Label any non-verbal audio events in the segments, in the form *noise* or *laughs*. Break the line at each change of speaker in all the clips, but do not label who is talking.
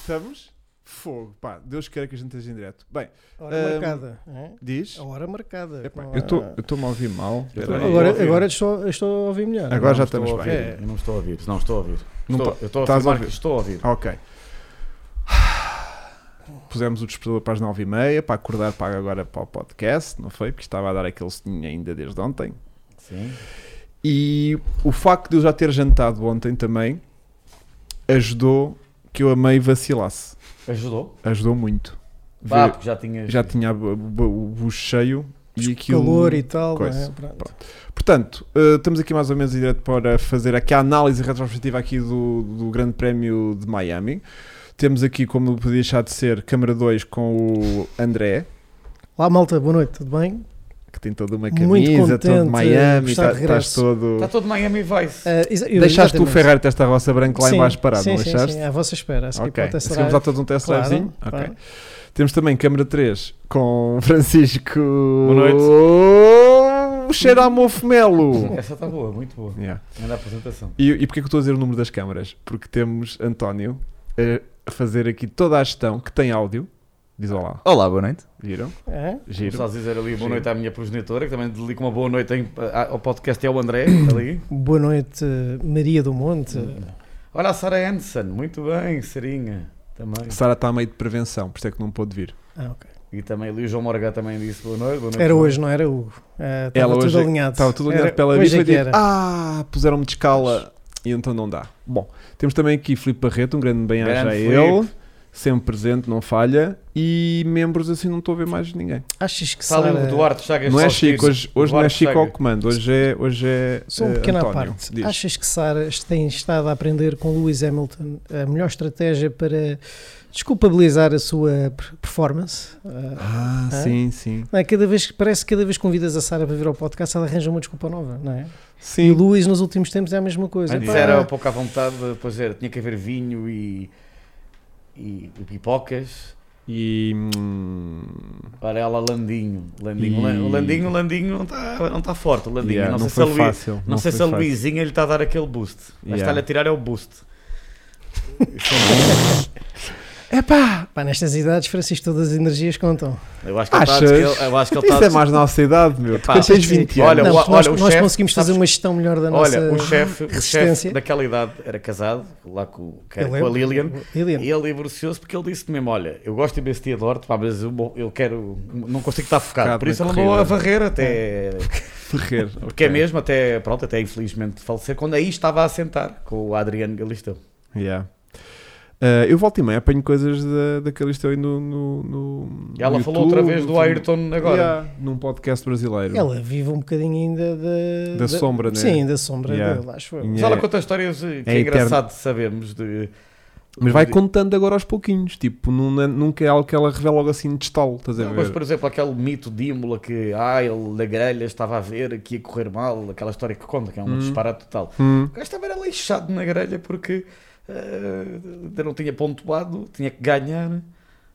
Estamos? Fogo, pá, Deus queira que a gente esteja em direto. Bem,
Hora
Ahm,
marcada. hein?
diz.
A hora marcada.
Epá,
Não
É um eu
há-
estou-me a ouvir mal.
Eu
Espera aí.
também.
Agora,
Estou a ouvir.
agora estou, estou a ouvir melhor.
Agora
Eu
já
não estou
estamos
a ouvir,
bem.
Eu não estou a ouvir. Não, estou a ouvir.
Não
Estou-
pa-
eu estou a
estás a
afirmar
ouvir.
que estou a ouvir.
Ok. *sighs* Pusemos o despertador para as 9h30 para acordar para agora para o podcast, não foi? Porque estava a dar aquele soninho ainda desde ontem.
Sim.
E o facto de eu já ter jantado ontem também ajudou que eu a meio vacilasse.
Ajudou?
Ajudou muito.
Vá,
Ver-
porque já tinhas.
já tinha a bu- bu- o bucho cheio e aquilo.
Calor e tal.
coisa.
não é? Pronto.
Portanto, eh, estamos aqui mais ou menos em direto para fazer aqui a análise retrospectiva aqui do, do Grande Prémio de Miami. Temos aqui, como não podia deixar de ser, Câmara 2 com o André,
Olá, malta, boa noite, tudo bem?
que tem toda uma
Muito
camisa, todo
contente,
Miami,
está de
tá- estás
regresso.
todo...
Está todo Miami Vice.
Ah, exa- eu-
Deixaste o
exatamente.
Ferrari esta roça branca lá
Sim,
em baixo parado,
sim,
não
sim,
deixaste?
Sim, à vossa espera. A seguir
Ok,
para o test
seguimos
drive.
a todos um test
Claro,
drivezinho.
claro.
Ok. Temos também Câmara 3 com Francisco...
Boa
noite. Cheira a mofo
*laughs*
melo.
Essa está boa, muito boa.
Yeah.
Manda a apresentação.
E, e porquê que eu estou a dizer o número das câmaras? Porque temos António eh, a fazer aqui toda a gestão que tem áudio. Diz olá.
Olá, boa noite.
Viram?
Hã?
Giro.
Só dizer ali
Giro.
boa noite à minha progenitora, que também dedico uma boa noite em- a- ao podcast é o *coughs* André, ali.
Boa noite, Maria do Monte.
Hum.
Olha a Sarah Anderson, muito bem, Sarinha. Também.
Sara está a meio de prevenção, por isso é que não pôde vir.
Ah, ok.
E também ali o João Morgan também disse boa noite. Boa noite
Era hoje, não era Hugo? Ah, estava
Ela
tudo
hoje é-
alinhado.
Estava tudo olhado
Era-
pela
hoje
vista
é
e
que
digo,
era.
ah, puseram-me de escala e então não dá. Bom, temos também aqui Filipe Barreto, um grande bem-aja
Grande
a
Filipe.
ele. Sempre presente, não falha. E membros assim não estou a ver mais ninguém.
Achas que
Está ali o
Sara...
Duarte Chagas
não é
Salsides.
Chico, hoje, hoje não é
Duarte
Chico ao
Chagas.
comando, hoje é. Hoje é
Só uma
eh,
pequena um à
António.
parte.
Diz.
Achas que Sara tem estado a aprender com Lewis Hamilton a melhor estratégia para desculpabilizar a sua per- performance? Ah,
Ah,
Hã?
sim, sim.
não é? cada vez, parece que cada vez que convidas a Sara para vir ao podcast, ela arranja uma desculpa nova, não é? E
Sim,
o Luís nos últimos tempos é a mesma coisa.
Antes
Epá,
era um pouco à vontade, depois era, tinha que haver vinho e, e, e pipocas.
E. hum,
Para ela, Landinho. Landinho,
E-
Lan- o Landinho, o Landinho não está não tá forte. O Landinho,
yeah,
não,
não
sei se a
foi
Luí-
fácil.
não sei
foi
se a
fácil.
Luizinha lhe está a dar aquele boost. Mas
Yeah.
está-lhe a tirar é o
*laughs*
boost.
pá, nestas idades, Francisco, todas as energias contam.
Eu acho que ele está a
Achas?
descre- eu acho que ele
Isso
está a
é mais na nossa idade, meu.
Epá,
Tu tens 20 anos.
Olha,
Não,
o-
porque
olha,
nós,
o
nós
chefe-
conseguimos fazer
sabes-
uma gestão melhor da nossa. *laughs*
Olha, o chefe o chefe
resistência.
daquela idade era casado, lá com, com
Ele é-
a Lilian.
Lilian.
E ele divorciou-se porque ele disse mesmo: Olha, eu gosto imenso de Adorte, pá, mas eu, vou- eu quero. Não consigo estar focado.
Focado
Por
na
isso ele andou
corrida.
a varrer até.
Ferrer. *laughs*
Porque é mesmo, até. Pronto, até infelizmente falecer. Quando aí estava a sentar com o Adriano Galisteu.
Yeah. Ah, eu volto e meia, apanho coisas da, daquele estou aí no. no, no-
E ela
no
falou
YouTube,
outra vez do
no-
Ayrton agora.
Yeah, num podcast brasileiro.
Ela vive um bocadinho ainda da,
Da sombra, né?
Sim, da sombra
Yeah.
dele, acho eu.
Yeah.
Mas ela conta histórias eh, que é,
É
engraçado de sabermos. De,
Mas vai
de-
contando agora aos pouquinhos. Tipo, não é- nunca é algo que ela revela logo assim de estalo. Estás a
Não, mas,
ver?
por exemplo, aquele mito de Imola que ah, ele da grelha estava a ver que ia correr mal, aquela história que conta, que é um
Hum.
disparate total.
Hum,
O gajo estava era lixado na grelha porque eh, ainda não tinha pontuado, tinha que ganhar.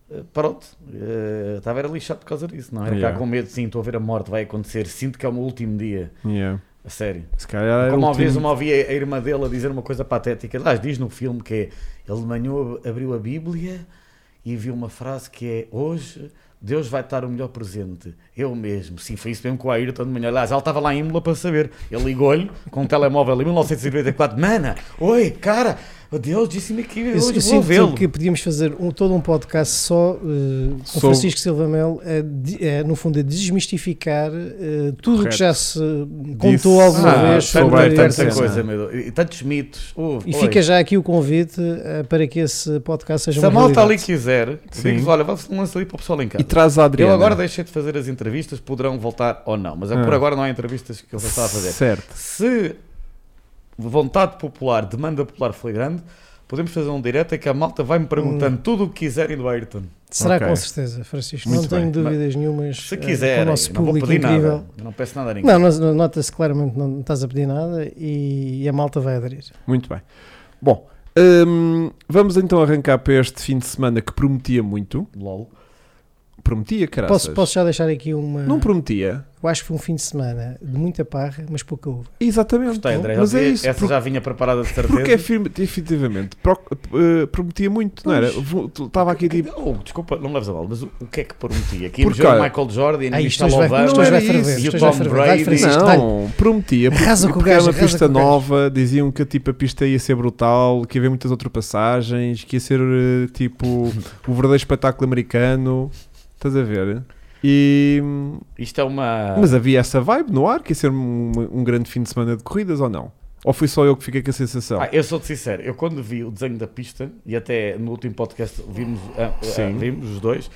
eh, Pronto, eh, estava era lixado por causa disso, não era
Yeah.
cá com medo, sim, estou a ver a morte, vai acontecer, sinto que é o meu último dia,
yeah.
a sério.
Se calhar era
Como uma
o
vez
último-
uma ouvi a irmã dele a dizer uma coisa patética, aliás, diz no filme que é, ele de manhã abriu a Bíblia e viu uma frase que é, hoje Deus vai dar o melhor presente, eu mesmo. Sim, foi isso mesmo com a Ayrton de manhã, aliás, ela estava lá em Imola para saber, ele ligou-lhe com um telemóvel em 1994, mana, oi, cara, Deus disse-me que
Eu, eu
hoje vou
sinto
vê-lo.
que podíamos fazer um- todo um podcast só eh, com
Sobre-
Francisco Silva Mel, a de- a, no fundo, a desmistificar eh, tudo o
Correto.
que já se
Disse-
contou alguma
Ah,
vez
sobre
sobre
a
a
tanta,
Ayrton
tanta
Ayrton
Senna.
coisa, meu Deus, e tantos mitos. Houve,
E
oi.
fica já aqui o convite eh, para que esse podcast seja
Se a
uma
malta ali
realidade.
quiser,
Sim.
digo olha, vamos lançar ali para o pessoal em casa.
E traz a Adriana.
Eu agora deixei de fazer as entrevistas, poderão voltar ou não, mas é que
Ah.
por agora não há entrevistas que eu vou estar a fazer.
Certo.
Se vontade popular, demanda popular foi grande, podemos fazer um direto em que a malta vai-me perguntando
Hum.
tudo o que quiserem do Ayrton.
Será
Ok.
com certeza, Francisco.
Muito
não tenho
bem.
dúvidas nenhumas. eh,
Se
com
quiserem,
o nosso
não vou
público
pedir
incrível.
nada, não peço nada a ninguém.
Não, não- nota-se claramente que não estás a pedir nada e, e a malta vai aderir.
Muito bem. Bom, hum, vamos então arrancar para este fim de semana que prometia muito.
LOL.
prometia, caraças.
Posso, posso já deixar aqui uma.
Não prometia.
Eu acho que foi um fim de semana de muita parra, mas pouca uva.
Exatamente.
Gostei, André.
Mas
já
é
dizia-
isso.
Essa
porque-
já vinha preparada de
é
certeza.
Porque afirma, efetivamente, pro- eh, prometia muito, não era? Estava
é
aqui tipo.
Oh, desculpa, não me leves a mal, mas o, o que é que prometi? Aqui
Porque,
Porque, o
olha,
Michael Jordan,
Ah,
o
isto hoje vai,
Michel
isto
não
hoje vai
era
ferver.
isso.
Isto
E o
hoje vai
Tom
ferver.
Brady-
Vai ferver.
Francisco,
Não, prometia. Porque,
Arrasa com o
porque
gajo,
era uma
arrasa
pista
com o gajo.
nova, diziam que tipo, a pista ia ser brutal, que ia haver muitas ultrapassagens, que ia ser eh, tipo o verdadeiro espetáculo americano. Estás a ver? E, hum,
Isto é uma.
mas havia essa vibe no ar, que ia ser um, um grande fim de semana de corridas ou não? Ou fui só eu que fiquei com a sensação?
Ah, eu sou-te sincero, eu quando vi o desenho da pista, e até no último podcast vimos, ah, ah,
Sim.
vimos os dois,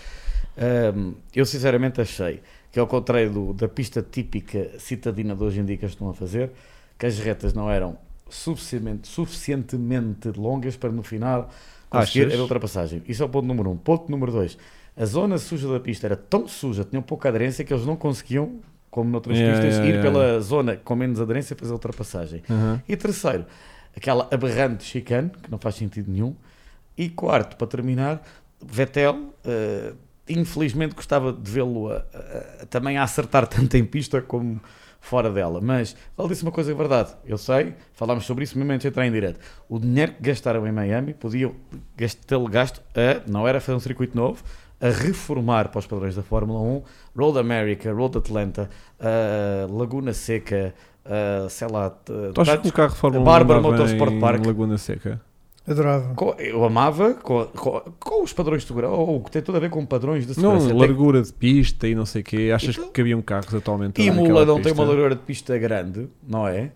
ahm, eu sinceramente achei que, ao contrário do- da pista típica citadina de hoje em dia que eles estão a fazer, que as retas não eram suficientemente, suficientemente longas para no final conseguir
Achas?
a ultrapassagem. Isso é o ponto número um. Ponto número dois, a zona suja da pista era tão suja, tinham pouca aderência que eles não conseguiam, como noutras
Yeah,
pistas,
yeah,
ir
yeah,
pela zona com menos aderência e fazer a ultrapassagem.
Aham.
E terceiro, aquela aberrante chicane, que não faz sentido nenhum. E quarto, para terminar, Vettel, eh, infelizmente gostava de vê-lo a- a- a- também a acertar *laughs* tanto em pista como fora dela. Mas ele disse uma coisa verdade, eu sei, falámos sobre isso mesmo antes de entrar em direto. O dinheiro que gastaram em Miami podiam gas- tê-lo gasto a, não era fazer um circuito novo, a reformar para os padrões da Fórmula 1, Road America, Road Atlanta, eh, Laguna Seca, eh, sei lá, t-
Tu achas que
tantos
o carro de Fórmula 1
Bárbara
andava
Motorsport
em
Park.
Laguna Seca?
Adorava.
Co- Eu amava com, com- com os padrões de segurança, ou o que tem tudo a ver com padrões de
Não,
segurança. Até
largura de pista e não sei o quê. Achas
Então-
que cabiam carros atualmente?
que
lá naquela
Imola não tem
pista?
uma largura de pista grande, não é?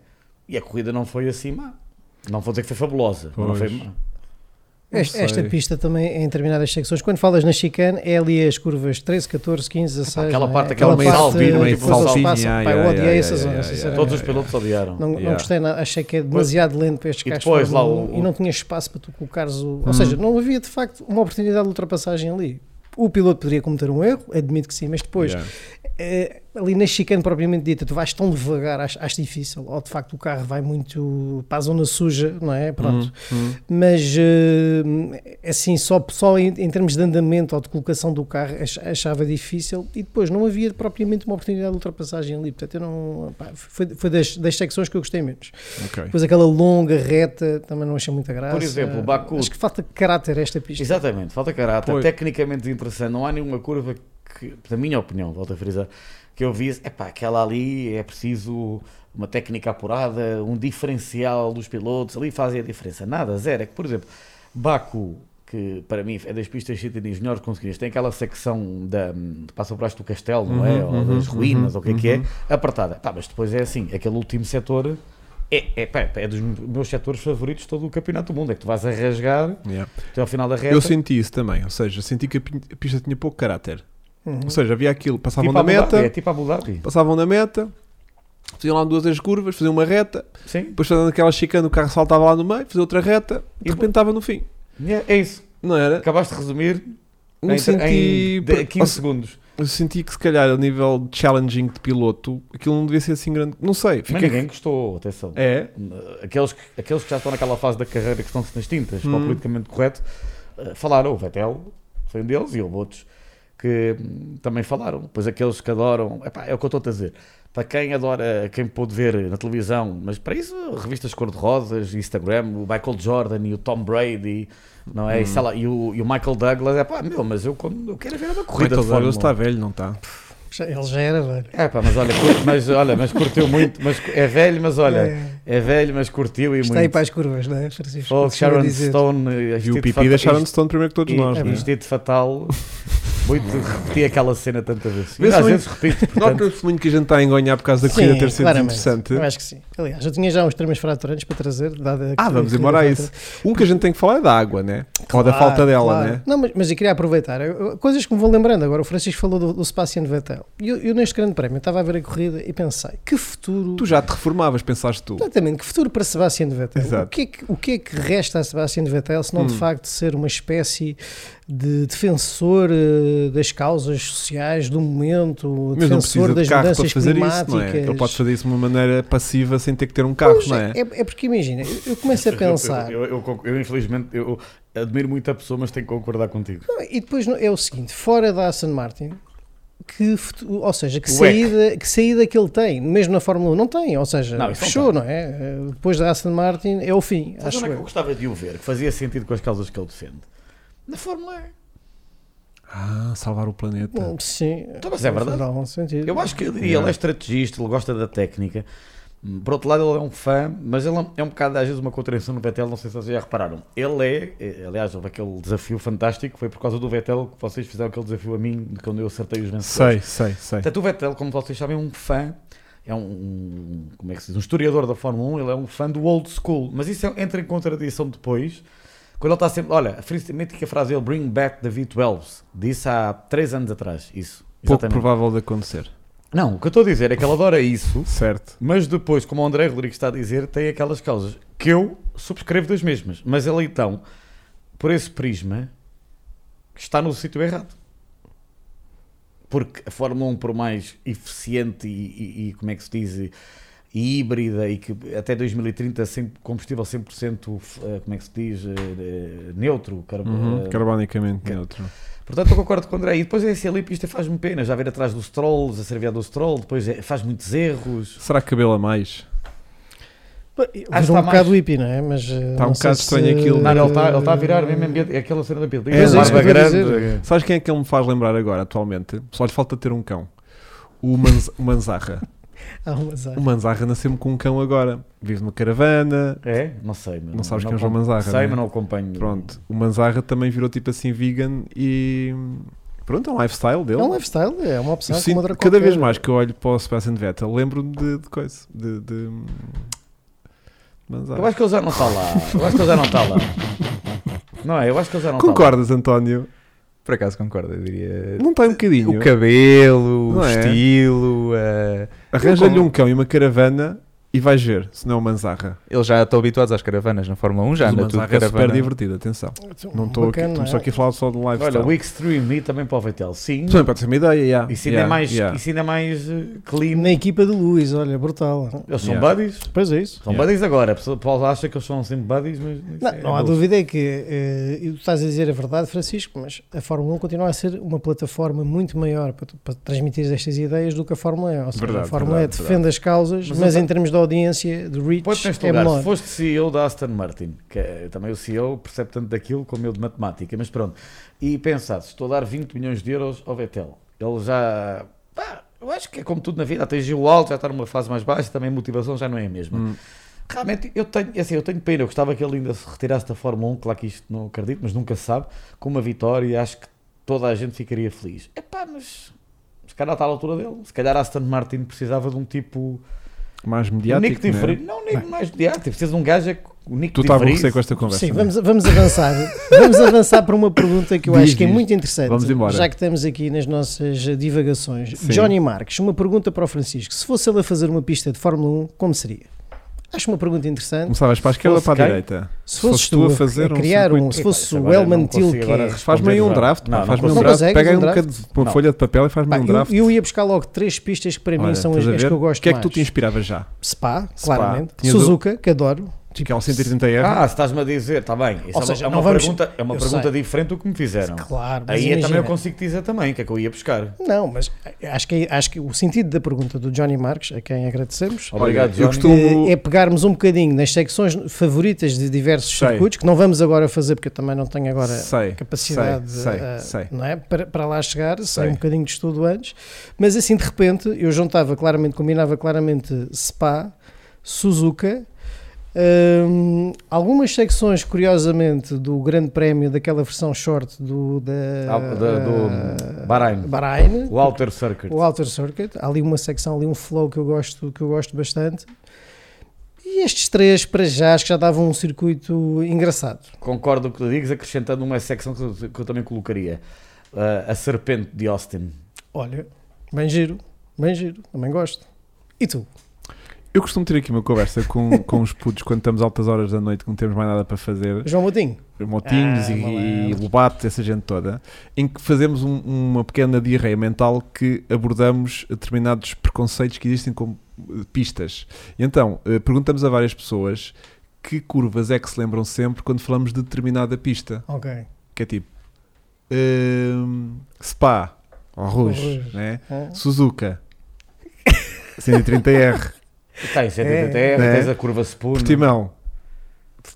E a corrida não foi assim má. Não vou dizer que foi fabulosa, mas não foi
Pois.
má.
Não
Esta, esta
sei.
pista também em determinadas secções. Quando falas na chicane, é ali as curvas 13, 14, 15, 16.
aquela
não é?
parte,
Aquela
aquela
meio
parte,
salpina,
tipo,
meio
depois eles
saltinha.
passam.
ai,
Pá, eu
ai,
odiei
ai,
essa
ai,
zona,
ai,
sinceramente.
Todos
ai,
os
ai.
pilotos odiaram.
Não,
Yeah.
não gostei nada, achei que é demasiado lento para estes
E
carros
depois
Fórmula
lá o-
1 e não tinha espaço para tu colocares o.
Uhum.
Ou seja, não havia de facto uma oportunidade de ultrapassagem ali. O piloto poderia cometer um erro, admito que sim, mas depois,
Yeah.
eh, ali na chicane propriamente dita, tu vais tão devagar, acho, acho difícil, ou de facto o carro vai muito para a zona suja, não é? Pronto.
Hum.
Mas eh, assim, só, só em, em termos de andamento ou de colocação do carro, ach- achava difícil e depois não havia propriamente uma oportunidade de ultrapassagem ali. Portanto, eu não. pá, foi foi das, das secções que eu gostei menos.
Ok.
Depois aquela longa reta também não achei muita graça.
Por exemplo, Baku.
Acho que falta caráter a esta pista.
Exatamente, falta caráter,
é- Pois.
tecnicamente interessante. Não há nenhuma curva que, na minha opinião, volto a frisar, que eu vi, é pá, aquela ali é preciso uma técnica apurada, um diferencial dos pilotos, ali fazem a diferença. Nada, zero. É que, por exemplo, Baku, que para mim é das pistas citadinas melhores conseguidas, tem aquela secção da. que passa por baixo do castelo, não é?
Uhum,
ou das
uhum,
ruínas, ou o que é que
uhum.
é, apertada. Pá, mas depois é assim, aquele último setor. É, é, pá, é dos meus setores favoritos de todo o campeonato do mundo. É que tu vais a rasgar
Yeah.
até ao final da reta.
Eu senti isso também, ou seja, senti que a pin- a pista tinha pouco caráter.
Uhum.
Ou seja, havia aquilo, passavam
tipo a
na
Abu Dhabi,
meta,
É tipo a Abu Dhabi.
passavam na meta, faziam lá duas as curvas, faziam uma reta,
Sim.
depois fazendo aquela chicana, o carro saltava lá no meio, fazia outra reta, e de
E-
repente estava no fim.
É, é isso.
Não era?
Acabaste de resumir
Não
em,
senti.
em de- 15
ou se-
segundos.
Eu senti que se calhar a nível de challenging de piloto, aquilo não devia ser assim grande. Não sei.
Mas
Fiquei...
ninguém gostou, atenção.
É.
Aqueles, que, aqueles que já estão naquela fase da carreira que estão-se nas tintas, para o
Hum.
politicamente correto, eh, falaram. O Vettel foi um deles e houve outros que hum, também falaram. Depois aqueles que adoram. Epá, é o que eu estou a dizer. Para quem adora, quem pôde ver na televisão, mas para isso, revistas cor-de-rosas, Instagram, o Michael Jordan e o Tom Brady, não é? E, sei lá, e, o, e o Michael Douglas, é pá, meu, mas eu, quando- eu quero ver uma
Corrida
corrida de Fórmula
está
1.
velho, não está?
Já- Ele já era velho.
É pá, mas olha, cur- mas olha, mas curtiu muito, mas cu- é velho, mas olha,
É,
é velho, mas curtiu e
está aí
muito.
para as curvas, não é, Francisco?
Fogo,
Costuma
Sharon
dizer.
Stone,
E
eh,
o
vestido
pipi
fatal-
da Sharon Stone primeiro que todos
e-
nós.
é,
não é?
vestido de fatal, *laughs* muito repeti aquela cena tantas vezes.
Vê-se
Eu, às
muito-
vezes
*laughs*
repito, portanto,
Nota-se muito que a gente está a enganhar por causa da
Sim,
corrida ter sido
claramente.
interessante.
Eu acho que sim. Aliás, eu tinha já uns termos fraturantes para trazer. Dada a
Ah, vamos embora a isso. Um que a gente tem que falar é da água, né? Ou da
Claro,
falta dela,
claro.
né?
Não, mas, mas eu queria aproveitar. Eu- eu- coisas que me vou lembrando agora. O Francisco falou do, do Sebastian Vettel. E eu, eu neste grande prémio estava a ver a corrida e pensei, que futuro...
Tu já te reformavas, pensaste tu.
Exatamente, que futuro para Sebastian Vettel?
Exato.
O que, é que, o que é que resta a Sebastian Vettel se não de
Hum.
facto ser uma espécie de defensor eh, das causas sociais do momento,
Mas não
defensor
precisa de
das
carro para
mudanças
fazer isso,
climáticas.
não é? Ele pode fazer isso de uma maneira passiva sem ter que ter um carro,
Pois,
não é?
é, é porque imagina, eu- eu começo a pensar.
Eu, eu- eu conc- eu, infelizmente, eu admiro muito a pessoa, mas tenho que concordar contigo.
Não, E depois no- é o seguinte, fora da Aston Martin, que, futu- ou seja, que
Ué.
saída, que saída que ele tem, mesmo na Fórmula 1 não tem, ou seja,
Não, isso não
fechou, não, é? Eh, Depois da Aston Martin é o fim,
Sabe
acho
onde é que eu
eu.
gostava de o ver, que fazia sentido com as causas que ele defende? Na Fórmula 1.
Ah, salvar o planeta.
Hum, Sim,
Então, mas é verdade.
fará algum sentido.
Eu acho que eu diria, ele é estrategista, ele gosta da técnica. Hum, Por outro lado, ele é um fã, mas ele é um bocado, às vezes, uma contradição no Vettel, não sei se vocês já repararam. Ele é, eh, aliás, houve aquele desafio fantástico, que foi por causa do Vettel que vocês fizeram aquele desafio a mim, de quando eu acertei os vencedores.
Sei, sei, sei.
Portanto, o Vettel, como vocês sabem, é um fã, é um, um- como é que se diz, um historiador da Fórmula 1, ele é um fã do old school, mas isso é- entra em contradição depois, quando ele está sempre, olha, a fris- mítica frase dele, bring back the V12, disse há 3 anos atrás, isso.
Pouco
exatamente.
provável de acontecer.
Não, o que eu estou a dizer é que ele adora isso,
Certo.
mas depois, como o André Rodrigues está a dizer, tem aquelas causas que eu subscrevo das mesmas, mas ele então, por esse prisma, está no sítio errado. Porque a Fórmula 1, por mais eficiente e, e- e, como é que se diz, e- e híbrida, e que até 2030 sempre, combustível 100%, eh, como é que se diz, eh, eh, neutro, carbo-
Uhum.
eh,
Carbonicamente
que-
neutro.
Portanto, eu concordo com o André. E depois é esse ali, isto faz-me pena. Já ver atrás dos trolls, a servir dos trolls, depois é- faz muitos erros.
Será que cabelo a mais?
Ah,
Virou
está
um bocado
mais-
hippie, não é? Mas,
Está um bocado estranho aquilo,
Não, ele
é,
está ele tá a virar mesmo ambiente. É aquela cena da ambiente.
É,
É,
é isso
barba
que eu ia
grande.
dizer.
Sabes quem é que ele me faz lembrar agora, atualmente? Só lhe falta ter um cão. O, Manz- o Manzarra.
Há um azar.
O Manzarra nasceu-me com um cão agora. Vive numa caravana.
É? Não sei. Mas
Não sabes quem é o João
acompanho.
Manzarra,
Sei,
não é?
mas não acompanho.
Pronto. O Manzarra também virou tipo assim vegan e. Pronto, é um lifestyle dele.
É um lifestyle, é uma
Eu
opção
sinto-
como outra
cada
qualquer.
vez mais que eu olho para o Sebastian Vettel, lembro-me de, de coisa. De. de... Manzarra.
Eu acho que ele já não está lá. Eu acho que ele já não está lá. Não é? Eu acho que ele já não está lá.
Concordas, António?
Por acaso concordo, eu diria.
Não está um bocadinho.
O cabelo,
Não
o
é?
estilo. eh,
Arranja-lhe
Eu
um cão e uma caravana e vais ver, se não é o Manzarra.
Eles já estão habituados às caravanas na Fórmula 1, já
Mas o
anda tudo
Manzarra é
caravana.
super divertido, atenção. Não estou aqui,
Bacana, não
estamos
é?
só aqui a falar só de um lifestyle.
Olha, o Extreme Me também para o Vettel. Sim.
Também pode ser uma ideia, yeah.
Isso ainda é
yeah,
mais,
yeah.
isso ainda é mais eh, clean.
Na equipa de Luís, olha, brutal.
Eles são
Yeah.
buddies.
Pois é isso.
São
Yeah.
buddies agora. A pessoa, o Paulo acha que eles são sempre buddies, mas. isso
Não,
é
não há
doce.
dúvida é que eh, e tu estás a dizer a verdade, Francisco, mas a Fórmula 1 continua a ser uma plataforma muito maior para, tu- para transmitir estas ideias do que a Fórmula E. Ou seja,
Verdade,
a Fórmula
verdade,
E defende
verdade.
as causas,
Mas
mas,
eu-
em termos de audiência, de
Põe-te
reach,
neste
é
lugar, se
menor.
foste CEO da Aston Martin, que eh, também o CEO percebe tanto daquilo como eu de matemática, mas pronto, e pensaste, estou a dar 20 milhões de euros ao Vettel, ele já, pá, eu acho que é como tudo na vida, atingiu o alto, já está numa fase mais baixa, também a motivação já não é a mesma.
Hum.
Realmente, eu tenho, é assim, eu tenho pena, eu gostava que ele ainda se retirasse da Fórmula 1, claro que isto não acredito, mas nunca se sabe, com uma vitória, acho que toda a gente ficaria feliz. É pá, mas... Se calhar está à altura dele. Se calhar a Aston Martin precisava de um tipo
Mais
o
mediático.
Nick
né?
Diferido. Não, nem mais mediático. Precisa de um gajo é que o Nick
Tu estás a
Diferido-
aborrecer com esta conversa.
Sim,
né?
vamos, vamos avançar. vamos avançar para uma pergunta que eu
Diz,
acho que é
diz.
muito interessante.
Vamos embora.
Já que estamos aqui nas nossas divagações.
Sim.
Johnny Marques, uma pergunta para o Francisco. Se fosse ele a fazer uma pista de Fórmula 1, como seria? Acho uma pergunta interessante.
Começavas para a esquerda ou
fosse
para a
quem?
direita?
Se fosses tu a fazer criar um, se
circuito-
fosses o
Epá, isso agora
Elman
não consigo agora
Tilke,
Faz-me aí um
Responder já.
draft, pá,
Não, não
faz-me um
consigo.
draft.
Não
Pega aí um
consegues um
bocado de uma
Não.
folha de papel e faz-me
Pá,
um
eu-
draft.
Eu, ia buscar logo três pistas que para mim
Olha,
são as,
estás a
as
ver?
que eu gosto
O que é que
mais.
tu te inspiravas já?
Spa,
Spa.
claramente.
Tinhas o-
Suzuka, que adoro.
Que é um 130R?
Ah, se estás-me a dizer, está bem. Isso
Ou
é,
seja,
uma, é
não
uma
vamos-
pergunta, é uma
Eu
pergunta
sei.
diferente do que me fizeram.
Claro, mas
Aí é também
imagina.
eu consigo dizer também o que é que eu ia buscar.
Não, mas acho que, é- acho que o sentido da pergunta do Johnny Marques, a quem agradecemos,
Obrigado,
eu
Johnny.
costumo.
eh, é pegarmos um bocadinho nas secções favoritas de diversos
Sei.
circuitos, que não vamos agora fazer porque eu também não tenho agora
Sei,
capacidade
sei, sei,
eh,
sei.
Não é? para, para lá chegar,
Sei.
sem um bocadinho de estudo antes, mas assim de repente eu juntava claramente, combinava claramente Spa, Suzuka, hum, algumas secções, curiosamente, do Grande Prémio daquela versão short do da, eh,
Ah, da- do Bahrein.
Bahrein,
O Outer Circuit.
o Outer Circuit, há ali uma secção, ali um flow que eu gosto, que eu gosto bastante. E estes três, para já, acho que já davam um circuito engraçado.
Concordo com o que tu dizes, acrescentando uma secção que eu, que eu também colocaria. Ah, a Serpente de Austin.
Olha, bem giro, bem giro, também gosto. E tu?
Eu costumo ter aqui uma conversa com, com os putos quando estamos altas horas da noite, que não temos mais nada para fazer,
João Moutinho,
motinhos
Ah,
e, e
malandros.
lobatos, essa gente toda, em que fazemos um- uma pequena diarreia mental que abordamos determinados preconceitos que existem como eh, pistas. E então, eh, perguntamos a várias pessoas que curvas é que se lembram sempre quando falamos de determinada pista,
ok.
que é tipo ehm, Spa, ou Rouge,
Rouge.
né?
Ah,
Suzuka, 130R,
Está em 180 é,
É.
tens a curva Spoon.
Portimão,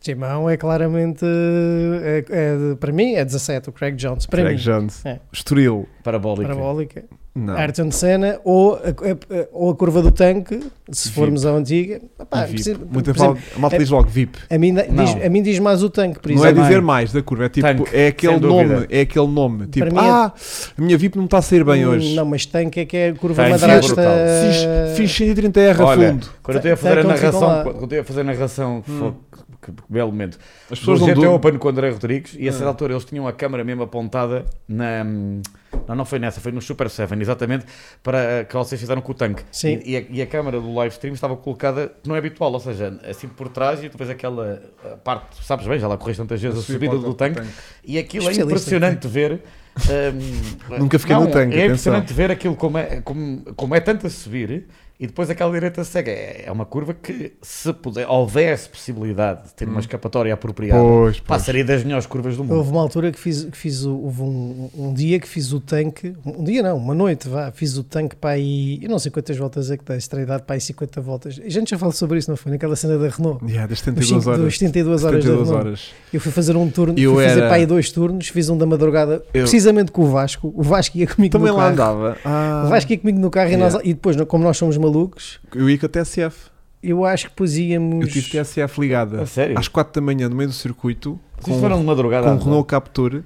Timão é claramente. é- é de- para mim é 17, o Craig Jones. Para
Craig
mim,
Jones,
É.
Estoril,
Parabólica.
parabólica.
não.
Ayrton Senna ou a, a- a- ou a curva do tanque, se
VIP.
formos à antiga. Epá,
VIP.
por exemplo-
Muita
por exemplo,
fala- a malta
é-
diz logo VIP.
a, mim, da- diz,
Não.
a mim diz mais o tanque, por
não
exemplo.
é
Também.
dizer mais da curva, é tipo,
Tanque,
é aquele
sem dúvida.
nome, é aquele nome, tipo,
mim é-
ah, a minha VIP não está a sair bem hoje.
Não, eh, mas tanque é que é a curva
Tanque é
madrasta.
brutal.
Fiz, fiz 130 R a
Olha,
fundo.
Quando eu estou a
Tá-
fazer a
tá como ficam
narração,
lá. Hum.
quando eu ia fazer a narração, fo- que, que belo momento.
As
Pessoas um
pessoas
do
não
GT
dão.
Open com o André Rodrigues e a certa
Ah.
altura eles tinham a câmara mesmo apontada na. Não, não foi nessa, foi no Super 7, exatamente, para eh, que vocês fizeram com o tanque.
Sim.
E, e a, e a câmara do live stream estava colocada, que não é habitual, ou seja, assim por trás e depois aquela a parte, sabes bem, já lá correste tantas vezes a subida do tanque. E aquilo é
Especialista.
*laughs*
impressionante ver. hum,
Nunca fiquei
não,
no tanque,
É
atenção.
impressionante ver aquilo como é, como, como é tanto a subir e depois aquela direita cega. É, é uma curva que, se puder, houvesse possibilidade de ter
Hum.
uma escapatória apropriada,
Pois,
pá,
pois.
seria das melhores curvas do mundo.
Houve uma altura que fiz, que fiz o- houve um, um dia que fiz o tanque, um dia não, uma noite vá, fiz o tanque para aí, eu não sei quantas voltas é que dá, estreidade para aí 50 voltas. A gente já falou sobre isso, não foi? Naquela cena da Renault.
Yeah, das
Dos
72
cinco- dos
horas.
72 horas, da
72
Renault.
horas.
Eu fui fazer um turno,
Eu
fui fazer
era-
para aí dois turnos, fiz um da madrugada,
Eu-
precisamente com o Vasco. O Vasco ia comigo
Também
no
lá
carro.
andava. É. Ah,
O Vasco ia comigo no carro e, nós, e depois, como nós somos malucos,
eu ia com a TSF.
eu acho que
Eu
pusíamos.
tive TSF ligada
A sério?
às 4 da manhã no meio do circuito
Vocês foram
com,
de madrugada.
com o Renault Captur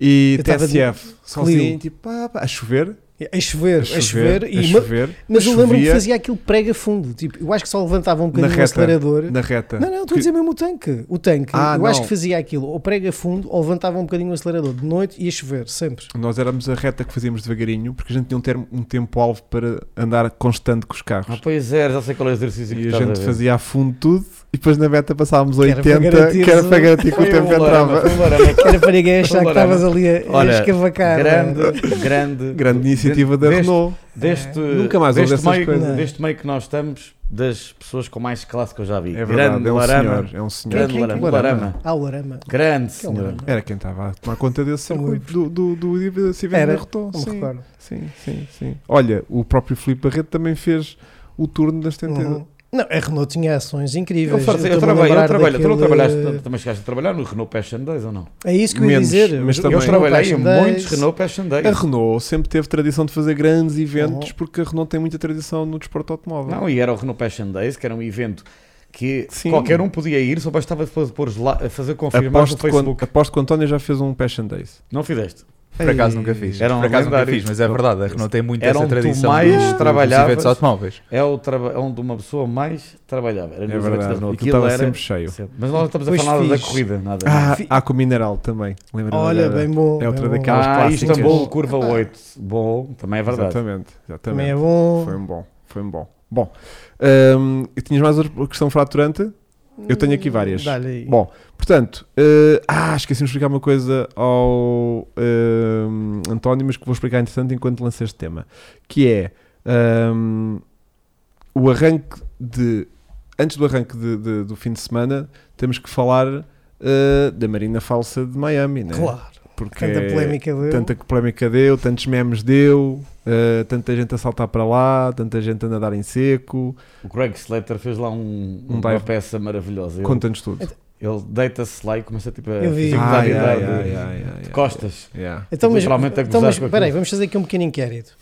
e
Eu tava de-
TSF. Sozinho,
Clio.
tipo, pá, pá, a chover.
A chover, a chover, e
a
ma-
chover.
Mas eu lembro-me que
Chovia
fazia aquilo prega fundo. Tipo, eu acho que só levantava um bocadinho o
reta.
acelerador.
na reta.
Não, não, estou a dizer mesmo o tanque. O tanque,
Ah,
eu
não.
acho que fazia aquilo, ou prega fundo, ou levantava um bocadinho o acelerador de noite e ia chover, sempre.
Nós éramos a reta que fazíamos devagarinho porque a gente tinha um, termo- um tempo-alvo para andar constante com os
Ah,
carros.
pois é, já sei qual é o exercício que
e a
estás
gente
ver.
fazia a fundo tudo e depois na beta passávamos
Que era para
80,
garantir
que era
o-
para garantir que o
Foi
tempo
um larama,
entrava.
foi um larama. *laughs*
Que era para ninguém achar que
Olha,
estavas ali a, a
olha,
escavacar. não é?
Grande, grande,
Grande iniciativa da
Deste-
Renault. É.
Deste,
Nunca mais ouvi
deste,
essas
meio,
coisas.
deste meio que nós estamos, das pessoas com mais classe que eu já vi.
É verdade,
grande
é um
larama.
senhor. É um senhor.
Grande
Quem, quem,
larama.
quem?
larama.
Ah, o Arama.
Grande
Que é um
senhor.
larama.
Era quem estava a tomar conta desse
Não me
circuito do, do, do, do Civil
Era,
da Renault.
Não me
Sim,
recordo.
sim, sim, sim. Olha, o próprio Filipe Barreto também fez o turno das 70.
Uhum. Não, a Renault tinha ações
Eu,
incríveis.
fartei- eu
estou-me a
trabalho, eu
lembrar
trabalho. Tu não
daquele-
trabalhaste, tu também chegaste a trabalhar no Renault Passion Days ou não?
É isso que eu ia
Menos,
dizer.
mas
Os-
também-
os
Eu trabalhei em
Renault Passion
muitos
Days.
Renault Passion
A
Days.
Renault sempre teve tradição de fazer grandes eventos
Uhum.
porque a Renault tem muita tradição no desporto automóvel.
Não, e era o Renault Passion Days, que era um evento que
Sim.
qualquer um podia ir, só bastava depois pôr lá, fazer confirmar no
Aposto que,
Facebook.
quando- aposto que o António já fez um Passion Days.
Não fizeste.
Por acaso nunca fiz.
Era um
Por acaso nunca
lendário.
fiz, mas é verdade. A Renault tem muito
Era
essa
onde tu
tradição
mais
dos- dos
trabalhavas.
eventos automóveis.
É o traba- é onde uma pessoa mais trabalhava. Era
É
nos eventos da
verdade.
Renault.
Aquilo
Aquilo
estava
era-
sempre cheio.
Sempre. Mas nós não estamos a
Pois
falar nada
fiz.
da corrida, nada.
Ah,
Fi-
há com o Mineral também. Lembra
Olha, bem bom.
É outra
bem bom.
daquelas
ah,
clássicas.
Istambul, curva 8. Bom, também é verdade.
Exatamente. exatamente.
Também é bom.
Foi um bom. Foi um bom. Bom, hum, e tinhas mais outra questão fraturante? Eu tenho aqui várias.
Dá-lhe aí.
Bom, portanto, eh, ah, esqueci-me de explicar uma coisa ao hum, António, mas que vou explicar interessante enquanto lanço este tema, que é hum, o arranque de antes do arranque de- de- do fim de semana temos que falar eh, da Marina Falsa de Miami, né?
Claro.
porque
Tanta polémica deu.
tanta polémica deu, tantos memes deu, eh, tanta gente a saltar para lá, tanta gente a nadar em seco,
O Craig Slater fez lá um,
Um
uma
dive.
peça maravilhosa. Ele,
conta-nos tudo.
ele deita-se lá e começa tipo, a
Eu vi.
ficar
Ah,
de-
yeah,
de-
yeah,
de-
yeah, yeah,
de
yeah.
costas.
Yeah.
Então, mas,
Literalmente a
então,
gozar
mas
com aquilo.
espera aí, vamos fazer aqui um pequeno inquérito.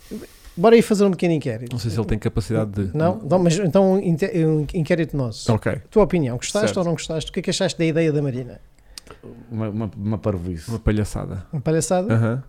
Bora aí fazer um pequeno inquérito.
Não sei se ele tem capacidade de.
Não? Não, mas então um inte- um inquérito nosso.
Ok.
Tua opinião, gostaste
Certo.
ou não gostaste? O que é que achaste da ideia da Marina?
Uma, uma, uma parvoíce.
Uma palhaçada.
Uma palhaçada?
Aham.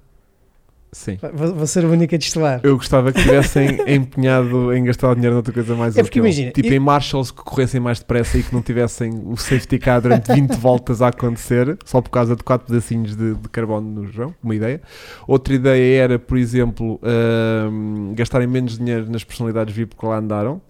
Sim.
Vai- Vou, vou ser o único a destelar.
Eu gostava que
*laughs*
tivessem empenhado em gastar o dinheiro noutra coisa mais
É porque
útil.
imagina,
Tipo
eu-
em Marshalls que corressem mais depressa e que não tivessem o safety car
*laughs*
durante 20 voltas a acontecer, só por causa de 4 pedacinhos de, de carbono no João, uma ideia. Outra ideia era, por exemplo, ahm, gastarem menos dinheiro nas personalidades VIP que lá andaram.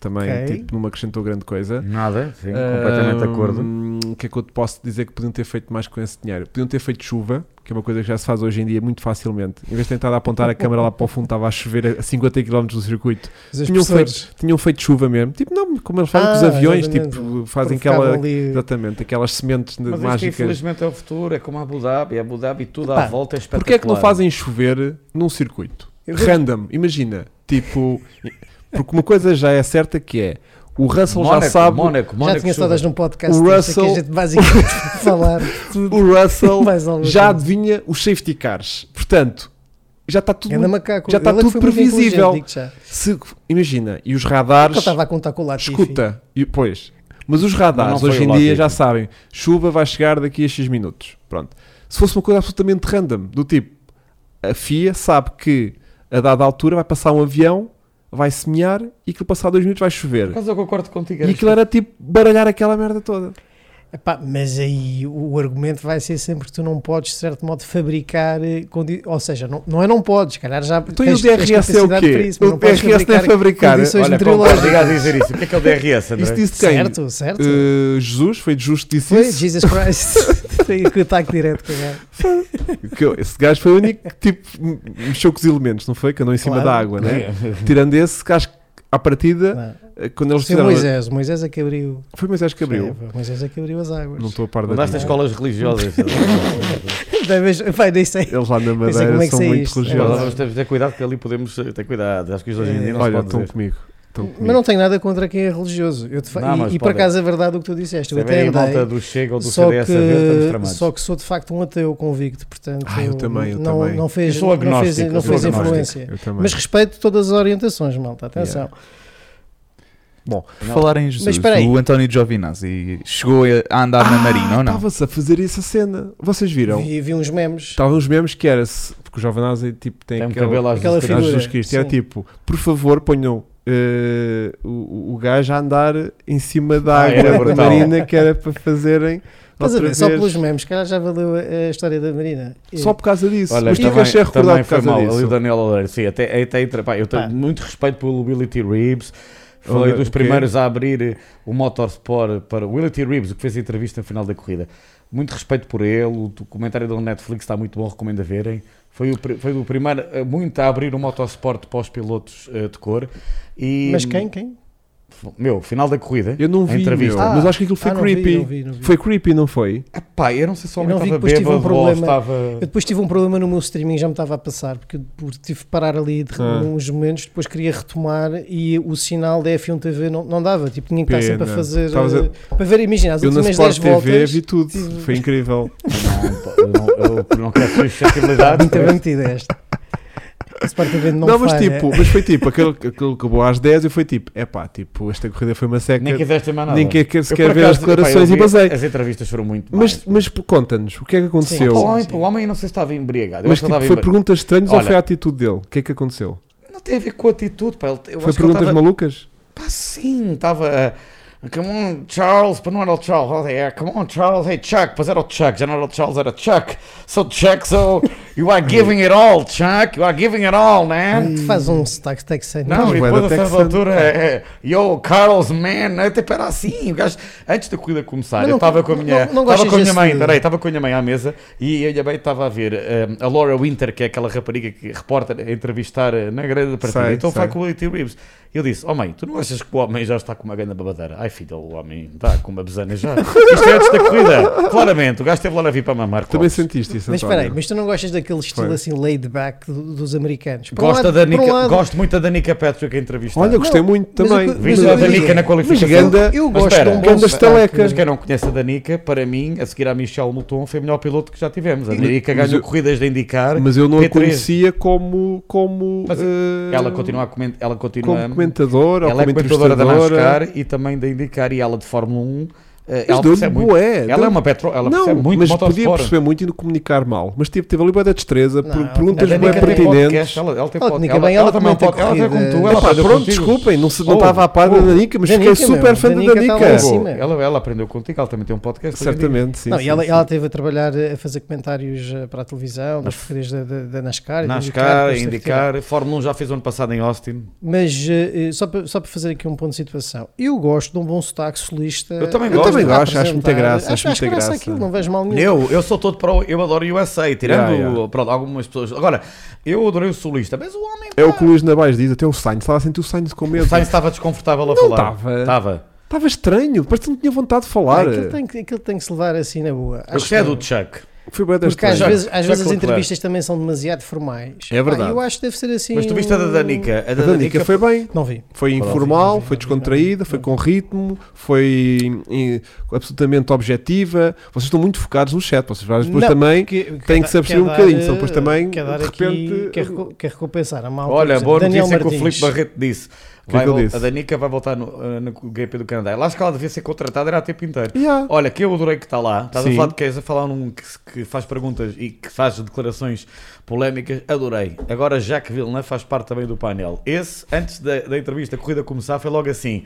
também
Ok.
tipo, não me acrescentou grande coisa.
Nada, sim, completamente de
Ahm,
acordo.
O que é que eu te posso dizer que podiam ter feito mais com esse dinheiro? Podiam ter feito chuva, que é uma coisa que já se faz hoje em dia muito facilmente. Em vez de tentar apontar a câmera lá para o fundo, estava a chover a 50 km do circuito.
Os
Tinham
expressores
Tinham um feito chuva mesmo. Tipo, não, como eles fazem com os
Ah,
aviões,
exatamente.
tipo, fazem
provocavam
aquela.
ali-
Exatamente, aquelas sementes de-
Mas isto
mágicas.
infelizmente é o futuro, é como a Abu Dhabi, a Abu Dhabi tudo
Epá,
à volta é espetacular.
Porquê é que não fazem chover num circuito?
Eu vejo-
Random, imagina.
*laughs*
Tipo, porque uma coisa já é certa que é. O Russell já
Mónaco,
sabe.
Mónaco,
Já
Mónaco
tinha
chuva.
saudades num podcast
O
deste,
Russell-
que a gente basicamente
*laughs*
falar de tudo.
O Russell
*laughs* Mais alguma
já
coisa.
adivinha os safety cars. Portanto, já está tudo.
Ganda macaco.
já está
Ele é que
tudo
foi muito
previsível.
inteligente, digo-te já.
Se, imagina, e os
Porque Eu
radares.
estava a contar com o Latifi.
Escuta, e, pois. Mas os
Mas
radares
não foi
hoje em
o
dia
Latifi.
já sabem. Chuva vai chegar daqui a X minutos. Pronto. Se fosse uma coisa absolutamente random, do tipo, a FIA sabe que a dada altura vai passar um avião, vai semear e que passar dois minutos vai
Por
chover.
é
acaso eu concordo contigo.
E aquilo era tipo baralhar aquela merda toda.
Epá, mas aí o argumento vai ser sempre que tu não podes, de certo modo, fabricar. eh, condi- Ou seja, não, não é não podes, se calhar já.
Então e o
tens- tens
DRS é o
capacidade para
quê?
isso, mas
o
não podes
DRS não é fabricar.
condições
Olha,
meteorológicas.
concordo, diga a dizer isso. O que é que é o DRS, André?
Isso disse quem?
Certo, certo.
Uh, Jesus, foi de justo que disse
Foi,
isso. *laughs*
Jesus Christ. Tem o ataque direto, é, cagado.
Que eu- esse gajo foi o único que tipo, m- mexeu com os elementos, não foi? Que andou em cima
Claro.
da água, né?
*laughs*
Tirando esse, que acho que à partida,
Não.
eh, quando eles
Sim, o
fizeram.
Moisés, o Moisés é que abriu.
Foi o Moisés que abriu.
Sim, o Moisés é que abriu as águas.
Não estou a par da vida.
Andaste nas escolas
*laughs*
religiosas.
*laughs* Da vez- Vai, nem sei.
Eles lá na
sei
Madeira
como é que
são
sei
muito
isto.
Nós
religiosos.
vamos ter, ter cuidado que ali podemos eh, ter cuidado. Acho que hoje em dia não se
Olha,
pode
estão
dizer.
comigo. estão comigo.
Mas não tenho nada contra quem é religioso. Eu te fa-
Não,
e-
mas
e, por
pode-
acaso é verdade o que tu disseste. Eu
Se
até
vem a malta
andei.
do Chega ou do
Só
CDS a ver, estamos
que,
tramados.
só que sou de facto um ateu convicto, portanto
Ah, eu também, eu
não,
também.
não fez,
Eu sou
não fez,
agnóstico,
não
eu sou
fez
agnóstico.
influência.
Eu também.
Mas respeito todas as orientações, malta, atenção.
Bom, por
Não.
falar em Jesus,
espera aí.
o António Giovinazzi chegou a- a andar
Ah,
na Marina ou não?
Estava-se a fazer essa cena. Vocês viram? Tá,
Vi, vi uns memes.
Estavam os mesmos que era-se. Porque o Jovem tipo, tem,
Tem um
aquele-
cabelo às
aquela
vezes.
Era
figura.
Jesus Cristo. Era
Sim.
tipo, por favor, ponham eh, o, o gajo a andar em cima da
Ah, era
água da
brutal.
marina que era para fazerem
Estás a
outra
ver, só
vez.
pelos memes, calhar já valeu a, a história da Marina. E-
Só por causa disso.
Olha,
Mas tu que
também,
achei recordar
também
por
foi
causa
mal. Ali o
disso.
Daniel Odeiro, sim, até, até entra- pá, eu tenho
Pá.
muito respeito pelo Willy Reeves. Foi
Olha,
dos
o quê?
primeiros a abrir eh, o Motorsport para o Willie T. Reeves, o que fez a entrevista no final da corrida. Muito respeito por ele, o documentário da Netflix está muito bom, recomendo a verem. Foi o, pri- foi o primeiro eh, muito a abrir o Motorsport para os pilotos eh, de cor. E,
Mas quem? Quem?
Meu, final da corrida.
Eu não
a
vi,
entrevista.
meu, mas acho que aquilo foi
Ah, não vi,
creepy.
não vi, não vi.
Foi creepy, não foi?
Epá, eu não sei se o
Eu
homem
não vi,
estava
depois tive um
bêbado ou
problema.
estava...
Eu *laughs* depois tive um problema no meu streaming, já me estava a passar, porque eu por- tive de parar ali de,
Ah.
uns momentos, depois queria retomar e o sinal da F1 TV não, não dava, tipo, tinha que estar sempre a
Pena.
fazer.
Estavas a-
eh, Para ver, imagina, as
eu na
últimas 10
Sport TV
voltas.
vi tudo.
tive-
Foi incrível.
Não, pá, eu não, eu não quero suscetibilidade.
Muito bem metida
*laughs*
esta. Sport TV *laughs* não, né?
Não, mas
falha.
tipo, mas foi tipo, aquele, aquele que acabou às 10 e foi tipo, é pá, tipo, esta corrida foi uma seca.
Nem quiseste mais nada.
Nem quer, quer
Eu,
sequer
por
ver as
acaso, epá, eu
declarações
vi-
e basei.
As entrevistas foram muito
Mas,
mais.
mas conta-nos, o que é que
eu-
aconteceu?
o, homem, o homem não sei se estava embriagado. Eu
Mas
acho que
tipo,
ele
foi
estava embri-
perguntas estranhas ou
Olha-
foi a atitude dele? O que é que aconteceu?
Não tem a ver com a atitude. Pá. ele- Eu
foi
acho que ele
perguntas
estava...
malucas?
Pá, sim, estava... ah, Come on, Charles, para não era o Charles, oh, yeah, come on, Charles, hey Chuck, pois era o Chuck, já não era o Charles, era Chuck, so Chuck, so you are giving it all, Chuck, you are giving it all, man.
Tu faz um sotaque texano.
Não,
Mas
e
bué
depois
da
a certa
Texan.
altura é, é, Yo, Carlos, man, né? tipo, era assim, o gajo, antes da corrida começar,
Mas
eu
não-
estava com a
não-
minha,
não
estava
gostas
com a minha
desse-
mãe, peraí, estava com a minha mãe à mesa e eu e a mãe estava a ver eh, a Laura Winter, que é aquela rapariga que repórter a entrevistar eh, na grande partida,
Sei,
então vai
sei.
com o Little Reeves. Eu disse, oh mãe, tu não achas que o homem já está com uma grande babadeira? Ai filho, o homem está com uma besana já. Isto é antes da corrida, claramente, o gajo esteve lá na vir para mamar.
Também
copos.
sentiste isso,
Mas espera aí,
António?
mas tu não gostas daquele estilo
Foi.
assim laid back do- dos americanos? Por um
Gosta
lado-
da
por um
Nica,
lado-
gosto muito da Danica Patrick a entrevistar.
Olha, gostei muito
mas
também.
o que-
Viste
mas
a
eu
Danica
diria-
na qualificação.
mas ganda-
Eu
Mas
gosto
espera,
de um bom
ganda é
sotaque.
estaleca.
Mas quem não conhece a Danica, para mim, a seguir à Michelle Mouton, foi o melhor piloto que já tivemos. A
Mas-
Danica
mas
ganhou
eu-
corridas de indicar.
Mas eu não a
P3.
conhecia como. como
Mas
eh,
Ela continua a coment... ela continua
como comentadora ou
ela é
como
comentadora da
entrevistadora.
NASCAR e também da indicar e ela de Fórmula 1. eh,
Mas deu-lhe
ela percebe muito.
boé.
Ela é uma petro, ela
não,
percebe muito
mas
motorsport.
podia perceber muito e não comunicar mal. Mas tipo, teve ali boa da destreza,
Não,
por-
ela-
A
perguntas
ela
bem
Danica tem
pertinentes.
podcast, Ela, ela, tem
Ela
pod-
comunica Oh, bem, ela
também
comenta
pode- ela tem
corrida.
como
Epá,
tu,
Epá,
ela aprendeu
pronto,
contigo.
desculpem, não se- não
Oh,
estava a par da
oh,
Danica, mas
Danica,
fiquei super
meu,
fã da
Danica tá lá em
Danica.
cima.
Pô,
Pô, ela, ela aprendeu contigo, ela também tem um podcast. hoje em dia.
é Certamente, sim.
não,
sim,
e ela,
sim.
ela teve a trabalhar eh, a fazer comentários eh, para a televisão, das corridas da, da, da NASCAR, e de
NASCAR,
depois teve que tirar.
indicar. Fórmula 1 já fez o ano passado em Austin.
Mas eh, eh, só para, só para fazer aqui um ponto de situação, eu gosto de um bom sotaque solista.
Eu também
a
gosto. Eu também
gosto, acho muita
apresentar.
graça, acho
Acho, acho
muita
graça
graça.
aquilo, não vejo mal nenhum.
Eu, eu sou todo pro, eu adoro o USA, tirando
Yeah, yeah.
pronto, algumas pessoas. Agora, eu adorei o solista, mas o homem.
É o que o Luís Nabais diz, até o Sainz, estava a sentir o Sainz com
O
medo.
Sainz estava desconfortável a
Não
falar.
estava.
Estava.
Estava estranho, parece que não tinha vontade de falar.
Aquilo, tem que, aquilo tem que se levar assim na boa.
Eu gostei é do Chuck.
Foi bué da
Porque às
estranho.
Já-
vezes, às
já
vezes as
claro.
entrevistas também são demasiado formais.
É verdade.
Ah, eu acho que deve ser assim.
Mas tu viste a da
um-
Danica. A
A
da
Danica
Danica
foi bem.
Não vi.
Foi
Foi
informal,
ótimo,
foi
sim,
descontraída, foi com ritmo, foi em- absolutamente objetiva. Vocês estão muito focados no chat, vocês vários depois
Não,
também.
que, que
tem que
dá-
se abster
quer
um
dar,
bocadinho, senão
eh,
depois também,
quer dar
de repente,
aqui- quer, recu- quer recompensar a malta.
Olha,
Por exemplo,
boa
Daniel
notícia que o
Martins.
Filipe Barreto disse.
que é
Vai
que ele
vol-
disse?
A Danica vai voltar no, no GP do Canadá. Ela acho que ela devia ser contratada, era a tempo inteiro.
Yeah.
Olha, que eu adorei que está lá. Estás a
Sim.
falar de que és a falar num que, se- que faz perguntas e que faz declarações polémicas. Adorei. Agora, Jacques Villeneuve faz parte também do painel. Esse, antes da, da entrevista, a corrida começar, foi logo assim.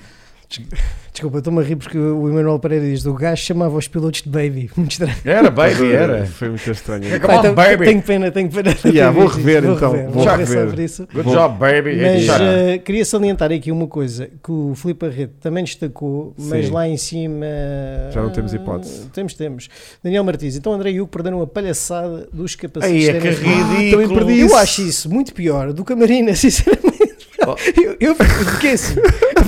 Desculpa, estou-me a rir porque o Emanuel Pereira diz: o gajo chamava os pilotos de baby. *laughs* Muito estranho.
Era, baby, era.
Foi muito estranho.
Come on,
então,
baby.
Tenho pena, tenho pena.
Yeah, vou
Isto,
rever, então, vou
vou
rever.
sobre isso.
Good job, baby.
Mas
Yeah.
eh, queria salientar aqui uma coisa que o Filipe Arredo também destacou, mas
Sim.
lá em cima. eh,
Já não temos hipótese.
Temos, temos. Daniel Martins, então André e Hugo perderam a palhaçada dos capacetes.
Aí é que
terem-
ridículo.
também perdi
Eu
Isso. Oh.
acho isso muito pior do que a Marina, *laughs* sinceramente. Eu, eu fiquei assim.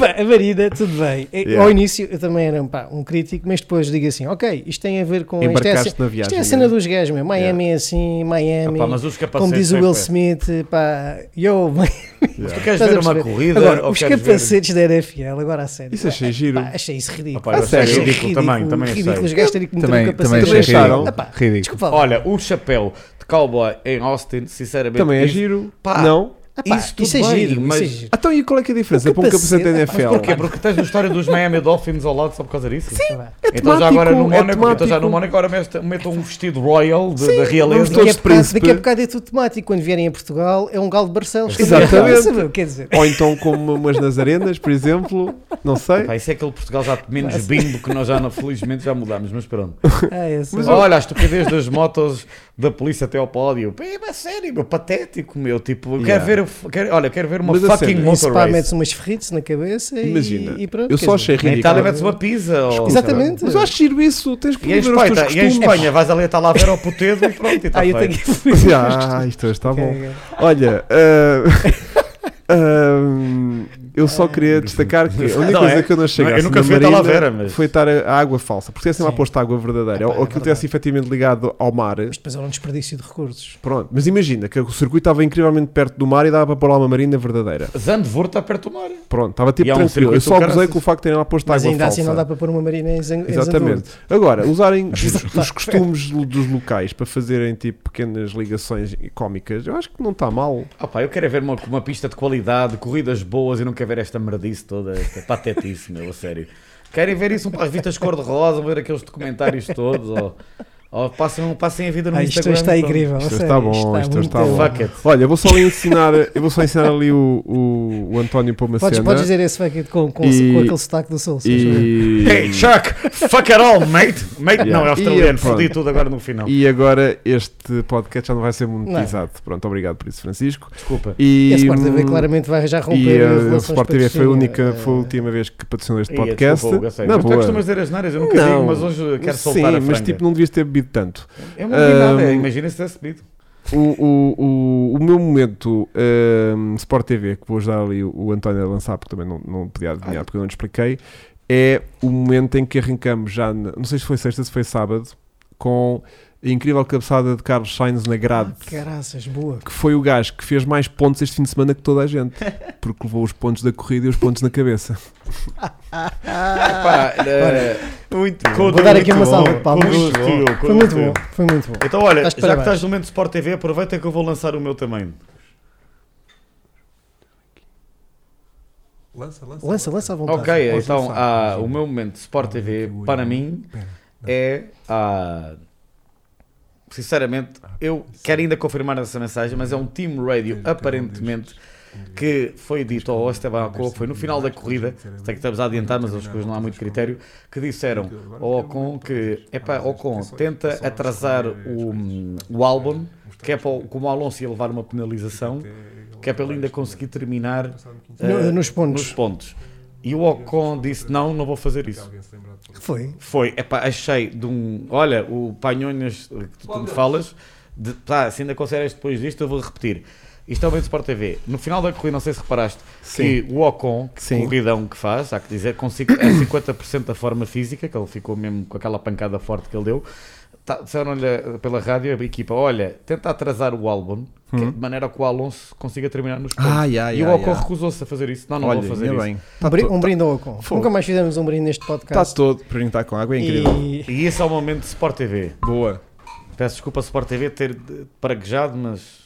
pá, a Marina, tudo bem. Eu,
Yeah.
Ao início eu também era pá, um crítico, mas depois digo assim: ok, isto tem a ver com. Isto é, a, ce-
Embarcaste na viagem.
isto é a cena dos gajos, meu. Miami
Yeah.
é assim, Miami.
Epá, mas os
como
capacetes
diz o
foi-
Will Smith, pá, yo,
Tu queres
Estás a
ver uma
perceber?
corrida?
Agora,
ou
os
queres ver-
capacetes da NFL, agora a sério.
Isso achei giro.
Pá, achei isso ridículo.
Rapaz,
eu achei
Achei
ridículo
também, também achei.
ridículo os gajos terem que meter
Também-
um
também
capacete.
achei ridículo.
Epá,
Ridículo.
Desculpa, lá.
Olha, o chapéu de cowboy em Austin, sinceramente.
Também é
isso-
giro.
Pá,
Não?
Epá,
isso
isso,
tudo
é
bem,
giro,
mas-
isso é giro.
Então e qual é que é a diferença?
O
Para um capacete da
capacete-
NFL.
Porquê? Porque tens a história dos Miami Dolphins ao lado só por causa disso? Sim.
É
Então já agora no
temático, é
Mónaco, então já
temático.
no Mónaco agora metem- metem um vestido royal de- da
vamos
realeza.
todos
Daqui a,
de
bocado,
príncipe.
daqui a bocado é tudo temático. Quando vierem a Portugal, é um galo de Barcelos.
Exatamente.
Sabe o que Quer dizer,
Ou então como umas nazarenas, por exemplo. Não sei.
Pá, isso é aquele Portugal já menos
Mas-
bimbo que nós já não- felizmente já mudámos, mas pronto.
ah, é só-
Olha a estupidez das motos da polícia até ao pódio. Pá, É sério, meu, patético, meu. Tipo, eu
Yeah.
quero ver, eu quero, olha, eu quero ver uma
Mas a
fucking
sério,
Isso
motor
pá,
race.
metes umas ferrites na cabeça e-
Imagina.
e, pronto.
Eu
quer
só
dizer.
achei
Na
ridículo.
Itália tá, metes uma pizza. ou-
Exatamente.
Mas eu acho giro isso. Tens que
E em,
ver os teus
Espanha, e em
costumes.
Espanha vais ali tá a Talavera ao Potedo e pronto, e está
Ah, eu
feito.
tenho que
*laughs* Ah, isto hoje está bom.
Ok, ok.
Olha, ah, *laughs* ahm, eu só queria destacar que a única
Não
coisa
é?
que eu não cheguei
Não é? Eu nunca fui a Talavera, mas-
foi estar a, a água falsa, é porque tivesse lá
Sim.
posto assim água verdadeira,
Epá,
ou, ou
é
que tivesse
verdade.
efetivamente ligado ao mar.
Mas depois era um desperdício de recursos.
Pronto, mas imagina que o circuito estava incrivelmente perto do mar e dava para pôr lá uma marina verdadeira.
Zandvoort está perto do mar.
Pronto, estava tipo
E há um
tranquilo. Eu
circuito
só
do
abusei
caraças.
com o facto de terem lá posto
Mas
água
ainda
falsa.
assim não dá para pôr uma marina em Zang- em
Exatamente.
Zandvoort.
Agora,
*laughs*
usarem os, os costumes dos locais para fazerem tipo pequenas ligações cómicas, eu acho que não está mal.
Ah pá, eu quero é ver uma, uma pista de qualidade, corridas boas e não quero ver esta merdice toda, esta patetice, meu, a sério. Querem ver isso um para as vistas cor-de-rosa, ver aqueles documentários todos, ou, ou passem, passem a vida no
Ah, isto
Instagram.
está
pronto.
incrível.
Isto
a
está
sério,
tá bom, isto
muito
está bom.
Fuck it.
Olha, eu vou só ali ensinar, eu vou só ensinar ali o, o, o António Pomacena.
Podes, podes dizer esse fucking com, com,
E-
com aquele sotaque do Sul. se faz favor.
e,
Hey Chuck, fuck it all, mate! Mate
Yeah.
não, é
E,
australiano,
pronto.
fodi tudo agora no final.
e agora este podcast já não vai ser monetizado. Pronto, obrigado por isso, Francisco.
Desculpa.
E,
é. E a Sport TV claramente vai já romper.
e
eh,
eh, a
relações
Sport TV foi a,
patrocínio,
única,
eh,
foi a última vez que patrocinou este
Ia,
podcast.
desculpa, Hugo, eu sei.
Na
mas tu é
boa.
costumas dizer as neiras, eu nunca
Não.
digo, mas hoje quero
Sim,
soltar a franga.
mas tipo, um, não devias ter bebido tanto.
Eu não vi nada,
Ahm,
imagina se tivesse bebido.
O, o, o, o meu momento ehm, Sport TV, que vou ajudar ali o- o António a lançar, porque também não, não podia adivinhar,
Ah.
porque eu não te expliquei, é o momento em que arrancamos já, na- não sei se foi sexta, se foi sábado, com a incrível cabeçada de Carlos Sainz na grade,
ah, Caraças, boa.
que foi o gajo que fez mais pontos este fim de semana que toda a
*laughs*
gente, porque levou os pontos da corrida e os pontos na cabeça.
Pá, eh,
Muito
Couto,
Vou dar
muito
aqui uma
bom,
salva de palmas.
Couto, Couto.
Foi muito bom, foi muito bom.
Então, olha,
Estás de
já que
parabéns.
estás no momento de Sport TV, aproveita que eu vou lançar o meu também.
Lança, lança.
Lança, lança à vontade.
Ok,
Posso
então
lançar?
ah,
Imagina.
o meu momento de Sport TV
Ui,
para mim
Pera.
é. ah, sinceramente, eu quero ainda confirmar essa mensagem, mas é um team radio aparentemente que foi dito ao Esteban Ocon, foi no final da corrida, sei que estamos a adiantar, mas as coisas não há muito critério, que disseram ao Ocon que, é epá, Ocon, tenta atrasar o, o álbum, que é para, o- como o Alonso ia levar uma penalização, que é para ele ainda conseguir terminar
No-
eh,
nos pontos.
nos pontos. E o Ocon disse, não, não vou fazer isso.
Foi.
Foi, epá, achei de um. Olha, o Panhonhas eh, que tu me falas, de, pá, se ainda consideras depois disto, eu vou repetir. Isto é o bem do Sport TV. No final da corrida, não sei se reparaste, que o Ocon, que
Sim.
corridão que faz, há que dizer, com cinco- é 50% da forma física, que ele ficou mesmo com aquela pancada forte que ele deu. Tá, Disseram-lhe eh, pela rádio a equipa: olha, tenta atrasar o álbum que- é de maneira que o Alonso consiga terminar nos pontos.
Hum. Ah, já,
e o
já,
Ocon
já.
recusou-se a fazer isso. Não, não
Olha,
vou fazer
ainda
isso.
bem.
Um, brin- um brinde ao Ocon.
Tá Foi.
Nunca mais fizemos um brinde neste
Está
podcast.
todo para está com água, é incrível.
E
E esse é o momento de Sport TV.
Boa.
Peço desculpa Sport TV ter de- praguejado, mas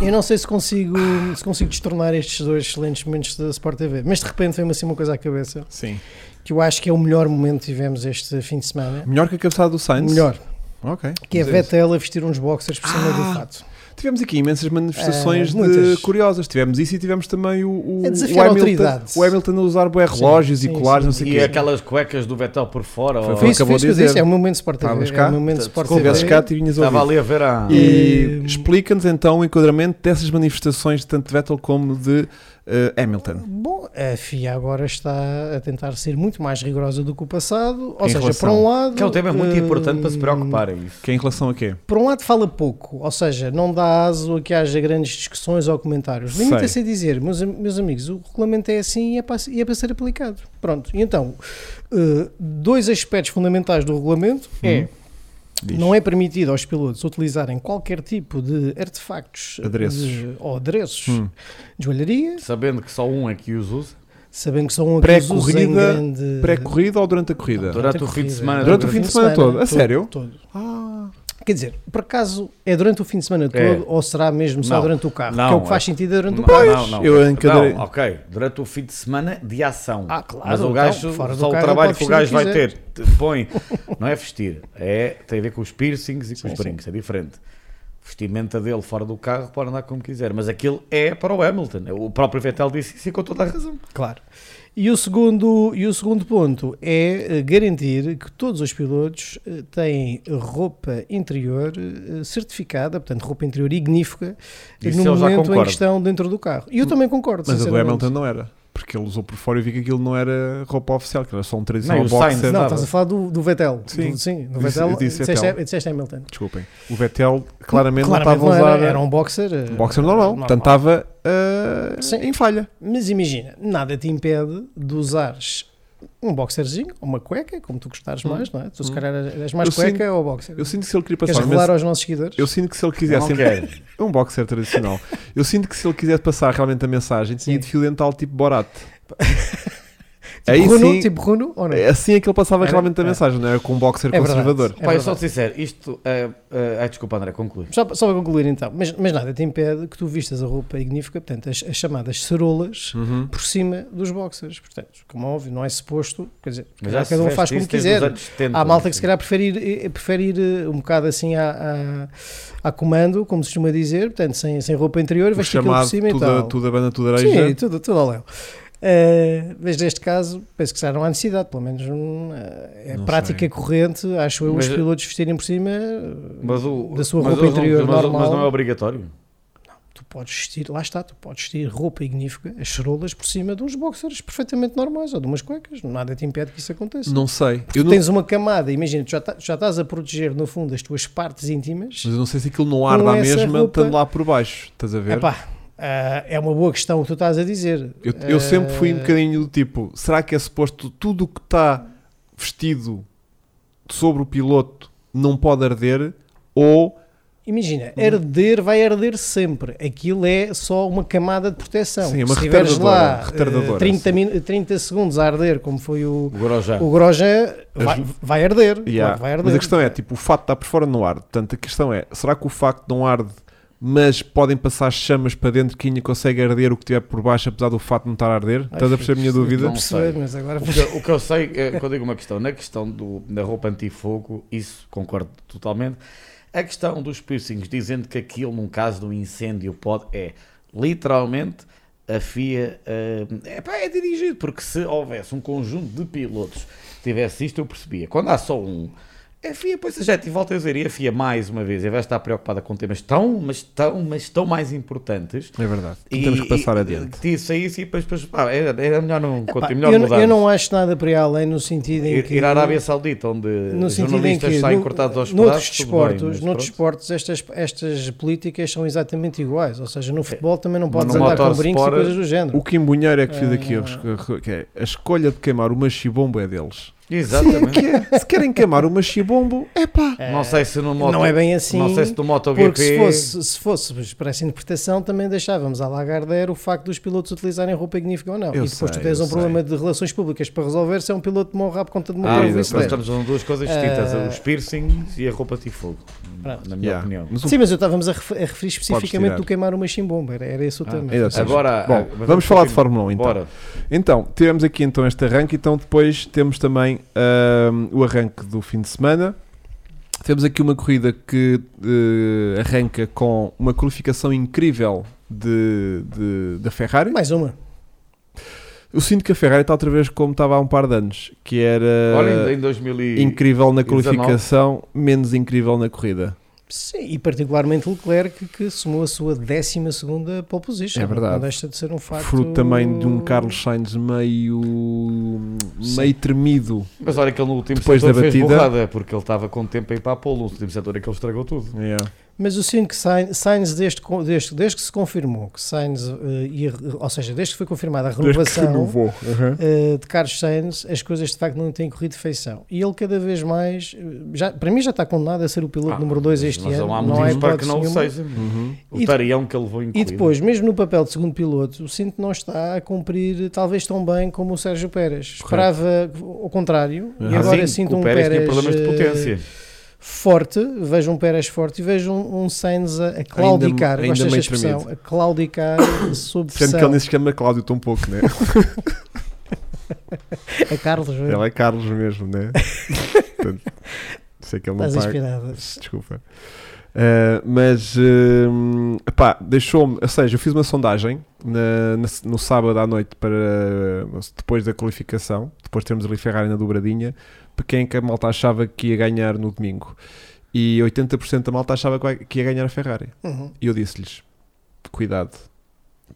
eu não sei se consigo, se consigo destornar estes dois excelentes momentos da Sport TV, mas de repente veio-me assim uma coisa à cabeça
Sim.
que eu acho que é o melhor momento que tivemos este fim de semana.
Melhor que a cabeçada do Sainz?
Melhor,
Ok.
que é
Vamos dizer isso.
Vettel a vestir uns boxers por cima
Ah.
do fato.
Tivemos aqui imensas manifestações
Ah,
Eh,
de-
muitas.
curiosas. Tivemos isso e tivemos também o, o,
A
o
desafiar a
Hamilton,
autoridade.
o Hamilton a usar bué relógios
sim,
e colares,
sim.
não sei o
e
quê.
aquelas cuecas do Vettel por fora.
é Foi-
ou-
foi-
Foi isso,
acabou
foi
de
isso que eu
dizer.
disse, é o meu momento de Sport
Estavas
TV.
cá?
É o meu momento de
Se
Sport
Se estivesses
TV.
cá, tinhas
Estava
ouvido.
ali a ver a.
E
Eh,
explica-nos então o enquadramento dessas manifestações, tanto de Vettel como de eh, Hamilton.
Bom, a FIA agora está a tentar ser muito mais rigorosa do que o passado, ou
Em
seja,
relação-
por um lado...
Que é um tema muito
eh,
importante para se preocupar. é Isso.
Que é em relação a quê?
Por um lado fala pouco, ou seja, não dá aso a que haja grandes discussões ou comentários. Limita-se
Sei.
a dizer, meus, am- meus amigos, o regulamento é assim e é para, e é para ser aplicado. Pronto, e então, eh, dois aspectos fundamentais do regulamento é...
Hum. Diz.
Não é permitido aos pilotos utilizarem qualquer tipo de artefactos eh,
Adereços.
de- ou adereços
Hum.
de joalharia,
Sabendo que só um é que os usa.
Sabendo que são aqueles usos em
Pré-corrida,
grande...
Pré-corrida ou durante a corrida?
Durante o fim de
corrida.
semana.
Durante o fim de semana todo. A sério?
todo.
Ah,
Quer dizer, por acaso é durante o fim de semana todo
É.
ou será mesmo só
Não.
durante o carro?
Não,
que é o que
é-
faz sentido é durante
Não,
o carro.
Pois, eu encadeirei-
não, ok. Durante o fim de semana de ação.
Ah, claro,
Mas o gajo,
então, fora do
só o
carro,
trabalho
pode
que o gajo
vestir o
vai
que
ter, te põe, não é vestir, é, tem a ver com os piercings e com os brincos, é diferente. Vestimenta dele fora do carro pode andar como quiser, mas aquilo é para o Hamilton. O próprio Vettel disse isso e com toda a razão.
Claro. E o, segundo, e o segundo ponto é eh, garantir que todos os pilotos eh, têm roupa interior eh, certificada, portanto roupa interior ignífuga,
Isso
no
eu já
momento em
concordo.
que estão dentro do carro. E eu também concordo,
mas a do
sinceramente.
Hamilton não era. Porque ele usou por fora e vi que aquilo não era roupa oficial, que era só um
Não,
tradicional
e o Sainz,
boxer.
Não,
Nada.
estás a falar do, do Vettel.
Sim.
do, sim,
Eu disse-
do Vettel.
eu disse
disseste-
Vettel.
disseste Hamilton.
Desculpem. O Vettel claramente, não
não
estava a
era,
usar
era um boxer. eh,
um boxer normal. Portanto, estava eh,
Sim.
em falha.
Mas imagina, nada te impede de usares um boxerzinho ou uma cueca, como tu gostares mais, não é? Tu se calhar és mais
Eu
cueca
sinto-
ou boxer.
Eu sinto que se ele queria
Queres
passar uma
revelar aos nossos seguidores?
Eu sinto que se ele quisesse.
Não quero.
É *laughs* um boxer tradicional. Eu sinto que se ele quisesse passar realmente a mensagem, tinha
Sim.
de fio dental tipo
*laughs*
Borat.
tipo,
Aí
Runo,
sim,
tipo Runo ou não?
é assim é que ele passava
Era-
realmente a
é.
mensagem, não é? Com um boxer
É verdade.
conservador.
É
Pá, eu sou
verdade.
sincero, isto é. é- ai, desculpa, André, conclui.
Só, só para concluir então, mas, mas nada te impede que tu vistas a roupa ignífica, portanto, as, as chamadas cerolas
Uhum.
por cima dos boxers. Portanto, como é óbvio, não é suposto, quer dizer,
Mas
já
se
cada um
veste
faz
isso
como
desde
quiser.
os anos 70.
Há
assim.
malta que se calhar prefere ir, eh, prefere ir eh, um bocado assim à, à, à comando, como se costuma dizer, portanto, sem, sem roupa interior,
O
vestir aquilo por
chamado
cima e
tudo,
tal.
a, tudo a banda, tudo a areja.
Sim, tudo, tudo ao léu. Eh, mas neste caso, penso que já não há necessidade, pelo menos hum, eh, é
Não
prática
sei. eh,
corrente, acho eu, os
Mas-
pilotos vestirem por cima. eh,
Mas o,
Da sua
mas
roupa
eles não-
interior
mas-
normal.
Mas não é obrigatório.
Tu podes vestir, lá está, tu podes vestir roupa ignífica, as cerolas por cima de uns boxers perfeitamente normais ou de umas cuecas, nada te impede que isso aconteça.
Não sei. Eu não,
Tens uma camada, imagina, tu já, tá- já estás a proteger no fundo as tuas partes íntimas.
Mas eu não sei se aquilo não arde
Com
à
essa
mesma,
roupa-
estando lá por baixo. Estás a ver?
Epá, ah, é uma boa questão que tu estás a dizer.
Eu, eu
Ah,
sempre fui um bocadinho do tipo: será que é suposto tudo o que está vestido sobre o piloto não pode arder? Ou
Imagina, arder vai arder sempre. Aquilo é só uma camada de proteção.
Sim, é uma
Se tiveres lá
retardadora, retardadora,
ah, 30,
sim. Ah.
min- 30 segundos a arder, como foi o,
O Grosjean.
o Groja, vai, vai arder.
Yeah.
claro que vai arder.
Mas a questão é, tipo, o fato está por fora no ar. Portanto, a questão é, será que o facto não arde mas podem passar chamas para dentro que ainda consegue arder o que tiver por baixo, apesar do fato de não estar a arder. Estás a perceber a minha
Estou
dúvida?
a perceber, mas agora.
O que, eu- o que eu sei, é, quando eu digo uma questão, na questão do, da roupa antifogo, isso concordo totalmente. A questão dos piercings, dizendo que aquilo, num caso de um incêndio, pode, é literalmente a FIA. eh, é, pá, é dirigido, porque se houvesse um conjunto de pilotos que tivesse isto, eu percebia. Quando há só um. A FIA, pois, gente, e volta a dizer, e a FIA, mais uma vez, em vez de estar preocupada com temas tão, mas tão, mas tão mais importantes,
É verdade. Temos que passar adiante.
que Isso é isso e depois, depois pá, era, era melhor não
Pá,
continuar
eu, não-
mudar.
eu não acho nada para ir além no sentido em
ir,
que.
ir à Arábia Saudita, onde
no sentido em
Eh, jornalistas
que
saem
no-
cortados aos
noutros
pedaços, tudo bem,
desportos,
mas
noutros
pronto.
desportos estas, estas políticas são exatamente iguais. Ou seja, no futebol também não podes
É, no
andar com
motorsport-
brincos e Ah. coisas do género.
O que embunheiro é que fiz aqui, eu- que é, a escolha de queimar o machibombo é
*laughs*
deles.
Exatamente.
Que é, se querem queimar o machibombo, é pá.
não sei se no moto,
não é bem assim,
Não sei se no MotoGP.
Porque se fosse, se fosse para essa interpretação, também deixávamos à Lagardère o facto dos pilotos utilizarem roupa ignífica ou não.
Eu
e depois
sei,
tu tens
eu
um
sei.
problema de relações públicas para resolver se é um piloto de morra por conta de uma
Ah, exato.
coisa ou
nós
vice-versa.
estamos falando de duas coisas distintas:
Eh,
os piercings e a roupa de fogo,
Pronto.
na minha
Yeah.
opinião.
Mas o-
Sim, mas eu estávamos a, ref- a referir especificamente
tirar.
do queimar uma chimbomba, era, era esse
Ah,
o tema.
exato.
Agora,
Bom,
ah,
vamos falar de
continuar.
Fórmula 1 então.
Bora.
Então, tivemos aqui então este arranque, então depois temos também ahm, o arranque do fim de semana. Temos aqui uma corrida que eh, arranca com uma qualificação incrível de, de- da Ferrari.
Mais uma.
Eu sinto que a Ferrari está outra vez como estava há um par de anos, que era
Olha, ainda em 2000 e...
incrível na
19.
qualificação, menos incrível na corrida.
Sim, e particularmente Leclerc, que somou a sua 12 pole position.
É verdade.
Não deixa de ser um facto.
Fruto também de um Carlos Sainz meio,
Sim.
meio tremido.
Mas olha que ele no último
Depois
setor
da
fez
batida-
borrada, é porque ele estava com tempo a ir para a polo. No último setor é que ele estragou tudo.
Yeah.
Mas eu sinto que Sainz, Sainz desde, co- desde, desde que se confirmou que Sainz, eh, ia- ou seja, desde que foi confirmada a renovação
renovou. Uhum.
eh, de Carlos Sainz, as coisas de facto não têm corrido feição. E ele cada vez mais, eh, já, para mim já está condenado a ser o piloto
Ah,
número 2
mas-
este
mas
ano.
Não há
não há
motivos para que
hipótese
não o
nenhuma.
seja.
Uhum.
O
E-
tarião que ele levou incluído.
E depois, mesmo no papel de segundo piloto, sinto que não está a cumprir talvez tão bem como o Sérgio Pérez. Esperava o contrário
Ah,
e agora
sim,
sinto
que o
um
Pérez
Pérez,
tinha problemas de
eh,
potência.
forte, vejo um Pérez forte e vejo um, um Sainz a, a claudicar,
ainda
gosto desta
meio
expressão,
tremido.
a claudicar *coughs* sob
Sendo
pressão.
que ele nem se chama Cláudio tão pouco, né?
A Carlos, velho,
Ele é Carlos mesmo, né? Portanto, sei que ele não
estás
paga.
inspirada.
Desculpa. Ah, mas, hum, pá, deixou-me. Ou seja, eu fiz uma sondagem na- na- no sábado à noite para depois da qualificação. Depois temos ali Ferrari na dobradinha. Para quem que a malta achava que ia ganhar no domingo. E 80% da malta achava que vai- que ia ganhar a Ferrari.
Uhum.
E eu disse-lhes: cuidado,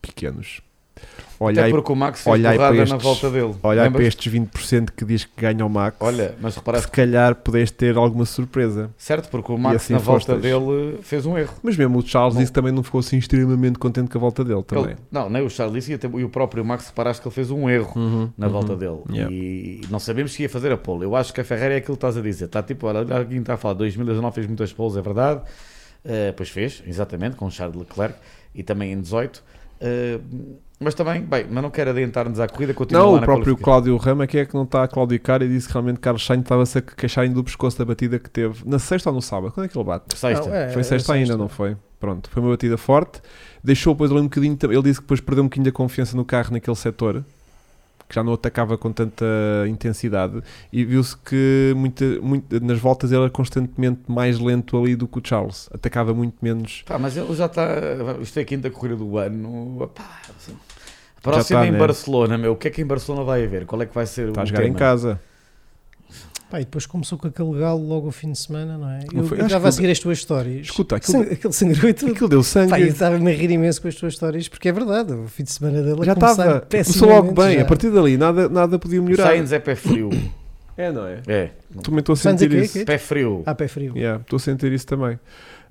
pequenos.
Até
Olhai
porque o Max fez
olhai para
borrada na
estes-
volta dele.
Olhar para
Lembras?
estes 20% que diz que ganha o Max,
Olha, mas reparaste,
se calhar podes ter alguma surpresa.
certo, porque o Max
assim
na volta
fostes.
dele fez um erro.
Mas mesmo o Charles
Bom.
disse que também não ficou assim extremamente contente com a volta dele também.
Ele- não, nem o Charles e, até- e o próprio Max reparaste que ele fez um erro
Uhum,
na
uhum.
volta dele.
Yeah.
E não sabemos se ia fazer a pole. Eu acho que a Ferrari é aquilo que estás a dizer. Está tipo, olha, alguém está a falar, 2019 fez muitas poles, é verdade. Eh, pois fez, exatamente, com o Charles Leclerc e também em 18. Eh, mas também, bem, mas não quero adiantar-nos à corrida, continua
Não,
lá
o
na
próprio
qualificação.
Cláudio Rama que é que não está a claudicar e disse que realmente Carlos Sainz estava-se a queixarem do pescoço da batida que teve na sexta ou no sábado. Quando é que ele bate?
Sexta.
Não, é,
Foi sexta ainda, não foi? Pronto, foi uma batida forte. Deixou depois ali um bocadinho. tam- Ele disse que depois perdeu um bocadinho da confiança no carro naquele setor, que já não atacava com tanta intensidade. E viu-se que muita, muita- nas voltas ele era constantemente mais lento ali do que o Charles. Atacava muito menos.
Pá, mas ele já está. Isto é a quinta corrida do ano. Pá, assim, a próxima
tá,
em
né?
Barcelona, meu. O que é que em Barcelona vai haver? Qual é que vai ser
Está
o
a jogar em
tema?
casa.
Pá, e depois começou com aquele galo logo ao fim de semana, não é?
Não
Eu,
foi-
eu
acho
estava a
que-
seguir as tuas histórias.
Escuta, aquilo,
Sang- aquele sangrou e tudo.
aquilo deu sangue.
Pá, eu estava-me a rir imenso com as tuas histórias, porque é verdade, o fim de semana dela
já
começar
estava. Começou
pessimamente
logo bem.
já.
A partir dali nada, nada podia
O
melhorar.
Sainz é pé
*coughs*
frio.
É, não é?
É.
Também estou a
Sainz
sentir
é quê?
isso.
Quê?
Pé frio.
Ah, pé frio.
Yeah, Estou a sentir isso também.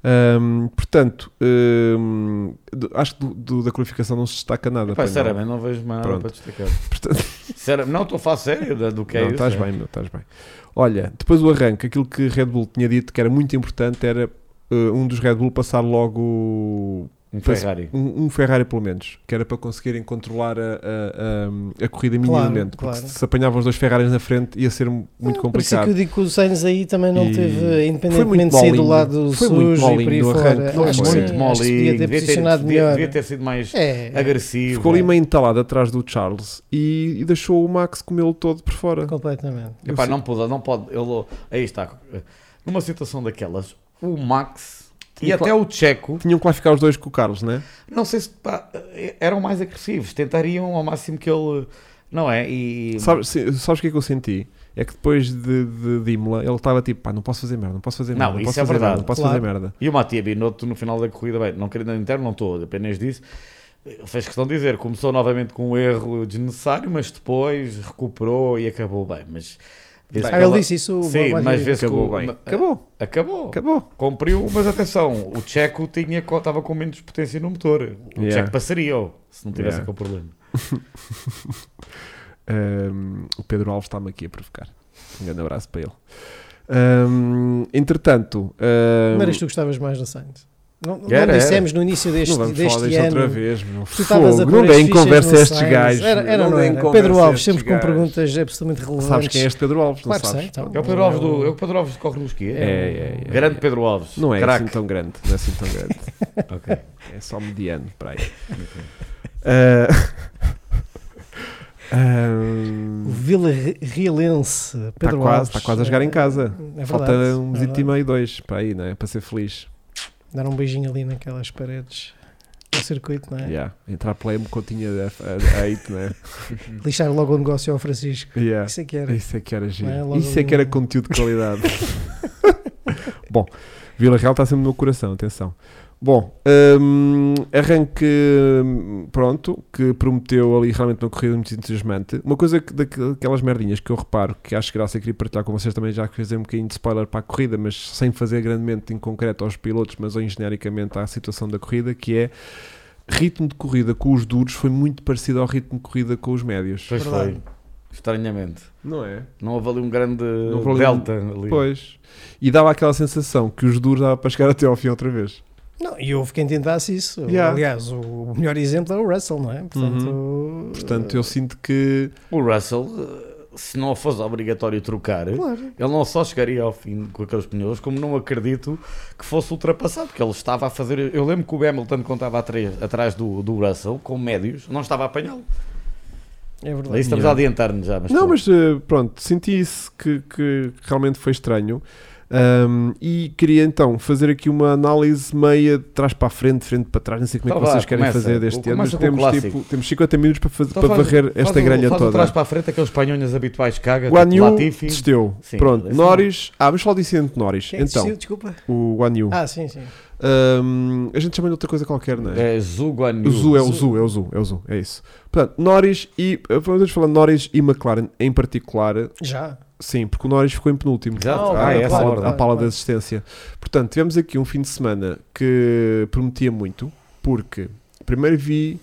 Ahm, portanto, ahm, do- acho que do- do- da qualificação não se destaca nada.
Pá,
pois não.
sinceramente, não vejo mais nada
Pronto.
para destacar.
Portanto-
Sinceramente, não, estou a falar sério da- do que é
Não,
isso.
estás
é.
bem, meu, estás bem. Olha, depois o arranque, aquilo que Red Bull tinha dito que era muito importante era eh, um dos Red Bull passar logo
Um Ferrari.
Um, um Ferrari pelo menos, que era para conseguirem controlar a, a- a- a corrida
Claro,
minimamente, porque
claro.
se apanhavam os dois Ferraris na frente ia ser muito
Por isso é que eu
complicado.
digo que o Sainz aí também não
E
teve,
foi
independentemente
muito
de sair do
molinho.
lado
Foi muito
sujo e por aí
molinho no
fora.
arranque, não
acho
foi?
que sim,
Muito
acho que
molinho,
podia ter
devia ter-
posicionado
devia-
melhor.
devia ter sido mais
É,
agressivo.
Ficou ali meio entalado atrás do Charles e, e deixou o Max comê-lo todo por fora.
completamente.
Eu
Epá,
sei-
não pode, não pode. Ele, aí está. Numa situação daquelas, o Max e
Tinha
até o Checo,
Tinham que lá ficar os dois com o Carlos, né?
não sei se pá, eram mais agressivos, tentariam ao máximo que ele. Não é? E.
Sabes, se- sabes o que é que eu senti? É que depois de, de, de Imola ele estava tipo, pá, não posso fazer merda, não posso fazer
Não,
merda, não,
isso
posso
é
fazer merda,
verdade.
não posso
Claro.
fazer merda.
E o Matia Binotto no final da corrida, bem, não querendo entrar, não estou, apenas disse, fez questão de dizer, começou novamente com um erro desnecessário, mas depois recuperou e acabou bem. Mas vê-se
Ah,
que
ele
ela-
disse isso.
Sim,
Bom,
mas vê-se que
Acabou
o-
bem.
ma-
É,
Acabou,
Acabou.
acabou.
Cumpriu, mas atenção, o Checo tinha, co- estava com menos potência no motor. O
Yeah.
Checo passaria, oh, se não tivesse
Yeah.
aquele problema.
Ahm, o Pedro Alves está-me aqui a provocar. Um grande abraço para ele. Ahm, entretanto, ahm,
Não eras tu que gostavas mais da Sainz? Não, não
Era, era.
dissemos no início
não
deste,
vamos falar
deste
disto
ano.
outra vez. Meu.
Tu estavas a
Fogo,
pôr
não
as
deem
fichas
conversa
no
a estes
Sainz.
gajos.
Era, era, não,
deem
era.
conversa
Pedro
a
Alves,
estes
sempre com
gajos.
perguntas absolutamente relevantes.
Sabes quem é este Pedro Alves? Não
Claro que
sabes?
sei, então.
É o Pedro Alves do, é o Pedro Alves que corre nos
É,
quê?
é, é, é.
Grande Pedro Alves.
Não é
Craque.
assim tão grande. Não é assim tão grande.
Ok.
É só mediano para aí. Ah, *laughs*
Ah, O
ahm,
Vila Re- Realense.
Está
Pedro
Tá quase,
Alves.
está quase a jogar em casa.
É verdade,
Falta um
é
mesito e
verdade.
meio, dois para aí, né? Para ser feliz.
Dar um beijinho ali naquelas paredes do circuito, não é?
Yeah. Entrar pela M Coutinho a, a, a 8,
*laughs*
né?
Lixar logo o negócio ao Francisco.
Yeah.
Isso é que era.
Isso é que era giro.
Não é? Logo
Isso é
ali
que era
um-
conteúdo de
*laughs*
qualidade. Bom, Vila Real está sempre no meu coração, atenção. Bom, hum, arranque hum, pronto, que prometeu ali realmente uma corrida muito entusiasmante. Uma coisa que, daque- daquelas merdinhas que eu reparo, que acho graça e queria partilhar com vocês também, já que fazer um bocadinho de spoiler para a corrida, mas sem fazer grandemente em concreto aos pilotos, mas ou em genericamente à situação da corrida, que é ritmo de corrida com os duros foi muito parecido ao ritmo de corrida com os médios.
Pois
Verdade.
foi. Estranhamente.
Não é?
Não houve ali um grande
houve ali um-
delta ali.
Pois. E dava aquela sensação que os duros dava para chegar até ao fim outra vez.
Não, e houve quem tentasse isso.
Yeah. Uhum.
Aliás, o melhor exemplo é o Russell, não é? Portanto,
Portanto, eu sinto que.
O Russell, eh, se não fosse obrigatório trocar,
claro.
ele não só chegaria ao fim com aqueles pneus, como não acredito que fosse ultrapassado, porque ele estava a fazer. Eu lembro que o Hamilton, quando estava atrás, atrás do, do Russell, com médios, não estava a apanhá-lo.
É
Aí
verdade.
estamos a adiantar-nos já. Mas
não,
pronto.
mas eh, pronto, senti isso que, que realmente foi estranho. Ahm, e queria então fazer aqui uma análise meia de trás para a frente, de frente para trás. Não sei como é
Então
que vocês
vá,
querem
começa.
fazer deste ano, mas
Começa com o
temos,
clássico.
tipo, temos 50 minutos para, fazer,
Então
para
faz-
varrer
faz
esta
o-
grelha
faz o
toda.
trás para a frente, aqueles panhonhas habituais caga,
Guan
tipo
Yu
Latifi.
desisteu.
Sim,
Pronto,
esse-
Norris. Ah, vamos falar do incidente de Norris.
Quem é que
Então,
decidiu? Desculpa.
o Guan Yu.
Ah, sim, sim.
Ahm, a gente chama de outra coisa qualquer, não é?
É Zu Guan
Hum.
Yu.
O Zu é o Zu, é o Zu, é o Zu, é isso. Portanto, Norris e. eh, Vamos falar de Norris e McLaren em particular,
Já.
sim, porque o Norris ficou em penúltimo.
Exato.
À-
Ah,
à
é essa
pala-
a ordem.
à pala da
Claro.
assistência. Portanto, tivemos aqui um fim de semana que prometia muito, porque primeiro vi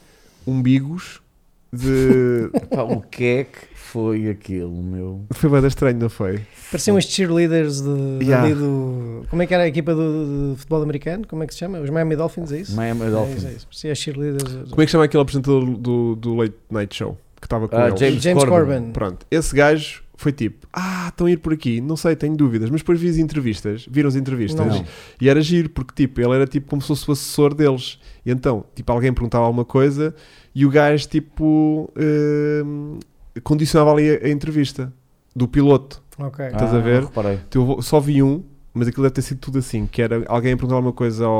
umbigos
*laughs*
de.
Pá, o que é que foi aquilo, meu?
foi bem estranho, não foi?
Pareciam estes cheerleaders de, de
Yeah.
ali do. Como é que era a equipa do, de futebol americano? Como é que se chama? Os Miami Dolphins, é isso?
Miami
É isso, é
Dolphins.
isso. Parecia as cheerleaders.
Como é que chama aquele apresentador do, do Late Night Show que estava com
Ah,
eles?
James
James Corbin.
Corbin.
Pronto, esse gajo foi tipo: Ah, estão a ir por aqui, não sei, tenho dúvidas, mas depois vi as entrevistas, viram as entrevistas.
Não.
Não.
E era giro, porque tipo, ele era tipo como se fosse o assessor deles. E então, tipo, alguém perguntava alguma coisa e o gajo tipo hum, condicionava ali a, a entrevista do piloto.
Ok.
Ah,
Estás a ver?
Reparei.
Então, eu vou- só vi um, mas aquilo deve ter sido tudo assim, que era alguém perguntava alguma coisa ao,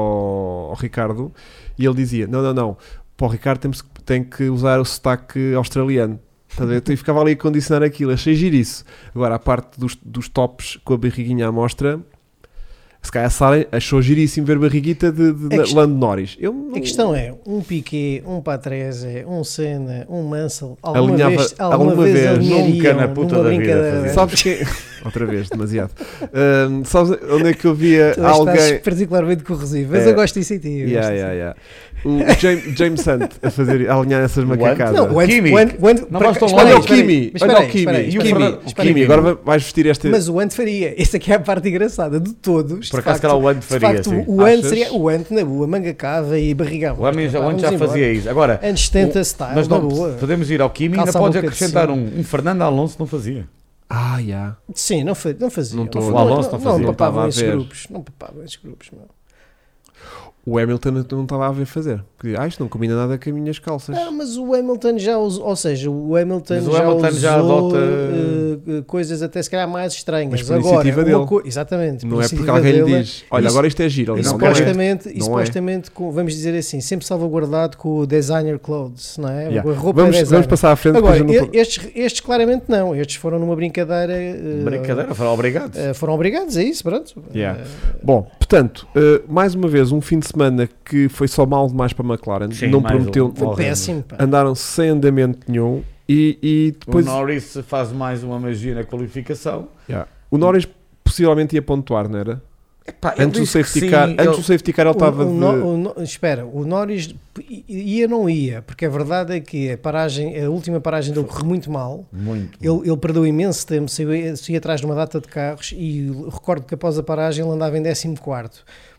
ao Ricardo e ele dizia: Não, não, não, para o Ricardo temos que- tem que usar o sotaque australiano. Estás a ver? Então, E ficava ali a condicionar aquilo, achei giro isso. Agora, a parte dos, dos tops com a barriguinha à mostra, se calhar a Sara achou giríssimo ver barriguita de, de,
A quest-
Lando Norris. Eu não-
A questão é, um Piquet, um Patrese, um Senna, um Mansell, alguma
Alinhava-
vez, alguma
alguma
vez,
vez, um
alinhariam
nunca na puta
numa
da vida
brincadeira.
fazer.
Sabes que. é- *laughs* outra vez, demasiado. Ahm, sabes onde é que eu via
Tu
alguém.
estás particularmente corrosivo, mas
É.
eu gosto disso em ti. eu
Yeah,
gosto disso.
yeah, yeah. O James, James Sant a fazer a alinhar essas
What?
macacadas.
Não, o Ant-
Kimi.
o Ant- o Ant-
Não
pera-
vais tão
espera
Olha
aí,
o
espera aí,
Kimi,
mas
olha
espera
o
aí, espera
Kimi,
aí,
e o
espera aí,
Fernando-
espera aí.
Kimi, agora vais vestir esta.
Mas o Ant faria, essa aqui é a parte engraçada de todos.
Por
de
acaso,
facto,
se calhar o Ant
de
faria,
facto,
sim.
o Ant
Achas?
seria o Ant na boa, manga cava e barriga
O Ant já, o Ant já fazia isso. Agora,
Antes
Ah,
70
é
style,
mas
na
não,
boa.
podemos ir ao Kimi e ainda
Calça a
podes
boca de
acrescentar
cima.
um. Um Fernando Alonso não fazia.
Ah, yeah.
Sim, não, fa não fazia.
Não tô-
fa-
o
Alonso não fazia,
estava
Não
a
papavam esses
ver.
grupos. Não papavam esses grupos, meu.
O Hamilton não estava a ver fazer. Porque, Ah, isto não combina nada com as minhas calças.
Ah, mas o Hamilton já usou, ou seja, o Hamilton,
Mas o
já,
Hamilton
usou,
já adota-
eh, eh, coisas até se calhar mais estranhas.
Mas por
Agora,
iniciativa
uma
dele.
co- Exatamente.
não é porque
iniciativa
alguém
dele,
lhe diz, olha,
Isso-
agora isto é giro.
E
Ele, não, não é.
supostamente, e
Não é.
supostamente com- vamos dizer assim, sempre salvaguardado com o designer clothes, não é?
Yeah.
Com A roupa
Vamos,
designer.
vamos passar à frente.
Agora,
depois eu não...
e- estes, estes claramente não, estes foram numa brincadeira. eh,
Brincadeira, foram obrigados.
eh, foram obrigados a isso, pronto.
Yeah.
Eh,
Bom, portanto, eh, mais uma vez, um fim de semana que foi só mal demais para a McLaren.
Sim,
não
mais
prometeu.
um-
foi
Horrendo.
péssimo, pá.
Andaram sem andamento nenhum. E, e depois
O Norris faz mais uma magia na qualificação.
Yeah. o Norris possivelmente ia pontuar, não era?
Epá, ele
Antes do
diz que
safety
sim,
car,
ele-
antes do safety car ele
O-
estava
o
de...
No- o No- espera, o Norris i- ia não ia, porque a verdade é que a paragem, a última paragem dele correu muito mal.
Muito.
Ele, ele perdeu imenso tempo, saiu, saiu atrás de uma data de carros e recordo que após a paragem ele andava em 14.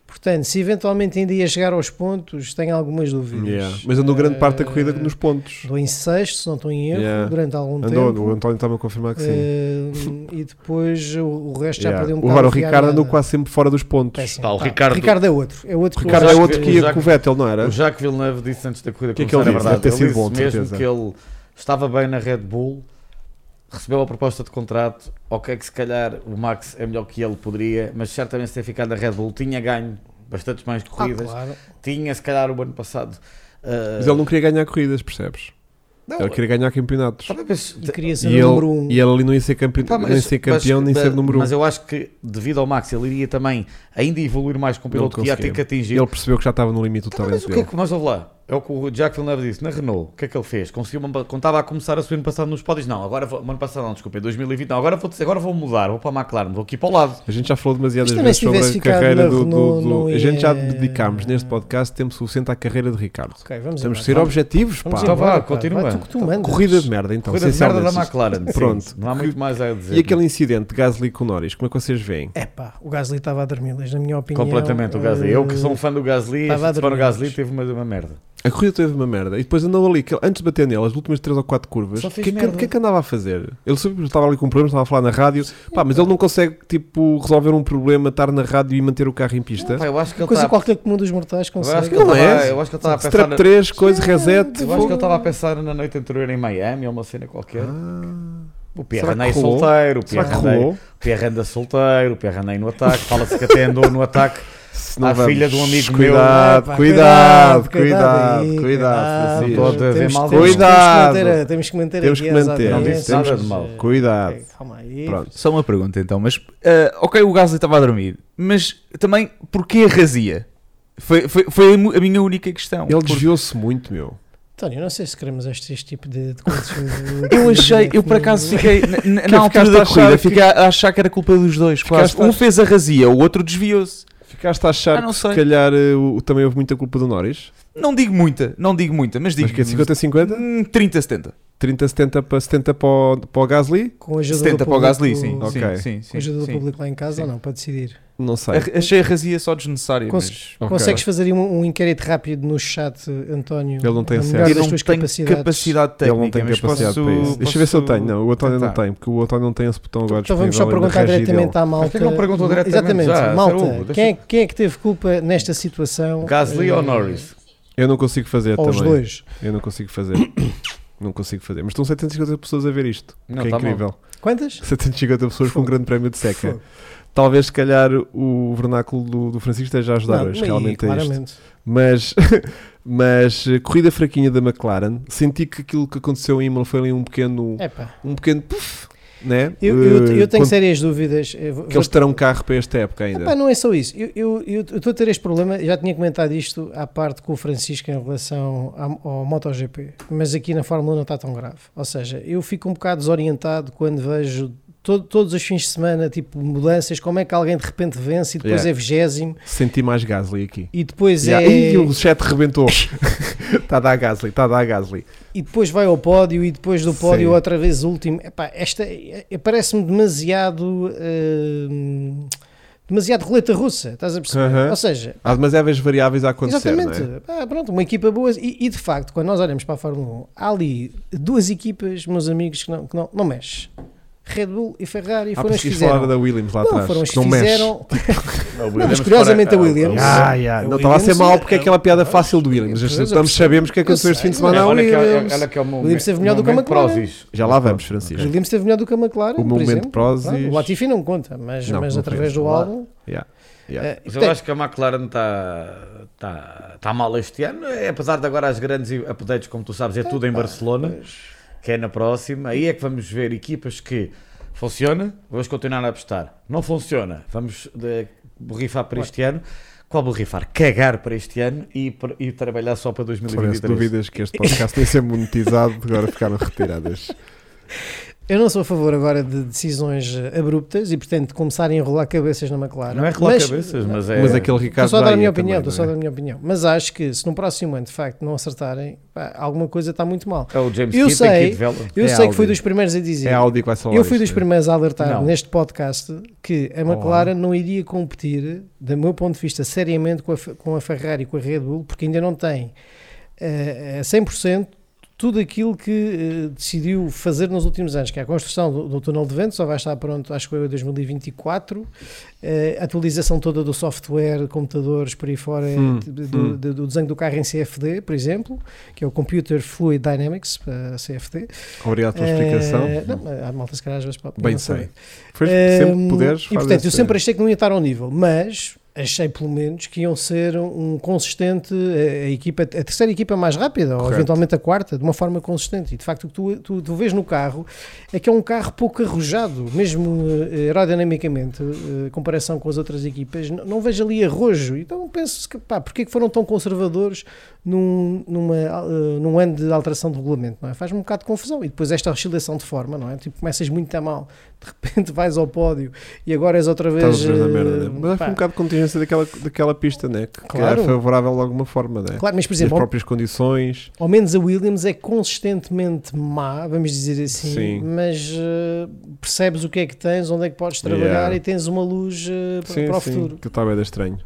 Portanto, se eventualmente ainda ia chegar aos pontos, tenho algumas dúvidas.
Yeah. Mas andou grande parte da corrida nos pontos.
Andou em sexto, se não estou em erro,
Yeah.
durante algum
Andou,
tempo.
o António está-me a confirmar que sim.
Eh, e depois o, o resto já
Yeah.
perdeu um
O- Agora o
bocado de
Ricardo andou
ganhada.
quase sempre fora dos pontos.
Péssimo.
Pá, o
Pá,
Ricardo-
é outro. É outro
O
que eu
Ricardo é
acho
outro
que
que
o
ia
Jacques-
com o Vettel, não era?
O Jacques Villeneuve disse antes da corrida
Que é que
começar,
ele
é
disse?
verdade.
Deve ter
ele
sido bom, de
disse
certeza.
mesmo que ele estava bem na Red Bull, recebeu a proposta de contrato, ok que se calhar o Max é melhor que ele poderia, mas certamente se ter ficado na Red Bull tinha ganho bastantes mais
Ah,
corridas,
claro.
tinha se calhar o ano passado... ah,
Mas ele é não queria ganhar corridas, percebes?
não,
Ele queria ganhar campeonatos.
tá bem, Ah, mas-
E queria ser
E
o
ele,
número 1. Um.
e ele ali não ia ser, campe...
Pá,
não ia ser campeão
mas-
nem ser
mas-
número 1.
Mas é eu acho que devido ao Max ele iria também ainda evoluir mais com o piloto que ia ter
conseguia.
que atingir.
Ele percebeu que já estava no limite do
Tá, mas
talento
o que é
dele.
que, mas ouve lá, é o que o Jack Villeneuve disse na Renault. O que é que ele fez? Conseguiu uma, quando estava a começar a subir ano passado nos pódios, não, agora vou, ano passado não, desculpa, em 2020, não, agora vou, agora vou mudar, vou para a McLaren, vou aqui para o lado.
A gente já falou demasiadas
Mas também
vezes
se tivesse
sobre a
ficado
carreira
na
do. do-
Renault,
do-
não
A gente já
ia-
dedicámos neste podcast tempo suficiente à carreira de Ricardo.
Ok,
Temos
vamos embora.
que ser
Vamos-
objetivos, pá.
vamos
Então
embora,
vá,
pá.
continua.
Vai tu que tu mandas.
Corrida de merda, então.
Corrida de merda da
essencialmente.
McLaren. sim.
Pronto.
não há muito mais a dizer.
E aquele incidente de Gasly com o Norris, como é que vocês veem?
Epá, o Gasly estava a dormir, mas na minha opinião. Eh,
Completamente o Gasly. Eu que sou um fã do Gasly,
Estava a
este fã do
dormir.
Gasly teve uma, uma merda.
A corrida teve uma merda e depois andou ali, que- antes de bater nele, as últimas 3 ou 4 curvas,
Só
o que,
fez
é que-
merda.
o que é que andava a fazer? Ele sempre estava ali com problemas, estava a falar na rádio, pá, mas ele não consegue tipo, resolver um problema, estar na rádio e manter o carro em pista.
Pá, eu acho que ele tá
Coisa
está.
qualquer que um dos mortais
Eu acho
consegue.
que ele
Não
estava-
é?
eu acho que ele estava a pensar.
Strap
na-
3, coisa, reset.
Eu acho que ele estava a pensar na noite anterior em Miami ou uma cena qualquer. O Pierre
Ah. Será que
Andei
rolou?
solteiro, o
Será
Pierre
que
Andei-
rolou?
o Pierre anda solteiro, o Pierre Andei no ataque. Fala-se que até andou
*laughs*
no ataque.
Se
à filha de um amigo meu.
cuidado,
Epá,
Ah, Cuidado,
cuidado aí,
cuidado, cuidado, Francisco.
cuidado.
Não estou a dizer
Temos-
mal
temos- temos que
Cuidado.
manter a- Temos que manter
Temos
aqui
que
as
manter.
Não
audiências.
disse nada de mal.
Cuidado.
Ok, Eh, Calma aí.
Pronto.
Só uma pergunta então, mas ah, ok, o Gasly estava a dormir, mas também porquê a razia? Foi, foi, foi a mu- a minha única questão.
Ele desviou-se muito, meu.
António, não sei se queremos este, este tipo de, de conteúdo.
Eu achei, eu por acaso fiquei na- na, na
ficaste
altura
a
da
achar
corrida,
que- é
fiquei a achar que era culpa dos dois, quase.
Ficaste a
Um
ach-
fez a razia, o outro desviou-se.
Ficaste a achar
Ah, não
que se
sei.
calhar eh, o- também houve muita culpa do Norris?
Não digo muita, não digo muita, mas digo
Mas que é 50-50?
hum, 30 70.
30-70 para 70 para o, para o Gasly?
Com a ajuda
70
do
para o
público-
Gasly, sim.
Ok. Tá
sim, sim, sim,
Com a ajuda do
sim.
público lá em casa ou não, para decidir.
Não sei.
A- achei a razia só desnecessária,
Com-
mas
Ok.
Consegues fazer aí um, um inquérito rápido no chat, António?
Ele não tem
na
acesso.
melhor
Ele
eu
das
não
tuas
tenho
capacidades?
capacidade técnica,
Ele não tem
mas
capacidade
posso,
para isso. Deixa eu ver se ele tem. Não, o António não
tentar.
tem, porque o António não tem esse botão agora.
Então vamos só
disponível na
perguntar
regi
diretamente à malta.
Mas por que não perguntou diretamente
Exatamente,
já?
malta.
Saúde, deixa-
quem, é, quem é que teve culpa nesta situação?
Gasly
Eh,
ou Norris?
dele. Eu não consigo fazer
Ou os
também.
dois?
Eu não consigo fazer. *coughs* não consigo fazer. Mas estão 750 pessoas a ver isto.
Não,
que é
tá
incrível.
Quantas?
750 pessoas com um
Fogo.
grande prémio de seca.
Fogo.
Talvez, se calhar, o vernáculo do, do Francisco esteja a ajudar
Não,
hoje,
mas
realmente é isto.
claramente.
Mas, *laughs* mas eh, corrida fraquinha da McLaren, senti que aquilo que aconteceu em Imola foi ali um pequeno,
Epá,
um pequeno puff, né?
Eu, eu- eu
Eh,
tenho
quando-
sérias dúvidas. Eu vou-
que eles terão carro para esta época ainda.
Epá, não é só isso. Eu estou eu, eu estou a ter este problema. Já tinha comentado isto à parte com o Francisco em relação à- ao MotoGP, mas aqui na Fórmula 1 não está tão grave. Ou seja, eu fico um bocado desorientado um quando vejo todo- todos os fins de semana, tipo mudanças, como é que alguém de repente vence e depois
Yeah.
é vigésimo
Senti mais Gasly aqui.
e depois
Já.
é.
Ih, o chat
*laughs*
rebentou. Está a dar Gasly, está a dar Gasly.
e depois vai ao pódio e depois do pódio
Sim.
outra vez último. Epá, esta é- é- parece-me demasiado hum, demasiado roleta russa, estás a perceber?
Aham.
Ou seja,
Há demasiadas é variáveis a acontecer,
exatamente,
não é?
pá, pronto, uma equipa boa e, e, de facto, quando nós olhamos para a Fórmula 1, há ali duas equipas, meus amigos, que não, que não, não mexe. Red Bull e Ferrari
Há
foram as que
preciso falar
fizeram.
da Williams lá
Não,
atrás.
foram as
que
que
não mexe. *laughs*
fizeram.
Não,
mas curiosamente a Williams-
Ah, yeah.
A
Não estava a ser
Williams- um
mal porque é aquela piada fácil do Williams.
Eu percebo,
Estamos,
eu
sabemos o que aconteceu
é Eu
este fim de
sei,
semana.
mas
ao
olha, que,
Williams.
olha que é o momento.
Williams teve melhor do que a
momento
McLaren.
Prozis.
Já lá vamos, Francisco.
O Williams teve melhor do que a McLaren.
O
por
momento
exemplo.
Prozis.
Claro, O Latifi não conta, mas,
Não,
mas
não
através
conta. É,
do álbum.
Yeah.
eh,
Mas
tem-
eu acho que a McLaren está tá, tá mal este ano, É, apesar de agora as grandes updates, como tu sabes, é tudo em Barcelona, que é na próxima. Aí é que vamos ver equipas que funciona, vamos continuar a apostar. Não funciona, vamos de, borrifar para este ano. Qual borrifar? Cagar para este ano e, pr- e trabalhar só para
Parece
2023.
dúvidas que este podcast nem ser monetizado, agora ficaram
*laughs*
retiradas.
Eu não sou a favor agora de decisões eh, abruptas e, portanto, de começarem a rolar cabeças na McLaren.
Não é rolar cabeças, mas é.
Mas aquele
Estou
Ricardo.
só a dar a
Daia
minha opinião,
também,
estou só a
não
dar
é?
a minha opinião. Mas acho que se no próximo ano, de facto, não acertarem, pá, alguma coisa está muito mal.
É o James
Eu
Kidd, tem
sei.
que ir de vela.
Eu
É
sei que fui
Audi.
dos primeiros a dizer.
É a Audi que vai salvar
eu fui dos
isto, não é?
primeiros a alertar
Não.
neste podcast que a McLaren não iria competir, do meu ponto de vista, seriamente com a, Fe- com a Ferrari e com a Red Bull, porque ainda não tem eh, a 100% tudo aquilo que eh, decidiu fazer nos últimos anos, que é a construção do, do túnel de vento, só vai estar pronto, acho que foi em 2024, eh, atualização toda do software, computadores, por aí fora, eh,
Hum,
de- do,
hum.
do- do desenho do carro em CFD, por exemplo, que é o Computer Fluid Dynamics, eh, CFD.
Obrigado pela
Eh,
explicação.
não, há malta, se calhar, às vezes pode
Bem
não saber.
sei. Foi
Eh,
sempre que puderes.
E
faz
portanto, eu
essa-
sempre achei que não ia estar ao nível, mas achei pelo menos que iam ser um consistente, a, a equipa, a terceira equipa mais rápida, ou
Correto.
eventualmente a quarta, de uma forma consistente. E de facto, o que tu, tu, tu vês no carro é que é um carro pouco arrojado, mesmo eh, aerodinamicamente, eh, em comparação com as outras equipas, n- não vejo ali arrojo. Então penso que, pá, porquê que foram tão conservadores num, numa, eh, num ano de alteração de regulamento, não é? Faz-me um bocado de confusão. E depois esta oscilação de forma, não é? Tipo, começas muito a mal, de repente vais ao pódio e agora és outra vez.
Estás a ver na merda, né?
eh,
Mas acho que
pá,
foi um bocado de contingência daquela, daquela pista, né? Que,
Claro.
que era favorável de alguma forma, né?
Claro, mas por
E As
exemplo, ao,
próprias condições.
ao menos a Williams é consistentemente má, vamos dizer assim,
Sim.
mas eh, percebes o que é que tens, onde é que podes trabalhar
Yeah.
e tens uma luz eh, para,
Sim,
para o
sim,
futuro.
que estava bem estranho.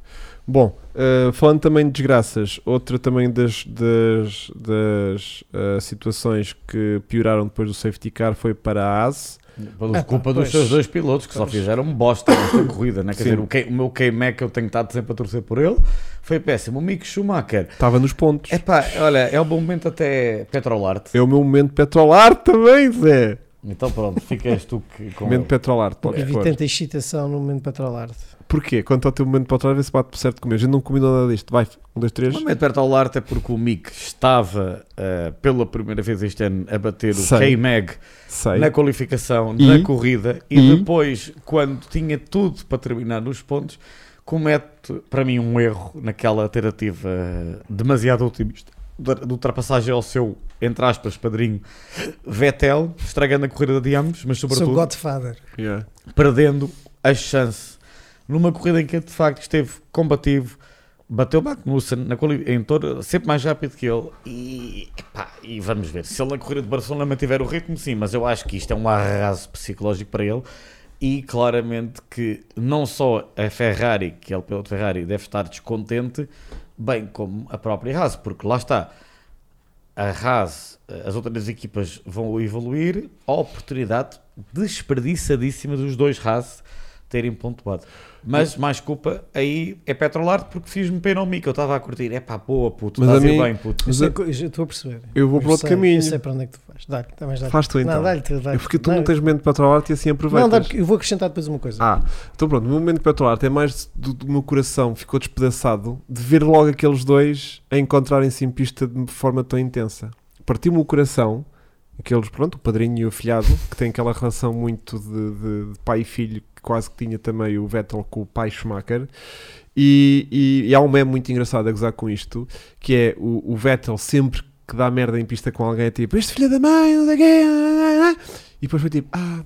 Bom, eh, falando também de desgraças, outra também das, das, das eh, situações que pioraram depois do safety car foi para a AS.
Por
Ah, pá,
culpa dos
pois.
seus dois pilotos que só
Pois.
fizeram
*coughs*
bosta nesta corrida, né? Quer
Sim.
dizer, o, K- o meu K-Mac eu tenho estado sempre a torcer por ele, foi péssimo. O Mick Schumacher,
Estava nos pontos.
é pá, olha, é um bom momento até Petrolarte.
É o meu momento petrolar também, Zé.
Então pronto, ficas tu que, com
Momento petrolar, podes
Tive
pôr.
tanta excitação no momento para trollar-te.
Porquê? Quanto ao teu momento petrolar, vê se bate certo comigo. A gente não combinou nada disto. Vai, um, dois, três.
O momento Petrolarte é porque o Mick estava ah, pela primeira vez este ano a bater o
Sei.
K-Mag
Sei.
é
na qualificação,
E?
na corrida e,
E?
depois, quando tinha tudo para terminar nos pontos, comete para mim um erro naquela tentativa demasiado otimista de de ultrapassagem ao seu, entre aspas, padrinho Vettel, estragando a corrida de ambos, mas
Sou
sobretudo
Godfather.
Yeah.
perdendo a chance numa corrida em que de facto esteve combativo, bateu Magnussen na quali- em todo, sempre mais rápido que ele e, epá, e vamos ver se ele na corrida de Barcelona mantiver o ritmo, sim, mas eu acho que isto é um arraso psicológico para ele e claramente que não só a Ferrari, que é o piloto Ferrari, deve estar descontente, bem como a própria Haas, porque lá está a Haas, as outras equipas vão evoluir, a oportunidade desperdiçadíssima dos dois Haas terem pontuado. Mas, mais culpa, aí é Petrolarte porque fiz-me pena ao Mick, eu estava a curtir. É pá, boa, puto,
Mas
estás a
a
ir
mim-
bem, puto.
Mas
Eu
eu-
sei co- já Estou a perceber.
eu vou para outro
sei-
caminho.
Eu sei para onde é que tu vais. Dá-lhe, também dá-lhe.
Faz tu então.
Não, dá-lhe, tu,
É
dá-lhe.
porque tu não
Dá-lhe.
tens momento petrolar e assim
Não,
aproveitas.
dá porque eu vou acrescentar depois uma coisa.
Ah, então pronto, o meu momento petrolar é mais do, do meu coração ficou despedaçado de ver logo aqueles dois a encontrarem-se em pista de forma tão intensa. Partiu-me o coração, aqueles, pronto, o padrinho e o afilhado, que tem aquela relação muito de, de- de pai e filho, que quase que tinha também o Vettel com o pai Schumacher. E, e- e há um meme muito engraçado a gozar com isto, que é o, o Vettel sempre que dá merda em pista com alguém, é tipo, este filho da mãe, não sei o quê, e depois foi tipo, ah,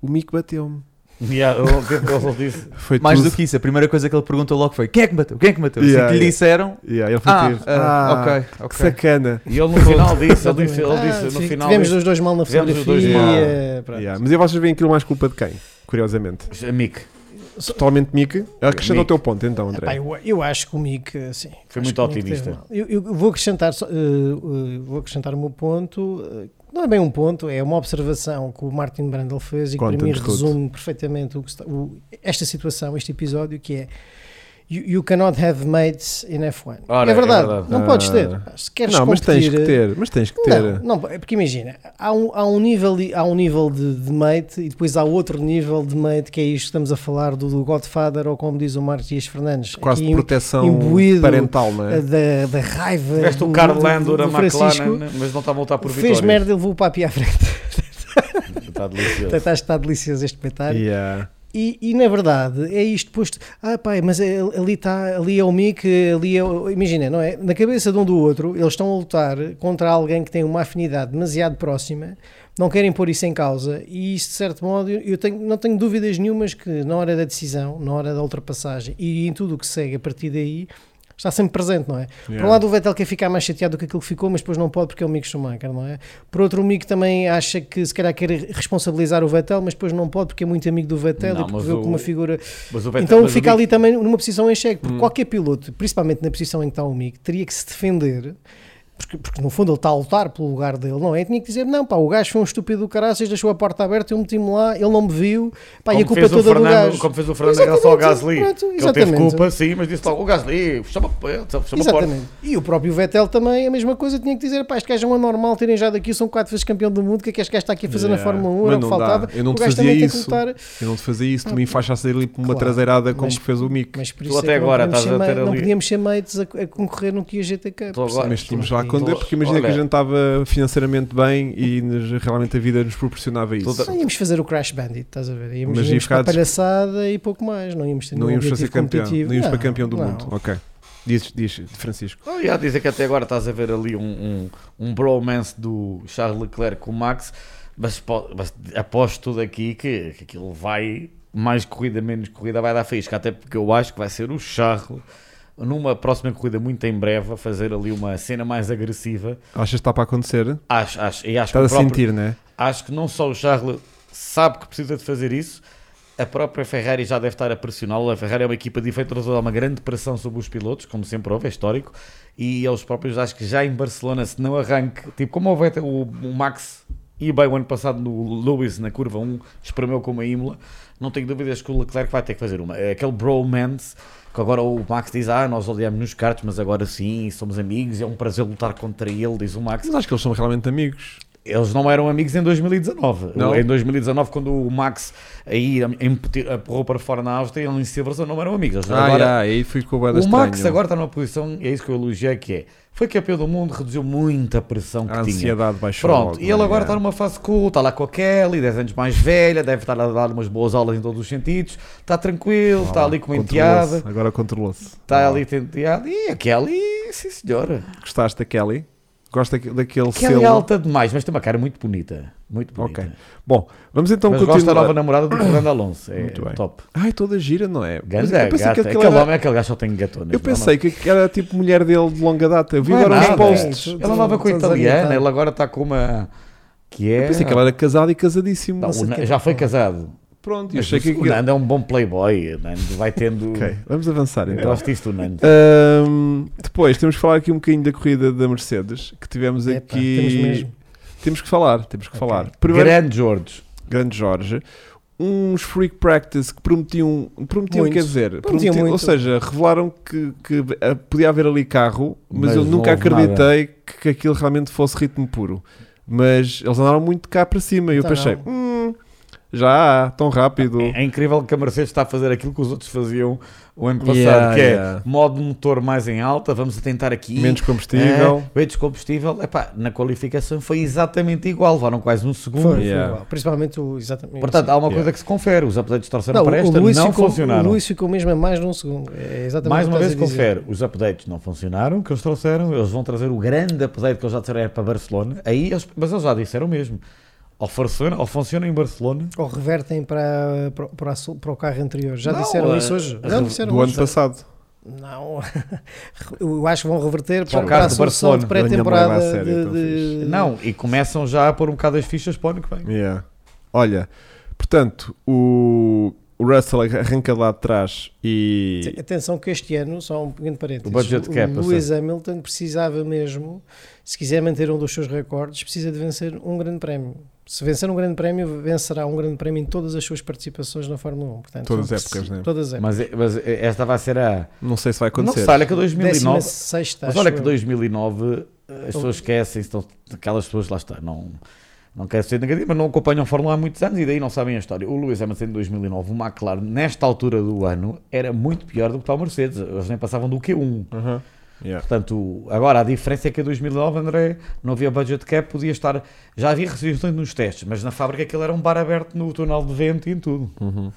o mico bateu-me.
Yeah, eu- o que é que ele
*laughs*
disse?
Foi
Mais
tudo.
do que isso, a primeira coisa que ele perguntou logo foi: quem é que bateu? Quem é que bateu?
Yeah,
assim que lhe
yeah.
disseram.
Yeah, ele foi
Ah,
ter-
ah,
Ah,
ok,
Que
ok.
sacana.
E ele no final disse, ele disse, ele
Ah,
disse no
fi-
final.
tivemos
disse,
os dois mal na
tivemos
fotografia. eh,
os dois
pronto.
Yeah, Mas e vocês veem aquilo mais culpa de quem? Curiosamente.
Mick,
um-
Totalmente mica. Acrescenta o
Mica.
teu ponto então, André.
Epá, eu, eu acho que o Mick, assim.
Foi
acho
muito
que o Mick
otimista.
teve mal. Eu, eu vou acrescentar, só, eh, eh, vou acrescentar o meu ponto. eh, não é bem um ponto, é uma observação que o Martin Brandel fez e que para mim
Conta-nos tudo.
resume perfeitamente o que está- o- esta situação, este episódio, que é You, you cannot have mates in F1.
Ora,
é, verdade,
é verdade.
não
Ah.
podes ter. pá, Se queres
não, mas tens
competir,
que ter. Mas tens que ter.
não, não, é porque imagina, há um, há um nível, de, há um nível de, de mate e depois há outro nível de mate que é isto que estamos a falar do, do Godfather ou como diz o Marcos Dias Fernandes.
Quase
aqui,
proteção
imbuído,
parental, não é?
eh, da, da raiva
tiveste o
do-
Carl
do-
Lando
do
na
um Francisco.
McLaren, mas não está a voltar por
Fez
vitórias.
merda, ele vou para a pia à frente. *laughs*
Está Tá delicioso.
Portanto, acho que está delicioso este comentário.
Yeah.
E, e, na verdade é isto posto. Ah, pai, mas é- ali está, ali é o Mick, ali é. o- Imagina, não é? Na cabeça de um do outro, eles estão a lutar contra alguém que tem uma afinidade demasiado próxima, não querem pôr isso em causa, e isso, de certo modo, eu tenho, não tenho dúvidas nenhumas que na hora da decisão, na hora da ultrapassagem e em tudo o que segue a partir daí. Está sempre presente, não é? Por um
Yeah.
lado, o Vettel quer ficar mais chateado do que aquilo que ficou, mas depois não pode porque é o Mick Schumacher, não é? Por outro, o Mick também acha que se calhar quer responsabilizar o Vettel, mas depois não pode porque é muito amigo do Vettel
Não,
e
mas
porque vê
o-
como uma figura.
Mas o Vettel-
então
mas o
fica
Mick- Hum.
ali também numa posição em cheque, porque qualquer piloto, principalmente na posição em que está o Mick, teria que se defender. Porque, porque, no fundo ele está a lutar pelo lugar dele, não é? Tinha que dizer: não, pá, o gajo foi um estúpido do caraças, deixou a porta aberta, eu meti-me lá, ele não me viu, pá, e
Como
a culpa
fez o
toda do
Fernando-
gajo.
Como fez o Fernando em relação ao Gasly.
Exatamente, pronto,
que ele teve
exatamente.
culpa, sim, mas disse logo, o Gasly, chama chama a porta.
Exatamente. E o próprio Vettel também, a mesma coisa, tinha que dizer: pá, este gajo é um anormal, terem já daqui, são quatro vezes campeão do mundo, o que é que este gajo está aqui a fazer
Yeah.
na Fórmula 1?
Mas
Era o que
não dá,
faltava.
eu não
o
te
gajo
fazia
também
isso.
tem que lutar.
Eu não te fazia isso, tu me enfaixas ali por uma
Claro,
traseirada como
mas-
fez o Mick.
Mas por
Tu
isso
até
é que
agora
não podíamos,
estás a
ser,
ter
ma- não
ali-
podíamos ser mates a, a concorrer no é que a GT Cup.
Tu agora-
percebes?
Mas tínhamos lá a
Sim.
conter, é porque imagina que a
Olha.
gente estava financeiramente bem e nos- realmente a vida nos proporcionava isso.
Toda-
Não íamos fazer o Crash Bandit, estás a ver? Íamos,
tá- Mas ia
íamos
ficar
para a
des-
palhaçada e pouco mais. Não íamos ter
um
Não
nenhum
íamos para ser
objetivo
campeão, não
competitivo.
íamos para campeão do
não.
mundo. Ok. Diz, diz Francisco.
Oh, e há a dizer que até agora estás a ver ali um, um, um bromance do Charles Leclerc com o Max, mas, po- mas aposto tudo aqui que, que aquilo vai, mais corrida, menos corrida, vai dar faísca, até porque eu acho que vai ser o Charles, numa próxima corrida muito em breve, a fazer ali uma cena mais agressiva.
Achas que está para acontecer?
Acho, acho, e acho que
Estás
o
a
próprio-
sentir, né?
Acho que não só o Charles sabe que precisa de fazer isso, a própria Ferrari já deve estar a pressioná-lo. A Ferrari é uma equipa diferente, mas há uma grande pressão sobre os pilotos, como sempre houve, é histórico. E eles próprios, acho que já em Barcelona, se não arranque, tipo como houve até o, o Max e bem o ano passado no Lewis, na curva 1, espremeu com uma ímula, não tenho dúvidas que o Leclerc vai ter que fazer uma. É Aquele bromance. Que agora o Max diz, ah, nós odiamos nos cartos, mas agora sim, somos amigos, é um prazer lutar contra ele, diz o Max.
Mas acho que eles são realmente amigos.
Eles não eram amigos em 2019.
Não?
Em 2019, quando o Max aí empurrou- empurrou para fora na Áustria, ele em Silverstone não eram amigos. Eles
Ah,
agora-
yeah, aí ficou bem
o
estranho.
Max agora está numa posição, e é isso que eu elogiei, que é, foi campeão do mundo, reduziu muito a pressão que
A
tinha.
ansiedade baixou
Pronto,
logo,
e ele
né?
agora está numa fase cool, está lá com a Kelly, 10 anos mais velha, deve estar a dar umas boas aulas em todos os sentidos, está tranquilo, está ali com uma
Controlou-se,
enteada,
Agora controlou-se. é?
está ali com enteada, e a Kelly, sim senhora.
Gostaste da Kelly? Gosta daquele
Kelly
selo?
é alta demais, mas tem uma cara muito bonita, muito bonita.
Ok. Bom, vamos então
mas gosto da
continuar.
nova namorada do Fernando Alonso. É
Muito bem.
top.
Ai, toda gira, não é? Mas
Ganda, gata.
aquilo
aquele
era-
homem, é aquele gajo só tem gatonas.
Eu pensei que era tipo mulher dele de longa data. Eu vi
é? Não é
agora uns
nada.
posts.
Ela andava com a
Todos
italiana,
ambientados.
ele agora está tá com uma. Que é.
Eu pensei que ela era casada e casadíssimo.
Não,
Não sei
o
o
Na-
quê.
já foi casado.
Pronto, eu
Mas
achei que.
o Nando é um bom playboy. o Nando vai tendo.
Ok, vamos avançar
Eu
então.
Gosto disso do Nando.
Ahm, depois temos que falar aqui um bocadinho da corrida da Mercedes que tivemos
Epá,
aqui.
temos mesmo.
Temos que falar, temos que falar.
Grande Jorge.
grande Jorge, uns freak practice que prometiam, prometiam
Muito.
quer dizer,
Prometiam
prometiam- ou
muito.
seja, revelaram que, que, eh, podia haver ali carro, mas,
Mas
eu
não
nunca
houve
acreditei que, que aquilo realmente fosse ritmo puro. Mas eles andaram muito cá para cima e eu
Então
pensei,
não.
hum, já há, tão rápido.
É, é incrível que a Mercedes está a fazer aquilo que os outros faziam o ano passado,
Yeah,
que é
yeah.
modo motor mais em alta, vamos a tentar aqui.
Menos combustível.
É, menos combustível. Epá, na qualificação foi exatamente igual, levaram quase um segundo.
Foi, foi
Yeah.
igual. Principalmente o. Exatamente.
Portanto, há uma
Yeah.
coisa que se confere. Os updates torceram
Não,
para
o,
esta,
Luís
não
ficou, o
funcionaram.
Luís ficou mesmo a mais de um segundo. É exatamente
Mais
o que
uma
estás
vez
a dizer.
confere, os updates não funcionaram, que eles é trouxeram, eles vão trazer o grande update que eles já disseram era para Barcelona, aí eles- mas eles já disseram mesmo. Ou funciona, ou funciona em Barcelona.
Ou revertem para, para, para, a su- para o carro anterior. Já
Não,
disseram
a-
isso hoje?
a
Não,
rev-
disseram
Do ano
hoje.
passado.
Não, *laughs* eu acho que vão reverter
Para
para,
o
para a
caso de
solução de
Barcelona.
pré-temporada.
Eu ainda me lembro a sério, então
de- de-
Não, e começam já a pôr um bocado as fichas para o ano que vem.
Yeah. Olha, portanto, o, o Russell arranca lá de trás e.
Sim, Atenção que este ano, só um pequeno parênteses,
O budget
o
cap, eu
Lewis Hamilton precisava mesmo, se quiser manter um dos seus recordes, precisa de vencer um grande prémio. Se vencer um grande prémio, vencerá um grande prémio em todas as suas participações na Fórmula 1. Portanto,
Todas as
preci-
épocas, né?
Todas as épocas.
Mas, mas esta vai ser a.
Não sei se vai
Não né?
acontecer.
sei, olha que 2009.
16
Mas olha que 2009 eh, as pessoas esquecem, estão, aquelas pessoas lá está, não, não quero ser negativo, mas não acompanham a Fórmula há muitos anos e daí não sabem a história. O Lewis Hamilton em 2009, o McLaren, nesta altura do ano, era muito pior do que está o Mercedes, eles nem passavam do Q1.
Uhum. Yeah.
Portanto, agora a diferença é que em 2009, André, não havia budget cap, podia estar. Já havia restrições nos testes, mas na fábrica aquilo era um bar aberto no túnel de vento e em tudo.
Uhum.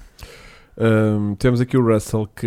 Hum, temos aqui o Russell que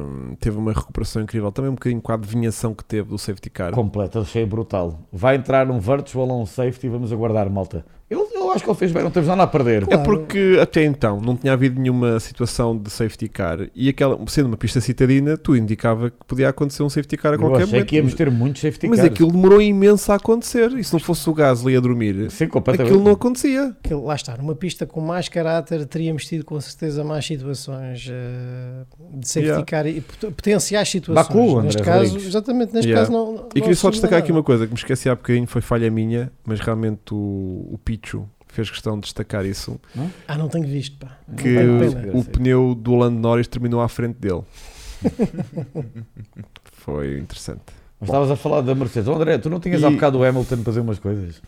hum, teve uma recuperação incrível, também um bocadinho com a adivinhação que teve do safety car.
Completa, achei brutal. Vai entrar um virtual on safety e vamos aguardar, malta. Eu, eu acho que ele fez bem, não temos nada a perder.
É
Claro.
porque até então não tinha havido nenhuma situação de safety car e aquela, sendo uma pista citadina, tu indicava que podia acontecer um safety car a
Eu
qualquer
achei
momento.
que íamos ter muitos safety
mas
cars.
aquilo demorou imenso a acontecer. E se não fosse o Gasly a dormir,
Sim, completamente.
aquilo não acontecia.
Que lá está, numa pista com mais caráter, teríamos tido com certeza mais situações eh, de safety
Yeah.
car e pot- potenciais situações.
Baku, André
neste caso,
Rodrigues.
exatamente, neste
Yeah.
caso
E
não. não
queria só
assumo
destacar
nada.
aqui uma coisa que me esqueci há bocadinho, foi falha minha, mas realmente o, o Pichu fez questão de destacar isso,
Ah, não tenho visto, pá. Não
que
tenho
vale a
pena.
o,
pena.
o pneu do Lando Norris terminou à frente
*laughs*
dele. foi interessante.
Mas estavas a falar da Mercedes. Oh, André, tu não tinhas há
E-
bocado o Hamilton para fazer umas coisas?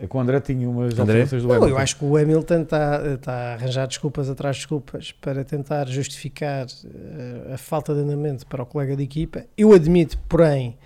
É que o André tinha umas
André?
alterações do
Não,
Hamilton.
eu acho que o Hamilton está está a arranjar desculpas atrás de desculpas para tentar justificar eh, a falta de andamento para o colega de equipa. Eu admito, porém,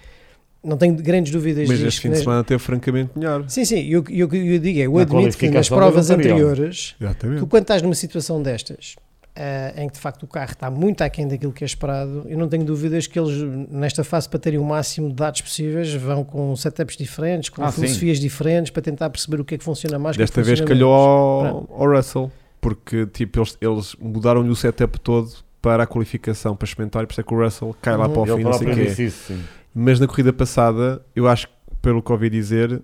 não tenho grandes dúvidas
Mas
disto,
este fim de
né?
semana teve francamente melhor.
Sim, sim, eu, eu, eu digo, é, eu
Na
admito que nas
qualificação
provas
da Montreal.
anteriores Tu,
Exatamente.
quando estás numa situação destas, eh, em que de facto o carro está muito aquém daquilo que é esperado, eu não tenho dúvidas que eles, nesta fase, para terem o máximo de dados possíveis, vão com setups diferentes, com
Ah, sim.
filosofias diferentes, para tentar perceber o que é que funciona mais. o que é que
Desta vez
funciona
calhou
menos.
ao, ao Russell, porque tipo, eles, eles mudaram-lhe o setup todo para a qualificação, para experimentar, e por isso é que o Russell cai lá
Uhum.
para o
Ele
fim, não sei o
próprio
quê.
disse isso, sim.
Mas na corrida passada, eu acho que pelo que ouvi dizer,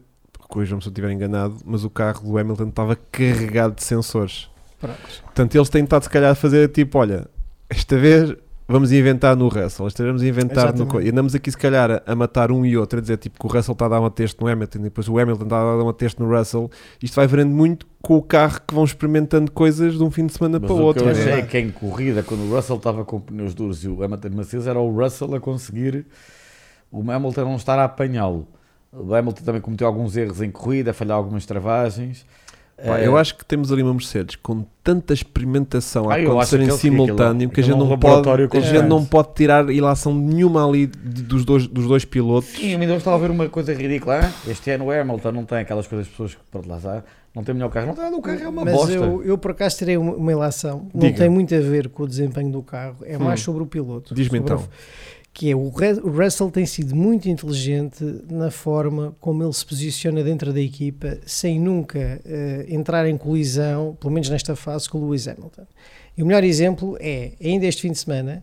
corrijam-me se eu estiver enganado, mas o carro do Hamilton estava carregado de sensores.
Pronto.
Portanto, eles têm estado se calhar a fazer tipo, olha, esta vez vamos inventar no Russell, esta vez vamos inventar no...
Exatamente.
co- E andamos aqui se calhar a- a matar um e outro, a dizer tipo que o Russell está a dar uma teste no Hamilton, e depois o Hamilton está a dar uma teste no Russell. Isto vai variando muito com o carro que vão experimentando coisas de um fim de semana
Mas
para o
o que
outro.
eu
é
achei
verdade.
que em corrida, quando o Russell estava com pneus duros e o Hamilton macios, era o Russell a conseguir o Hamilton não estar a apanhá-lo. O Hamilton também cometeu alguns erros em corrida, falhou algumas travagens.
Pá,
Eh,
eu acho que temos ali uma Mercedes com tanta experimentação a
Ah, eu
acontecer
acho que
em
aquilo-
simultâneo
aquilo-
que a gente,
aquilo é um
não pode,
laboratório
a gente
constante.
não pode tirar ilação nenhuma ali de- dos dois, dos dois pilotos.
Sim, ainda hoje estava a ver uma coisa ridícula. hã? Este ano o Hamilton não tem aquelas coisas, pessoas que, pronto, lá está, não tem melhor carro. Não tem nada, o carro é uma
Mas
bosta.
eu, eu, por acaso, tirei uma, uma ilação, não
Diga. Hum.
tem muito a ver com o desempenho do carro, é mais sobre o piloto.
Diz-me
sobre a-
então.
Que é o Re- o Russell tem sido muito inteligente na forma como ele se posiciona dentro da equipa, sem nunca eh, entrar em colisão, pelo menos nesta fase, com o Lewis Hamilton. E o melhor exemplo é, ainda este fim de semana,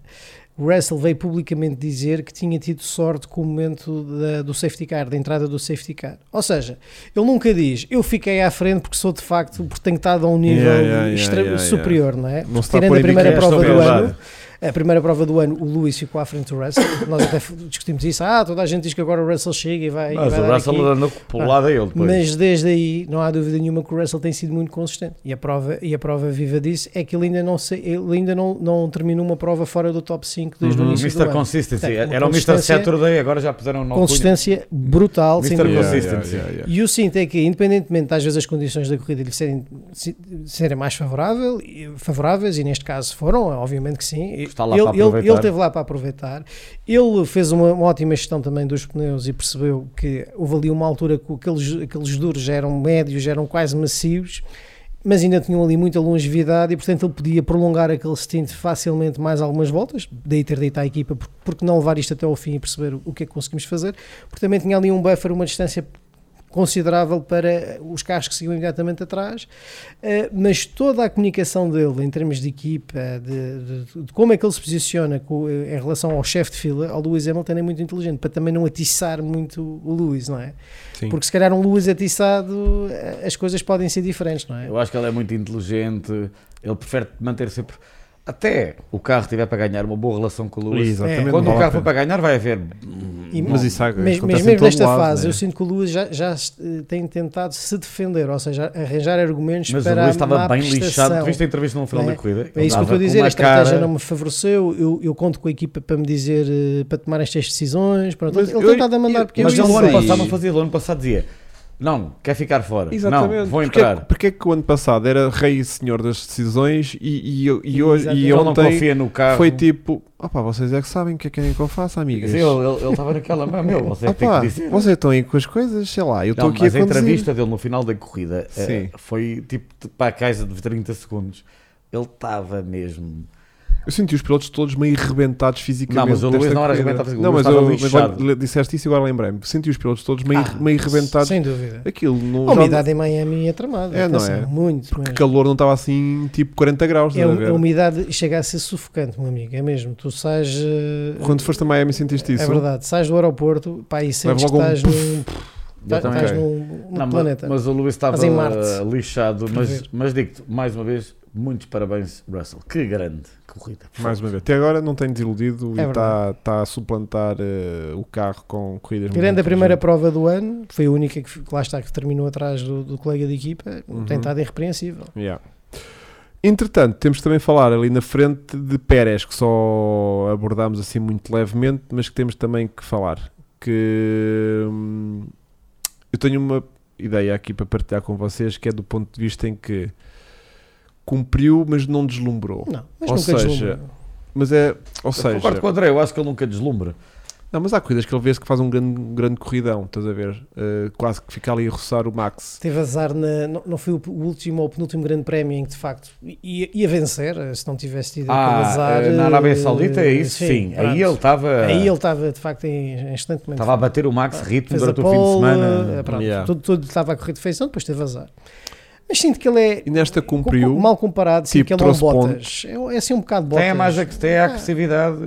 o Russell veio publicamente dizer que tinha tido sorte com o momento da- do safety car, da entrada do safety car. Ou seja, ele nunca diz eu fiquei à frente porque sou de facto, porque tenho estado a um nível
Yeah, yeah, yeah,
extra-
yeah, yeah.
superior, não é?
Não se está a
Tirando
pôr
a
em
primeira
biquíni,
prova
esta
do
é
ano,
verdade.
a primeira prova do ano, o Lewis ficou à frente do Russell. Nós até f- discutimos isso. Ah, toda a gente diz que agora o Russell chega e vai. e
Mas
vai
o
dar
Russell
aqui. Ah,
andou pelo lado a ele depois.
Mas desde aí não há dúvida nenhuma que o Russell tem sido muito consistente. E a prova, e a prova viva disso é que ele ainda não, se, ele ainda não, não terminou uma prova fora do top 5 desde
Uhum.
o
o
início do
Mr.
ano.
Hum, Consistency.
Portanto, uma
era o Mr.
consistência-
Saturday, agora já puseram o nome.
Consistência brutal, sem
Mr.
dúvida.
Consistência.
E eu sinto é que, independentemente às vezes as condições da corrida lhe serem, se- serem mais favorável, e- favoráveis, e neste caso foram, obviamente que sim, ele,
Está lá para
ele,
aproveitar.
ele esteve lá para aproveitar, ele fez uma, uma ótima gestão também dos pneus e percebeu que houve ali uma altura que aqueles, aqueles duros já eram médios, já eram quase macios, mas ainda tinham ali muita longevidade e portanto ele podia prolongar aquele stint facilmente mais algumas voltas, daí ter dito à equipa por- porque não levar isto até ao fim e perceber o que é que conseguimos fazer, porque também tinha ali um buffer, uma distância considerável para os carros que seguiam imediatamente atrás, eh, mas toda a comunicação dele em termos de equipa, de, de- de como é que ele se posiciona co- eh, em relação ao chefe de fila, ao Lewis Hamilton é muito inteligente, para também não atiçar muito o Lewis, não é?
Sim.
Porque se calhar um Lewis atiçado, eh, as coisas podem ser diferentes, não é?
Eu acho que ele é muito inteligente, ele prefere manter sempre. Até o carro tiver para ganhar uma boa relação com o Lewis.
Exatamente.
Quando
não vale
o
a
carro for
pena.
para ganhar, vai haver.
E-
Mas isso há,
Mas,
acontece
mas
em
mesmo
todo
nesta
lado,
fase,
né?
eu sinto que o Lewis já, já eh, tem tentado se defender, ou seja, arranjar argumentos
Mas o
para
Lewis
a má
estava bem
prestação.
lixado. Tu viste a entrevista no final
Não é?
da corrida?
É isso que eu estou a dizer, a estratégia não me favoreceu, eu, eu conto com a equipa para me dizer, eh, para tomar estas decisões, pronto,
Mas
ele
eu-
tentava mandar
eu-
porque
Mas
eu
ele no ano
sei.
passado não fazia, no ano passado dizia: Não, quer ficar fora.
Exatamente.
Não, vou
Porque é que-
entrar.
Porque é que o ano passado era rei e senhor das decisões e, e, e, hoje,
Exatamente.
e
Ele não
ontem
confia no carro.
foi tipo: opá, vocês é que sabem o que é que querem que eu faça, amigas.
Sim, Ele ele- ele estava naquela, mas meu, você é que tem
Opá,
que dizer.
vocês estão aí com as coisas, sei lá, Ah, eu estou
Não,
aqui a
mas a
conduzir.
entrevista dele no final da corrida eh,
Sim.
foi tipo de- para a casa de 30 segundos. Ele estava mesmo.
Eu senti os pilotos todos meio arrebentados fisicamente.
Não, mas o
desta
Luís não era
corrida.
arrebentado, o
Não,
Luís
mas eu
estava
mas agora
lixado. Ah,
le- disseste isso e agora lembrei-me. Senti os pilotos todos meio, meio arrebentados.
Sem dúvida.
Aquilo não.
A
já-
umidade em Miami é tramada,
É, não
atenção,
é?
muito
porque
mesmo.
calor não estava assim, tipo 40 graus.
É,
estás a
um-
ver?
a umidade chega a ser sufocante, meu amigo, é mesmo, tu sais... eh,
Quando foste a Miami sentiste isso.
É verdade, sais do aeroporto, pá, e sentes que
logo um
estás num,
Tá,
Eu também-
estás
Ok.
num, num
Não, mas-
planeta.
Mas o Luís estava
Mas em Marte.
eh, lixado. Mas,
ver.
mas digo-te, mais uma vez, muitos parabéns, Russell. Que grande corrida.
Mais um uma vez. Até agora não tem desiludido e
É
está está a suplantar eh, o carro com corridas muito
Grande a primeira
inteligentes.
prova do ano, foi a única que, que lá está, que terminou atrás do, do colega de equipa,
Uhum.
tem estado irrepreensível.
Yeah. Entretanto, temos de também falar ali na frente de Pérez, que só abordámos assim muito levemente, mas que temos também que falar. Que hum, eu tenho uma ideia aqui para partilhar com vocês, que é do ponto de vista em que cumpriu, mas não deslumbrou.
Não, mas
Ou
nunca
seja,
deslumbra.
Mas é, ou
Eu
seja,
Concordo com o André, eu acho que ele nunca deslumbra.
não, mas há coisas que ele vê-se que faz um grande, um grande corridão, estás a ver? Eh, quase que fica ali a roçar o Max.
Teve azar, na, não, não foi o último ou o penúltimo grande prémio em que de facto ia, ia vencer, eh, se não tivesse tido aquele azar.
eh, na Arábia Saudita é
eh,
isso, sim.
pronto.
Aí ele estava.
Aí ele estava de facto em, em excelente momento.
Estava a bater o Max ritmo
Fez a
durante o fim de
pole,
semana.
eh, pronto,
Yeah.
tudo, tudo estava a correr de feição, depois teve azar. Mas sinto que ele é
E nesta cumpriu,
mal comparado, sinto
tipo,
que ele é um
trouxe
Bottas. É, é assim um bocado Bottas.
Tem a, mais, ag- tem a agressividade.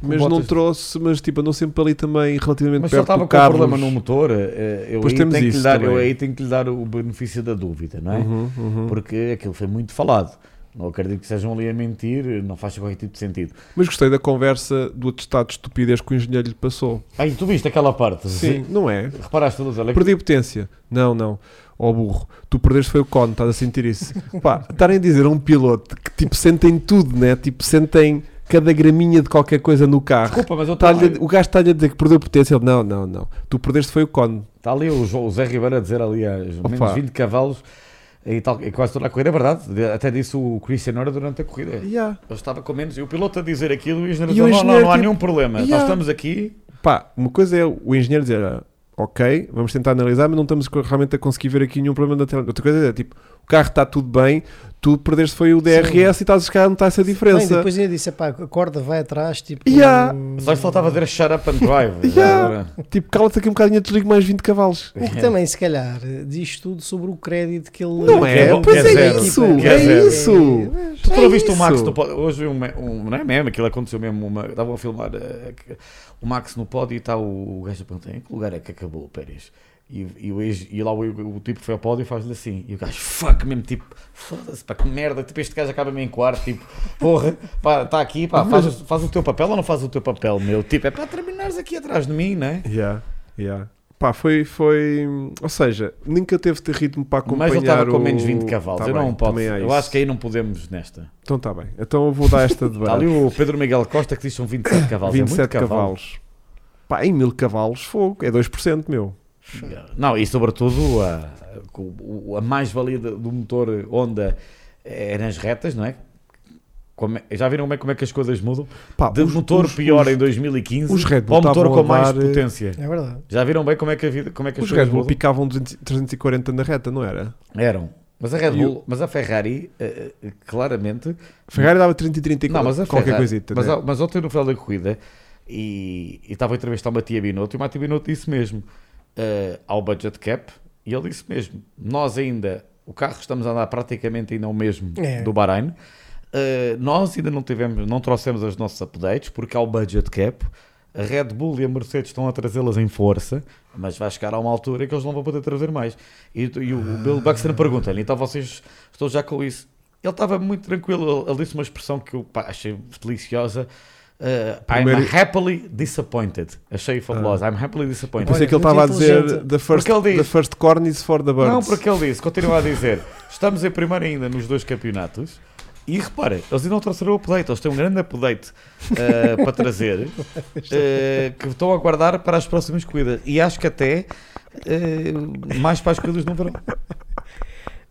mas
Bottas-
não trouxe, mas tipo, andou sempre ali também relativamente
Mas se
perto
ele estava
do
com
Carlos.
problema no motor, eh, eu
Pois
aí,
temos
tenho que
isso
lhe dar, eu
também.
aí tenho que lhe dar o benefício da dúvida, não é?
Uhum, uhum.
Porque aquilo foi muito falado. Não acredito que sejam ali a mentir, não faz qualquer tipo de sentido.
Mas gostei da conversa do atestado de estupidez que o engenheiro lhe passou.
Aí tu viste aquela parte?
Não é?
Reparaste, Luz, olha,
Perdi a potência. Não, não. Ó burro, tu perdeste foi o cone, estás a sentir
*laughs*
isso. Pá, estarem a dizer a um piloto que tipo sentem tudo, né? Tipo sentem cada graminha de qualquer coisa no carro.
desculpa, mas eu
Tá-lhe a-
estou
o gajo está-lhe a dizer que perdeu potência. Ele, não, não, não. Tu perdeste foi o cone.
Está ali o, João- o Zé Ribeiro a dizer ali aos
Opa.
menos 20 cavalos e tal, e quase toda a corrida, é verdade. De- Até disse o Christian Horner durante a corrida. Ele
Yeah.
estava com menos, e o piloto a dizer aquilo e o engenheiro
E
dizendo,
o
não, não,
engenheiro,
não há
tipo,
nenhum problema, nós
yeah.
estamos aqui.
Pá, uma coisa é o engenheiro dizer, "Ah, ok, vamos tentar analisar, mas não estamos co- realmente a conseguir ver aqui nenhum problema da tela. Outra coisa é tipo, o carro está tudo bem, tu perdeste foi o DRS e estás a não está essa
Bem,
diferença.
depois ainda disse, pá, a corda vai atrás, tipo...
Yeah.
hum,
Só só estava a dizer shut up and drive.
*laughs*
já
Yeah.
agora. É.
Tipo, cala-te aqui um bocadinho, eu desligo mais 20 cavalos.
O que também, se calhar, diz tudo sobre o crédito que ele...
Não é?
que ele
Pois
deu
é
à equipa.
isso,
Que é
é
zero.
isso.
Tu
É
tu não viste o Max
isso.
no pódio? Hoje vi um, me- um- não é meme, aquilo aconteceu mesmo. Uma, estavam a filmar eh, que- o Max no pódio e está o, o gajo a perguntar em que lugar é que acabou o Pérez? E, e, o ex- e lá o, o tipo que foi ao pódio e faz-lhe assim. E o gajo, fuck, mesmo tipo, foda-se, pá, que merda. Tipo, este gajo acaba-me em quarto, tipo, porra, pá, está aqui, pá, faz, o- faz o teu papel ou não faz o teu papel, meu? Tipo, é para terminares aqui atrás de mim, não é?
Yeah, yeah. Pá, foi, foi. Ou seja, nunca teve de ritmo para acompanhar.
Mas ele estava com
o-
menos 20 cavalos.
Tá
eu
bem,
não posso.
também há
Eu
isso.
acho que é- aí não podemos nesta.
Então está bem. Então eu vou dar esta
*laughs*
de
Está
barato.
ali um o Pedro Miguel Costa que diz que são 27 cavalos. 27 é
27
muito cavalo.
cavalos. Pá, em 1000 cavalos, fogo. É 2%, meu.
Não, e sobretudo a, o- a mais-valia do do motor Honda é nas retas, não é? Como é- já viram como é, como é que as coisas mudam?
Pá,
De
os-
motor
os-
pior
os-
em 2015
os Red Bull
para o motor
estavam
com
a
mais
dar, eh,
potência.
É verdade.
Já viram bem como é que a vida, como é que as
Os
coisas
Red Bull
mudam?
picavam 200 340 na reta, não era?
Eram. Mas a Red
E
Bull, mas a Ferrari, eh, eh, claramente,
Ferrari dava 30 e 30 e
Não, mas a
qualquer
Ferrari-
coisita.
Mas,
né?
a- mas ontem no final da corrida e e estava a entrevistar o Matia Binotto e o Matia Binotto disse mesmo eh, há o budget cap E ele disse mesmo: nós ainda, o carro que estamos a andar praticamente ainda é o mesmo
É.
do Bahrein. Uh, nós ainda não tivemos, não trouxemos os nossos updates porque há o budget cap. A Red Bull e a Mercedes estão a trazê-las em força, mas vai chegar a uma altura em que eles não vão poder trazer mais. E, e o Bill Baxter pergunta-lhe: então vocês estão já com isso? Ele estava muito tranquilo, ele, ele disse uma expressão que eu pá, achei deliciosa. Uh, I'm
Primeiro-
happily disappointed. Achei fabulosa. I'm happily disappointed.
Pensei é
Olha,
que ele
muito
estava a dizer
inteligente.
the first,
Porque ele diz-
the first corn is for the birds.
Não, porque ele disse, continua a dizer, estamos em primeiro ainda nos dois campeonatos. E repara, eles ainda não trouxeram o update, eles têm um grande update eh,
*laughs*
para trazer eh, que estão a guardar para as próximas corridas. E acho que até eh, mais para as corridas no verão.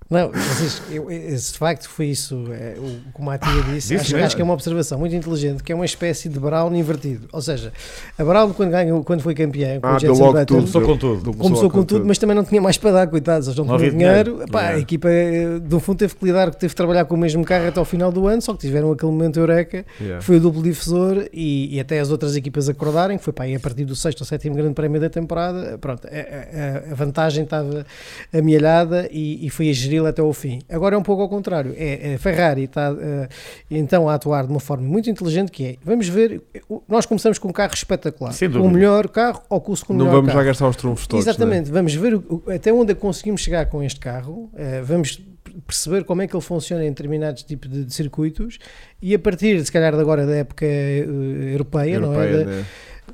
Não, vocês, eu, esse de facto foi isso, é, o que o Matia disse.
Disse
acho,
mesmo.
acho que é uma observação muito inteligente, que é uma espécie de Brown invertido. Ou seja, a Brown, quando, ganhou, quando foi campeã com
Ah,
o
deu
Jenson
logo
Button,
tudo.
Começou com tudo.
começou com tudo, mas também não tinha mais para dar, coitados. Eles não,
Não
tinham
havia dinheiro.
dinheiro. Pá,
Yeah.
A equipa, eh, do fundo, teve que lidar, teve que trabalhar com o mesmo carro até ao final do ano, só que tiveram aquele momento eureka
Yeah.
foi o duplo difusor e, e até as outras equipas acordarem, que foi para aí a partir do sexto ou sétimo grande prémio da temporada, pronto, a- a, a- a vantagem estava amealhada e, e foi a geri-la até ao fim. Agora é um pouco ao contrário, é, a Ferrari está eh, então a atuar de uma forma muito inteligente que é, vamos ver, o- nós começamos com um carro espetacular,
Sem
com o
dúvida.
melhor carro ou com o segundo
Não
melhor
vamos já
carro.
gastar os trunfos todos. né?
é?
Exatamente, vamos ver o- o- até onde é que conseguimos chegar com este carro, eh, vamos perceber como é que ele funciona em determinados tipos de, de circuitos e a partir, se calhar, de agora da época eh,
Né?
europeia, não é?
Europeia,
Da-
né?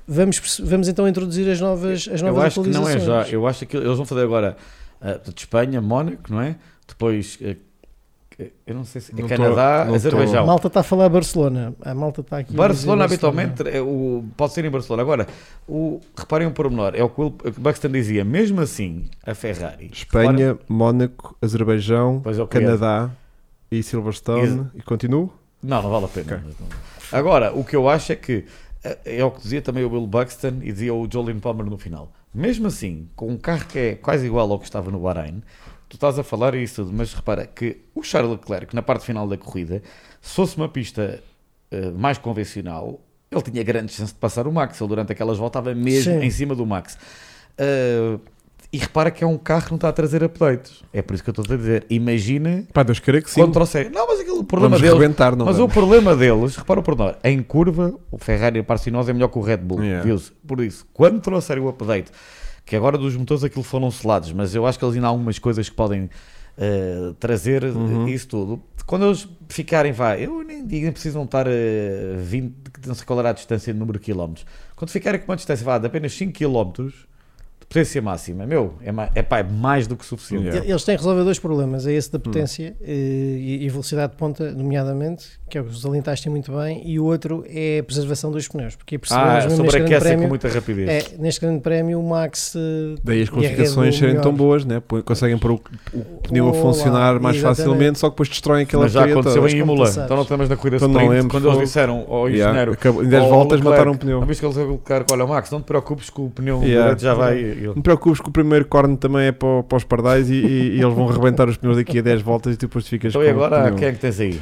vamos, perce- vamos então introduzir as novas, as novas
Eu acho que não é
atualizações.
já. Eu acho que eles vão fazer agora eh, de Espanha, Mónaco, não é? Depois, eh, eh, eu não sei se é
Não tô-
Canadá,
não tô-
Azerbaijão.
A malta está a falar Barcelona. A malta está aqui. a
Barcelona
dizer
habitualmente é o, pode ser em Barcelona. Agora, o, reparem um pormenor, é o que o Buxton dizia, mesmo assim, a Ferrari.
Espanha, Mónaco, Azerbaijão,
Pois é, o que é.
Canadá e Silverstone.
Exa-
E continuo?
Não, não vale a pena. Mas não. Agora, o que eu acho é que eh, é o que dizia também o Will Buxton e dizia o Jolene Palmer no final. Mesmo assim, com um carro que é quase igual ao que estava no Bahrein, tu estás a falar isso, tudo, mas repara que o Charles Leclerc, na parte final da corrida, se fosse uma pista eh, mais convencional, ele tinha grande chance de passar o Max. Ele durante aquelas voltas estava mesmo
Sim.
em cima do Max. Eh, e repara que é um carro que não está a trazer updates. É por isso que eu estou a dizer. Imagina
Pá, Deus queira que sim.
quando trouxer. Não, mas aquele problema
Vamos
deles
rebentar, não
mas o
vamos?
problema deles, repara o pormenor, em curva, o Ferrari para nós é melhor que o Red Bull,
Yeah.
viu-se? Por isso, quando trouxerem o update, que agora dos motores aquilo foram selados, mas eu acho que eles ainda há algumas coisas que podem eh, trazer eh,
Uhum.
isso tudo. Quando eles ficarem, vá, eu nem digo, nem precisam estar eh, 20, não sei qual era a distância de número de quilómetros. Quando ficarem com uma distância, vá, de apenas 5 quilómetros, de potência máxima, meu, é, ma- é, pá, é mais do que suficiente.
Yeah.
Eles têm que resolver dois problemas, é esse da potência
Hum.
eh, e e velocidade de ponta, nomeadamente, que é o que os alinhaste muito bem, e o outro é a preservação dos pneus, porque
Ah,
percebemos mesmo neste grande
sobreaquecem com
prémio,
muita rapidez.
é, neste grande prémio o Max eh,
Daí as
E a Red Bull
classificações serem
melhor.
tão boas, né? Põe- Conseguem pôr o, o pneu
Olá,
a funcionar mais
exatamente. Ah,
facilmente, só que depois destroem aquela
Mas já
bateria
aconteceu
toda.
em
mas como
Imola,
tu sabes.
então não te lembras da corrida
Então não
sprint,
lembro,
quando eles
foi-
disseram ao
Yeah,
engenheiro,
acabou- em 10
ao
voltas
Leclerc,
mataram o pneu.
Não viste que eles colocaram, olha o Max, não te preocupes que o pneu
Yeah.
direito já vai... Ele-
Não te preocupes que o primeiro corno também é para, o- para os pardais e, e- e eles vão rebentar os pneus daqui a 10 voltas e tu depois ficas
Então
com
e
o
agora,
pneu.
quem é que tens aí?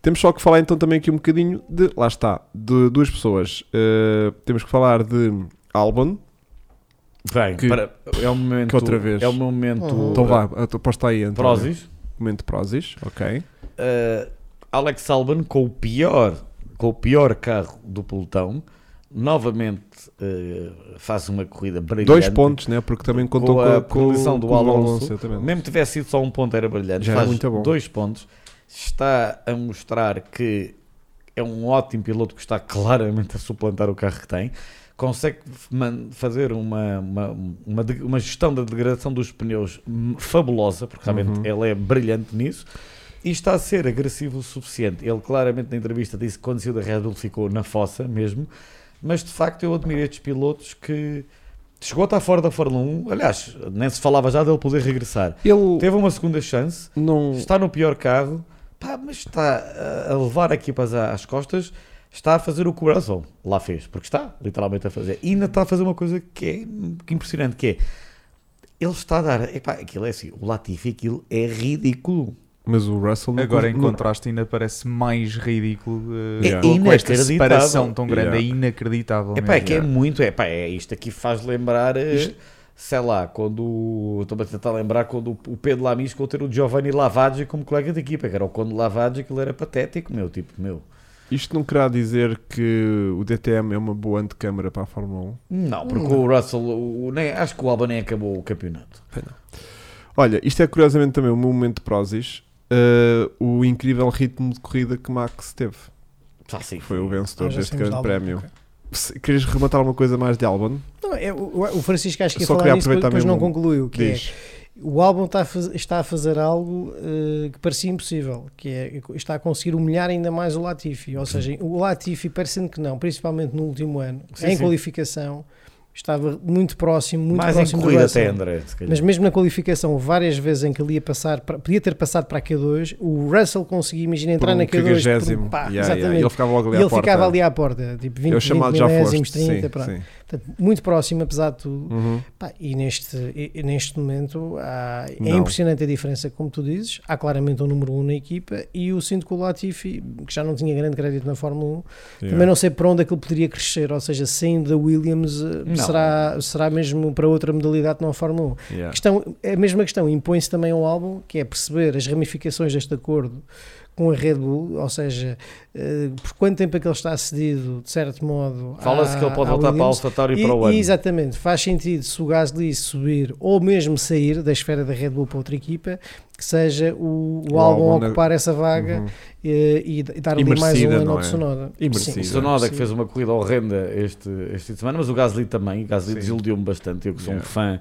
Temos só que falar então também aqui um bocadinho de, lá está, de duas pessoas. Eh, temos que falar de Albon,
Vem,
Que-
para- é o momento...
que outra vez.
É o meu momento...
Uhum.
então
uh,
vá, aposta aí. António.
Prozis.
Momento Prozis, ok.
Uh, Alex Albon com o pior, com o pior carro do pelotão, novamente uh, faz uma corrida brilhante.
Dois pontos, né? Porque também contou com,
com a
a- com,
punição do
com o
Alonso.
exatamente.
Mesmo que tivesse sido só um ponto, era brilhante.
Já é
Faz
muito bom.
dois pontos. Está a mostrar que é um ótimo piloto que está claramente a suplantar o carro que tem. Consegue man- fazer uma, uma, uma, de- uma gestão da degradação dos pneus hum, fabulosa, porque realmente ele é brilhante nisso. E está a ser agressivo o suficiente. Ele claramente na entrevista disse que quando saiu da Red Bull ficou na fossa mesmo. Mas de facto eu admiro estes pilotos que chegou a estar fora da Fórmula 1. Aliás, nem se falava já dele poder regressar.
Ele
Teve uma segunda chance,
não...
está no pior carro, pá, mas está a- a levar equipas à- às costas, está a fazer o coração. Lá fez, porque está literalmente a fazer. E ainda está a fazer uma coisa que é que impressionante, que é ele está a dar. Epá, aquilo é assim, o Latifi, aquilo é ridículo.
Mas o Russell não
Agora, em
não-
contraste, ainda parece mais ridículo eh,
É
com- com esta
inacreditável.
separação tão grande.
Yeah.
É inacreditável.
Epá, é
mesmo.
que é muito, epá, é isto aqui faz lembrar. eh, sei lá, quando. o- Estou-me a tentar lembrar quando o- o Pedro Lamis escolheu ter o Giovanni Lavaggi como colega de equipa, que era o quando Lavaggi, aquilo era patético, meu, tipo, meu.
Isto não querá dizer que o DTM é uma boa antecâmara para a Fórmula 1.
Não, porque o Russell, o, o- nem, acho que o Alba nem acabou o campeonato.
Olha, isto é curiosamente também o meu momento de Prozis, eh, o incrível ritmo de corrida que Max teve.
Ah, sim.
Foi o vencedor
Ah, já
deste
saímos
grande
de Albon,
prémio.
ok.
Se- Querias rematar uma coisa mais de Albon?
Não, é, o, o Francisco acho que ia
Só
falar
queria
nisso,
aproveitar
depois não
mesmo-
concluiu, que é,
Diz.
o álbum está a, faz- está a fazer algo eh, que parecia impossível, que é está a conseguir humilhar ainda mais o Latifi. Ou seja, o Latifi, parecendo que não, principalmente no último ano,
Sim,
em
sim.
qualificação, estava muito próximo, muito
Mais em
próximo do
corrida
Russell.
até, é? André, se calhar.
Mas mesmo na qualificação, várias vezes em que ele ia passar, para- podia ter passado para a Q2, o Russell conseguia, imagina, entrar
um
na Q2 por um-
quinquagésimo.
pá,
Yeah, yeah,
exatamente.
Ele ficava logo
E
ali
ele
à porta.
ficava ali à porta, tipo 20,
Eu chamado
20
já
milésimos,
foste.
30,
sim,
pronto.
sim.
Portanto, muito próximo, apesar de tudo.
Uhum.
Pá, e neste, e- e neste momento há- é
Não.
impressionante a diferença, como tu dizes. Há claramente um número 1 um na equipa e o sinto que o Latifi, que já não tinha grande crédito na Fórmula 1, também
Yeah.
não sei para onde é que ele poderia crescer. Ou seja, saindo da Williams, eh,
Não.
será, será mesmo para outra modalidade, não a Fórmula 1. A
É.
Yeah.
Questão, é a mesma questão impõe-se também ao álbum, que é perceber as ramificações deste acordo com a Red Bull, ou seja, eh, por quanto tempo é que ele está cedido, de certo modo.
Fala-se
à-
que ele pode
à
voltar para a
ah, Williams.
Alfa Tauri
E-
para o
e
ano.
Exatamente, faz sentido se o Gasly subir ou mesmo sair da esfera da Red Bull para outra equipa, que seja o, o,
O
Albon a
Albon, né?
ocupar essa vaga
Uhum.
eh, e, d- e dar
E
ali mais um
merecida,
ano
não
ao
é?
Tsunoda.
E merecida.
Sim.
O Sonoda que
Sim.
fez uma corrida horrenda este, este fim de semana, mas o Gasly também. O Gasly
Sim.
desiludiu-me bastante. Eu que sou
Yeah.
um fã,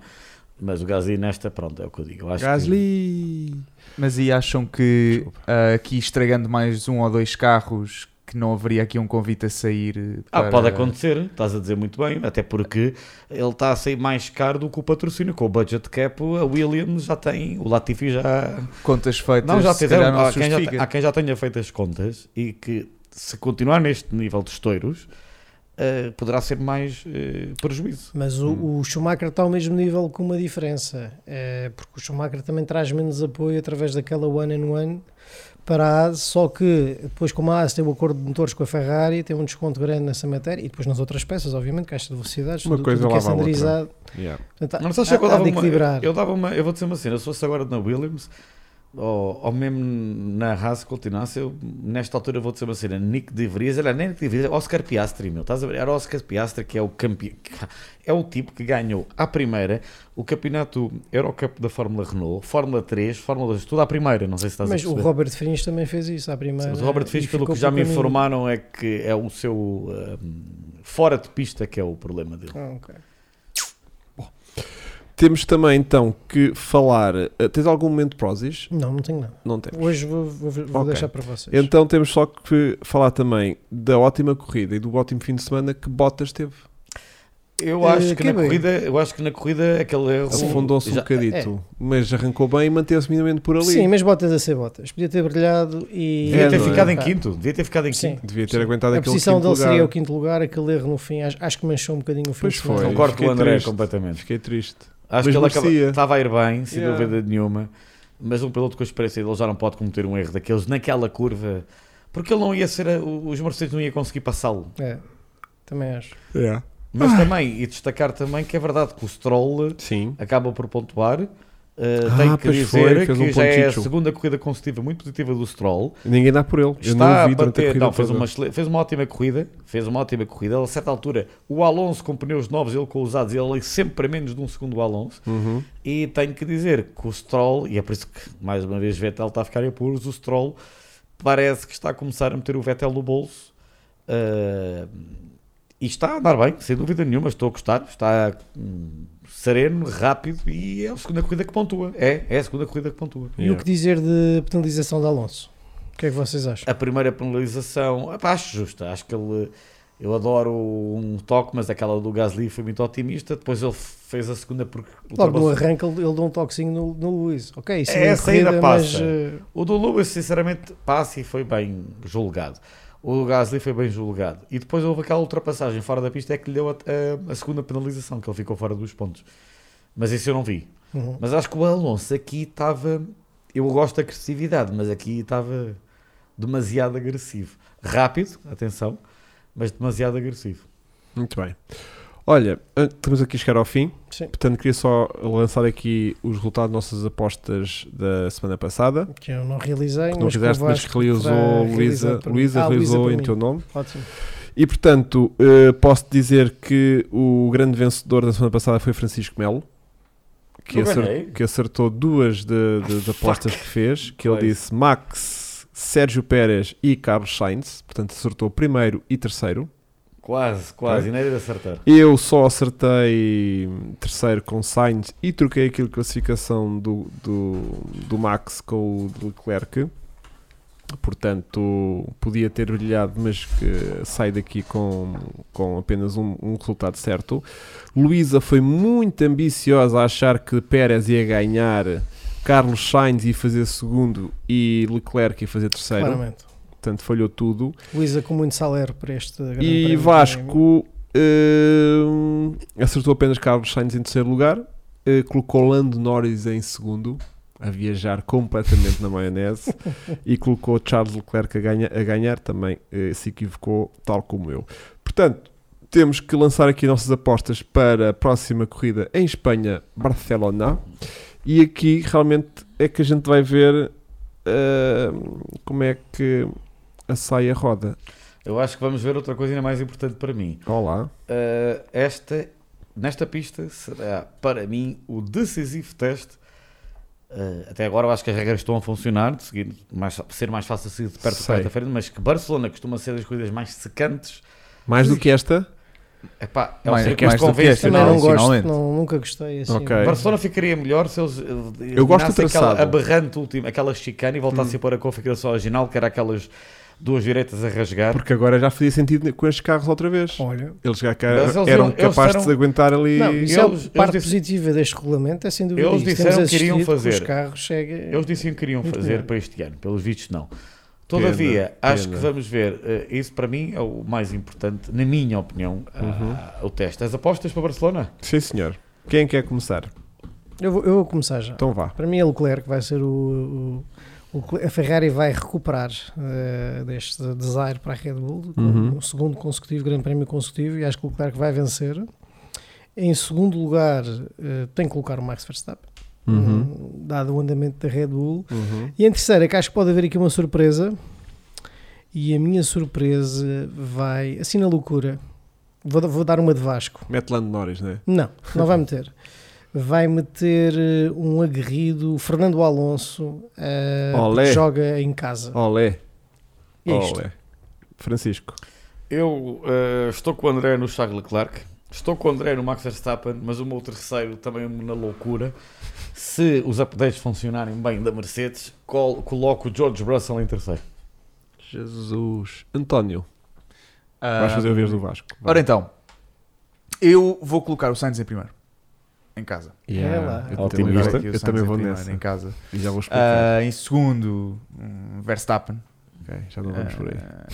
mas o Gasly nesta, pronto, é o que eu digo. Eu acho
Gasly.
Mas e acham que
Desculpa.
ah, aqui estragando mais um ou dois carros que não haveria aqui um convite a sair? eh,
Que... Ah,
para-
pode acontecer, estás a dizer muito bem, até porque ele está a sair mais caro do que o patrocínio. Com o budget cap, a Williams já tem, o Latifi já.
Contas feitas,
Não, já
É se calhar
fizeram.
não
Há
se
quem já, tá- ah,
justifica.
há quem já tenha feito as contas e que se continuar neste nível de estouros, eh, poderá ser mais eh, prejuízo.
Mas o,
Hum.
o Schumacher está ao mesmo nível com uma diferença, eh, porque o Schumacher também traz menos apoio através daquela one and one para a AS, só que depois como a AS tem o acordo de motores com a Ferrari, tem um desconto grande nessa matéria, e depois nas outras peças, obviamente, caixa de velocidades,
Uma
tudo,
coisa
tudo que é
lava a outra.
standardizado.
Yeah.
Portanto, há-
Não sabes se é que eu
há- há
dava
de
uma.
equilibrar.
Eu dava uma. Eu vou dizer uma cena, se fosse agora na Williams ou, ou mesmo na Haas continuasse, eu nesta altura vou dizer uma cena, Nick de Vries, olha, nem Nick de Vries, é Oscar Piastri, meu, estás a ver? Era Oscar Piastri que é o campeão, é o tipo que ganhou à primeira o campeonato Eurocup da Fórmula Renault, Fórmula 3, Fórmula 2, tudo à primeira, não sei se estás
Mas
a
o
perceber.
Robert Frins também fez isso à primeira.
Mas o Robert
eh, e
Fish, pelo
ficou
que já
pelo
me
caminho.
informaram, é que é o seu hum, fora de pista que é o problema dele.
Ah, ok.
Temos também então que falar. eh, tens algum momento de Prozis?
Não, não tenho nada.
Não temos.
Hoje vou, vou- vou
Ok.
deixar para vocês.
Então temos só que falar também da ótima corrida e do ótimo fim de semana que Bottas teve.
Eu
Eh,
acho que
que
na
bem.
corrida, eu acho que na corrida aquele erro
Afundou-se um
já-
bocadito, mas arrancou bem e manteve-se minimamente por ali.
é. Sim, mas botas a ser botas. Podia ter brilhado e.
devia
É,
ter
não é?
ficado em
Pá,
quinto, devia ter ficado em
Sim.
quinto.
Devia ter
Sim.
aguentado
A
aquele
posição
quinto
dele
lugar.
seria o quinto lugar, aquele erro no fim, acho, acho que manchou um bocadinho o fim
Pois
de
foi.
semana.
Concordo com o
Fiquei
André
triste.
completamente.
Fiquei triste.
Acho
Mas
que ele acaba-
merecia.
estava a ir bem, sem
Yeah.
dúvida nenhuma, mas um piloto com experiência ele já não pode cometer um erro daqueles naquela curva, porque ele não ia ser, a- o- os Mercedes não ia conseguir passá-lo.
É, também acho.
Mas também, e destacar também que é verdade que o Stroll
Sim.
acaba por pontuar. Uh,
Ah,
tenho que
pois
dizer
foi, fez
que
um
já é a
ponticho.
segunda corrida consecutiva muito positiva do Stroll.
Ninguém dá por ele. Eu
Está
não o
a
vi durante a
bater,
corrida.
não, fez
toda.
uma, excelente- fez uma ótima corrida, fez uma ótima corrida. Ele, A certa altura, o Alonso com pneus novos, ele com usados, ele ali sempre para menos de um segundo o Alonso.
Uhum.
E tenho que dizer que o Stroll, e é por isso que mais uma vez Vettel está a ficar a apuros, o Stroll parece que está a começar a meter o Vettel no bolso. Ah, e está a andar bem, sem dúvida nenhuma, estou a gostar, está hum, sereno, rápido e é a segunda corrida que pontua. É, é a segunda corrida que pontua.
E o que dizer de penalização de Alonso? O que é que vocês acham?
A primeira penalização, epá, acho justa. Acho que ele. Eu adoro um toque, mas aquela do Gasly foi muito otimista. Depois ele fez a segunda porque.
Logo no
ultrapassou-
arranque, ele, ele deu um toquezinho no, no Luís. Ok, isso
É,
é
essa ainda
corrida, mas.
passa.
eh,
O do Lewis, sinceramente, passa e foi bem julgado. O Gasly foi bem julgado. E depois houve aquela ultrapassagem fora da pista é que lhe deu a, a- a segunda penalização, que ele ficou fora dos pontos. Mas isso eu não vi.
uhum.
Mas acho que o Alonso aqui estava. Eu gosto da agressividade, mas aqui estava demasiado agressivo. Rápido, atenção, mas demasiado agressivo.
Muito bem. Olha, eh, estamos aqui a chegar ao fim.
Sim.
Portanto, queria só lançar aqui os resultados das nossas apostas da semana passada.
Que eu não realizei.
Que não
mas que o
fizeste, mas
Vasco
que realizou
terá
Luísa.
realizado para mim.
Luísa
Ah,
realizou
para
em
mim.
teu nome.
Ótimo.
E portanto, eh, posso dizer que o grande vencedor da semana passada foi Francisco Melo, que,
Eu
acer-
ganhei. Ah,
que acertou duas de- de- das apostas que fez, que ele
Pois.
disse Max, Sérgio Pérez e Carlos Sainz, portanto acertou primeiro e terceiro.
Quase, quase, e nem era de acertar.
Eu só acertei terceiro com Sainz e troquei aquilo de classificação do, do, do Max com o de Leclerc. Portanto, podia ter brilhado, mas que sai daqui com, com apenas um, um resultado certo. Luísa foi muito ambiciosa a achar que Pérez ia ganhar, Carlos Sainz ia fazer segundo e Leclerc ia fazer terceiro.
Claramente.
Portanto, falhou tudo.
Luísa com muito salário para este grande
E
prémio.
Vasco hum, acertou apenas Carlos Sainz em terceiro lugar, eh, colocou Lando Norris em segundo, a viajar completamente na
*laughs*
maionese, e colocou Charles Leclerc a, ganha- a ganhar, também eh, se equivocou, tal como eu. Portanto, temos que lançar aqui nossas apostas para a próxima corrida em Espanha, Barcelona, e aqui realmente é que a gente vai ver eh, como é que a saia roda.
Eu acho que vamos ver outra coisa ainda mais importante para mim.
Olá.
Uh, esta, nesta pista será para mim o decisivo teste. Uh, até agora eu acho que as regras estão a funcionar, de seguir mais, ser mais fácil seguir de perto
Sei.
para a frente, mas que Barcelona costuma ser das coisas mais secantes.
Mais do que esta?
Epá, é um
Mais-
circuito
mais do que este,
Também
convencional.
não gosto,
finalmente.
não, nunca gostei assim.
Ok.
Barcelona ficaria melhor se eles uh,
Eu gosto do
eliminassem aquela
traçado.
aberrante última, aquela chicane e voltassem a pôr a configuração original, que era aquelas duas direitas a rasgar.
Porque agora já fazia sentido com estes carros outra vez.
Olha,
Eles já ca-
Mas
eram
eles eram- eles
capazes de
eram-
aguentar ali.
Não, isso é
eles-
a parte
eles dis-
positiva deste regulamento, é sem dúvida.
Eles
isso. Temos
disseram que iriam
assistido os
fazer.
carros chega...
É, Eles disseram que queriam
Muito
fazer
bem.
para este ano, pelos vistos não. Todavia,
pena.
acho que vamos ver. eh, isso para mim é o mais importante, na minha opinião, ah, o teste. As apostas para Barcelona?
Sim, senhor. Quem é quer começar?
eu, vou, eu vou começar já.
Então vá.
Para mim é Leclerc que vai ser o... o- o- a Ferrari vai recuperar eh, deste desire para a Red Bull, com
Uhum.
um segundo consecutivo, grande prémio consecutivo, e acho que o Leclerc vai vencer. Em segundo lugar, eh, tem que colocar o Max Verstappen, hum, dado o andamento da Red Bull.
Uhum.
E em terceira, que acho que pode haver aqui uma surpresa. E a minha surpresa vai. Assim na loucura. Vou, vou dar uma de Vasco.
Mete Lando Norris, não é?
Não, não vai meter. Vai meter eh, um aguerrido Fernando Alonso eh,
Olé.
que joga em casa.
Olé.
E é isto.
Olé. Francisco.
Eu eh, estou com o André no Charles Leclerc, estou com o André no Max Verstappen, mas o meu terceiro também é na loucura. Se os updates funcionarem bem da Mercedes, col- coloco o George Russell em terceiro.
Jesus. António. Ah, Vais fazer o vez do Vasco. Vai.
Ah, Ora então, eu vou colocar o Sainz em primeiro. Em casa.
É lá.
Eu também,
Otimista.
vou-
Aqui
eu
o Sainz
também
em
é
vou
primeiro,
nessa.
Em casa.
E já vou explicar.
Ah, em segundo, um, Verstappen.
Ok, já não vamos por aí.
Ah,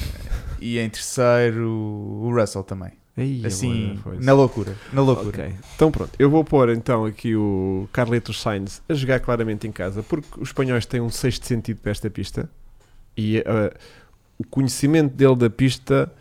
e em terceiro, o Russell também.
Ei,
assim,
agora foi
na loucura. Na loucura.
Ok. Então pronto, eu vou pôr então aqui o Carlitos Sainz a jogar claramente em casa, porque os espanhóis têm um sexto sentido para esta pista e ah, o conhecimento dele da pista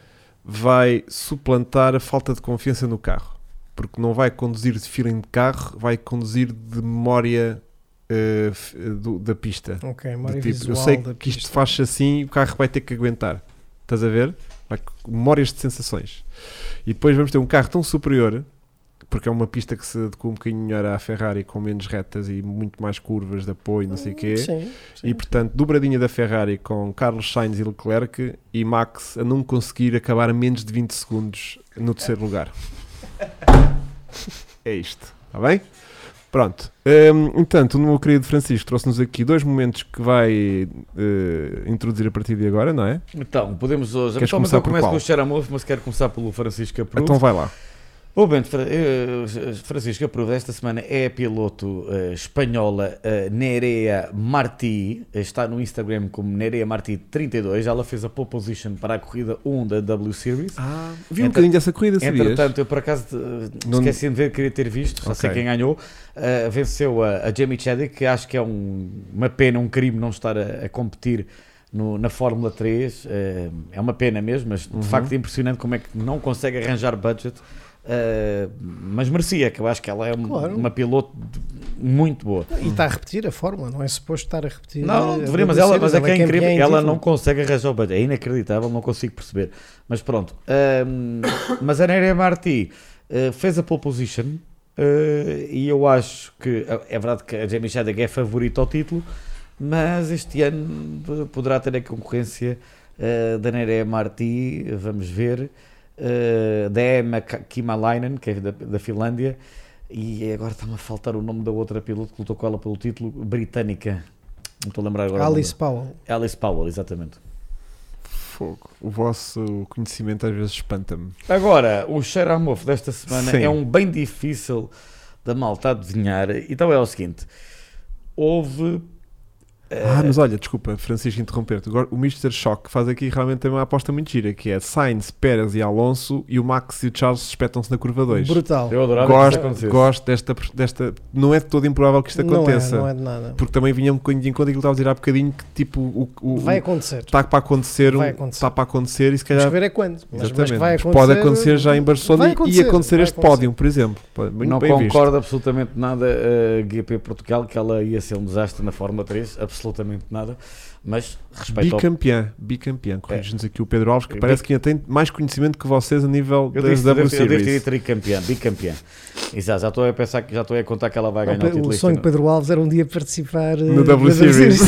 vai suplantar a falta de confiança no carro, porque não vai conduzir de feeling de carro, vai conduzir de memória ah, f- do- da pista.
Ok,
Do
memória
tipo,
visual
eu sei
da
que isto
pista.
faz assim e o carro vai ter que aguentar. Estás a ver? Vai com memórias de sensações. E depois vamos ter um carro tão superior, porque é uma pista que se adequa um bocadinho melhor à Ferrari, com menos retas e muito mais curvas de apoio, não sei o quê.
Sim, sim.
E portanto, dobradinha da Ferrari com Carlos Sainz e Leclerc e Max a não conseguir acabar a menos de 20 segundos no terceiro lugar. É isto, está bem? Pronto. Hum, Entanto, o meu querido Francisco trouxe-nos aqui dois momentos que vai eh, introduzir a partir de agora, não é?
Então, podemos hoje.
Queres
então, mas
começar
eu
por
começo
qual?
com o Xeramove, mas quero começar pelo Francisco Abreu.
Então vai lá.
O Bento Fra- eh, Francisco Aprovo esta semana é a piloto eh, espanhola eh, Nerea Martí, está no Instagram como Nerea Martí32, ela fez a pole position para a corrida 1 da W Series.
vi um
Entre-
bocadinho dessa corrida, sabias?
Entretanto, eu por acaso eh,
Não-
esqueci de ver, queria ter visto, já sei
Ok.
quem ganhou. Eh, venceu a, a Jamie Chadwick, que acho que é um- uma pena, um crime não estar a, a competir no- na Fórmula Ah,
Uhum.
3. eh, é uma pena mesmo, mas de facto é impressionante como é que não consegue arranjar budget ah, mas merecia, que eu acho que ela é um-
Claro.
uma piloto de- muito boa.
E está a repetir a fórmula, não é suposto estar a repetir. Eh,
Não,
a-
não deveria, mas
a-
ela,
a-
mas é que é
campeã
incrível.
em
Ela
título.
não consegue arranjar o budget. É inacreditável, não consigo perceber. Mas pronto. hum, *coughs* mas a Nerea Marti eh, fez a pole position. eh, e eu acho que é verdade que a Jamie Shadegg é favorita ao título, mas este ano eh, poderá ter a concorrência eh, da Nerea Marti. Vamos ver. eh, da Emma Ka- Kimalainen, que é da, da Finlândia. E agora está-me a faltar o nome da outra piloto que lutou com ela pelo título, britânica. Não estou a lembrar agora. o nome
Alice Powell.
dela. Alice Powell, exatamente.
Fogo. O vosso conhecimento às vezes espanta-me.
Agora, o cheiro a mofo desta semana
Sim.
é um bem difícil da malta adivinhar. Então é o seguinte: houve. eh,
Ah, mas olha, desculpa, Francisco, interromper-te. Agora, O Mr. Shock faz aqui realmente uma aposta muito gira, que é Sainz, Pérez e Alonso e o Max e o Charles espetam-se na curva 2.
Brutal.
eu adorava que isso
Gosto,
acontecesse.
gosto desta, desta... Não é de todo improvável que isto
não
aconteça.
É, não é de nada.
Porque também vinha um bocadinho de encontro e estava a dizer há bocadinho que tipo o, o,
Vai
o
acontecer.
está para acontecer, um,
Vai acontecer.
está para acontecer e se
Vamos
calhar
ver é quando. Mas, mas
Exatamente.
que vai
Mas
acontecer.
pode acontecer já em Barcelona
vai
e-
acontecer,
e acontecer
vai
este
acontecer.
pódio, por exemplo. Pô, Muito
não
bem visto.
concordo absolutamente nada a GP Portugal que ela ia ser um desastre na Fórmula 3, absolutamente nada. Mas respeito ao
Bicampeã, bicampeã. Corrige-nos aqui o Pedro Alves, que
É,
parece
bic-
que ainda tem mais conhecimento que vocês a nível
Eu
das
disse, eu
W
disse, eu disse
Series.
tricampeã, bicampeã. Exato, já estou a pensar que já estou a contar que ela vai ganhar o
O,
título. este
sonho
ano.
de Pedro Alves era um dia participar eh,
No W
da
Series.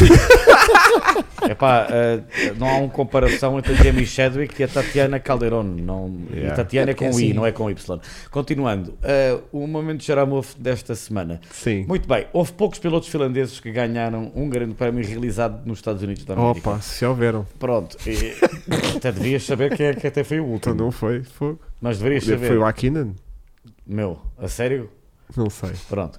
Epá, eh, não há uma comparação entre a Jamie Chadwick e a Tatiana Calderon. Não,
Yeah.
E Tatiana é com
É
I,
assim.
não é com Y. Continuando, eh, o momento xaramofo desta semana.
Sim.
Muito bem, houve poucos pilotos finlandeses que ganharam um grande prémio realizado nos Estados Unidos da América.
Opa, se houveram.
Pronto, e-
*laughs*
até devias saber quem é que até foi o
Então
último.
não foi. Foi,
Mas deverias saber.
foi o Akinan?
Meu, a sério?
Não sei.
Pronto.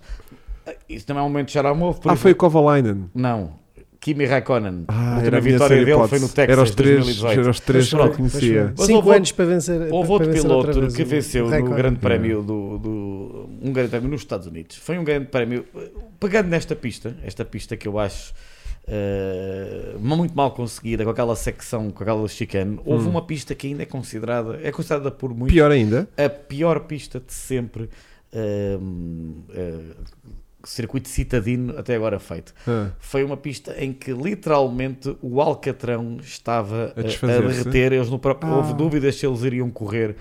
Eh, Isso também é um momento xaramofo. por
Ah, foi o
exemplo-
Kovalainen.
Não, Kimi Raikkonen.
Ah, era
a última
a minha
vitória
série
dele
hipótese.
foi no Texas,
Era os três,
2018.
era os três que eu
pronto,
conhecia.
Mas
5
houve-
anos para vencer.
Houve
para
outro
vencer outra
piloto
vez
que
o
venceu no
recorde.
grande prémio do, do- um grande prémio nos Estados Unidos. Foi um grande prémio eh, pegando nesta pista, esta pista que eu acho eh, muito mal conseguida com aquela secção, com aquela chicane. Houve
Hum.
uma pista que ainda é considerada, é considerada por muitos
Pior ainda,
a pior pista de sempre. eh, eh, circuito citadino até agora feito
ah,
foi uma pista em que literalmente o Alcatrão estava
A
eh, a, a
desfazer-se.
derreter. Eles no próprio,
Ah.
Houve dúvidas se eles iriam correr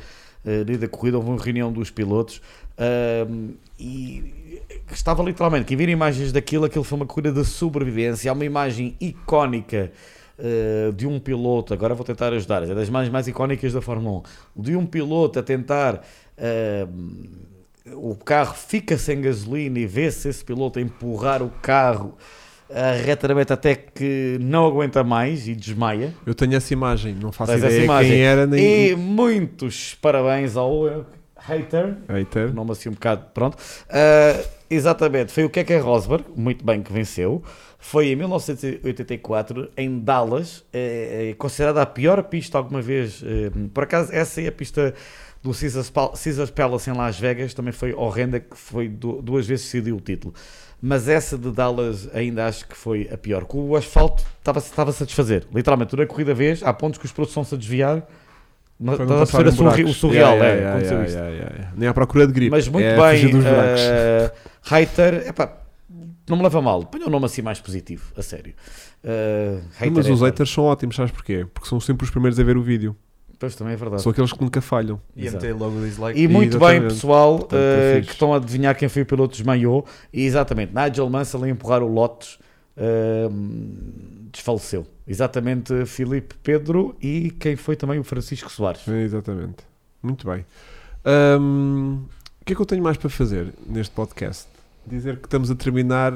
eh, no dia da corrida, houve uma reunião dos pilotos ahm, e estava literalmente. Quem vir imagens daquilo, aquilo foi uma corrida de sobrevivência. Há uma imagem icónica. eh, de um piloto, agora vou tentar ajudar, é das mais, mais icónicas da Fórmula 1, de um piloto a tentar ahm, o carro fica sem gasolina e vê-se esse piloto a empurrar o carro ah, retamente até que não aguenta mais e desmaia.
eu tenho essa imagem, não faço
Tens essa
ideia
imagem.
quem era nem.
E muitos parabéns ao Hater,
Eita.
nome assim um bocado, pronto. Ah, exatamente, foi o Keke Rosberg, muito bem que venceu. Foi em 1984, em Dallas, eh, eh, considerada a pior pista alguma vez. eh, por acaso, essa é a pista do Caesars, Pal- Caesars Palace em Las Vegas, também foi horrenda, que foi du- duas vezes decidiu o título. Mas essa de Dallas ainda acho que foi a pior. Que o asfalto estava- estava-se a desfazer. Literalmente, durante a corrida a vez, há pontos que os pilotos estão-se a desviar.
Para
Mas estás
não
a
passarem
perceber a surri- o
um buracos.
surreal,
Yeah,
é,
yeah,
aconteceu
yeah,
isto.
yeah, yeah, yeah. Nem à procura de gripe.
Mas muito
é fugir
bem,
dos buracos.
eh, Reiter, epá, não me leva a mal, ponha um nome assim mais positivo, a sério. Eh,
Tá
Reiter
Mas
é-
os haters são ótimos, sabes porquê? Porque são sempre os primeiros a ver o vídeo.
Pois também é verdade.
São aqueles que nunca falham.
E
Exato.
meter logo o dislike.
E muito bem,
Exatamente.
pessoal,
Portanto, é
eh,
fixe.
que estão a adivinhar quem foi o piloto que desmaiou. E exatamente, Nigel Mansell a empurrar o Lotus eh, desfaleceu. Exatamente, Filipe Pedro e quem foi também o Francisco Soares.
É, Exatamente. Muito bem. Ahm, o que é que eu tenho mais para fazer neste podcast? Dizer que estamos a terminar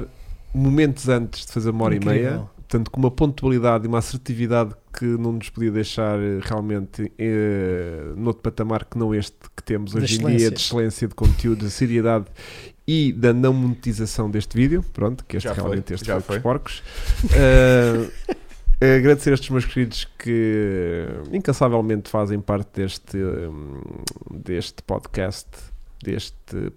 momentos antes de fazer uma hora e
Incrível.
meia. Portanto, com uma pontualidade e uma assertividade que não nos podia deixar eh, realmente eh, noutro patamar que não este que temos
De
hoje em dia,
excelência.
de excelência, de conteúdo, de seriedade e da não monetização deste vídeo. Pronto, que este
Já foi,
realmente este
já
foi, com os
foi.
porcos. Ah, *laughs* Agradecer a estes meus queridos que incansavelmente fazem parte deste, hum, deste podcast, deste,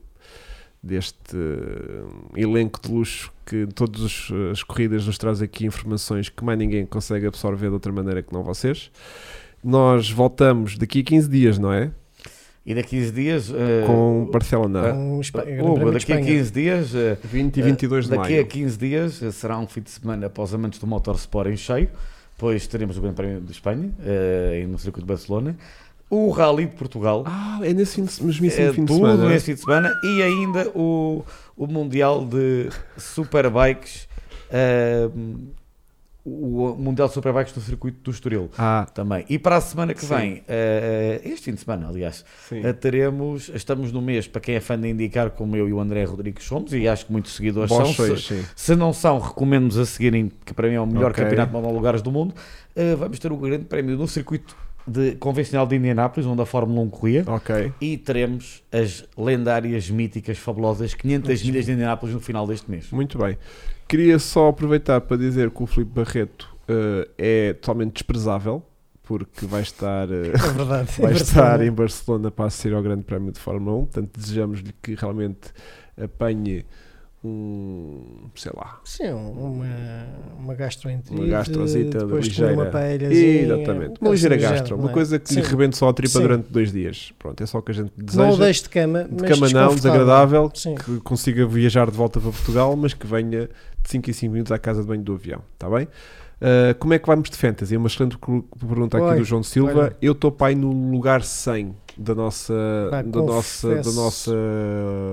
deste hum, elenco de luxo que todas os- as corridas nos traz aqui informações que mais ninguém consegue absorver de outra maneira que não vocês. Nós voltamos daqui a 15 dias, não é?
E daqui a 15 dias. eh,
com Barcelona.
Um espa- Grande
Hugo,
Prémio de
daqui a
Espanha.
15 dias. eh,
20 e 22 de
Daqui
maio.
a 15 dias eh, será um fim de semana para os amantes do motorsport em cheio, pois teremos o Grande Prémio de Espanha eh, no circuito de Barcelona, o Rally de Portugal,
Ah, é nesse fim de, mesmo
eh,
esse fim de
tudo
semana.
nesse fim de semana e ainda o, o Mundial de Superbikes, eh, o Mundial de Superbikes no circuito do Estoril
Ah,
também. E para a semana que
Sim.
vem, eh, este fim de semana, aliás,
sim.
eh, teremos, estamos no mês, para quem é fã de indicar, como eu e o André Rodrigues somos, e acho que muitos seguidores
Bons
são, se-
seis, sim.
se não são, recomendo-vos a seguirem, que para mim é o melhor
Ok.
campeonato de monologares do mundo. Uh, vamos ter o grande prémio no circuito de, convencional de Indianápolis, onde a Fórmula 1 corria.
Ok.
E teremos as lendárias, míticas, fabulosas 500 milhas de Indianápolis no final deste mês.
Muito bem. Queria só aproveitar para dizer que o Filipe Barreto eh, é totalmente desprezável, porque vai estar,
*laughs*
eh,
É verdade.
vai
é
estar
verdade.
em Barcelona para assistir ao Grande Prémio de Fórmula 1. Portanto, desejamos-lhe que realmente apanhe um, sei lá,
Sim, uma, uma gastroenterite.
uma gastroenterite
depois comer
ligeira.
uma paelhazinha,
É, Exatamente, uma
coisa
ligeira
do
gastro,
género,
uma
não é?
coisa que lhe
Sim.
rebente só a tripa
Sim.
durante dois dias. Pronto, é só o que a gente
Não o
deseja.
deixe de cama,
De cama
mas
não,
desconfortável.
desagradável,
Sim.
que consiga viajar de volta para Portugal, mas que venha de 5 em 5 minutos à casa de banho do avião, está bem? Ah, como é que vamos de fantasy? É uma excelente cru- pergunta aqui
Olha,
do João Silva.
olha.
Eu estou pai no lugar 100 da nossa,
Pá,
da nossa, da
confesso.
nossa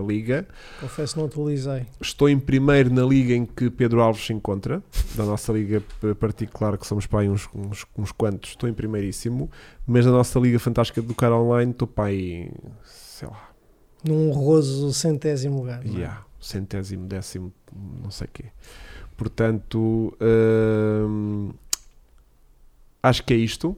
liga.
Confesso, não atualizei.
Estou em primeiro na liga em que Pedro Alves se encontra, da nossa liga p- particular, que somos pai uns, uns, uns quantos, estou em primeiríssimo, mas na nossa liga fantástica do cara online estou pai, sei lá,
Num honroso centésimo lugar. não é?
Yeah, centésimo, décimo, não sei quê. Portanto, hum, acho que é isto.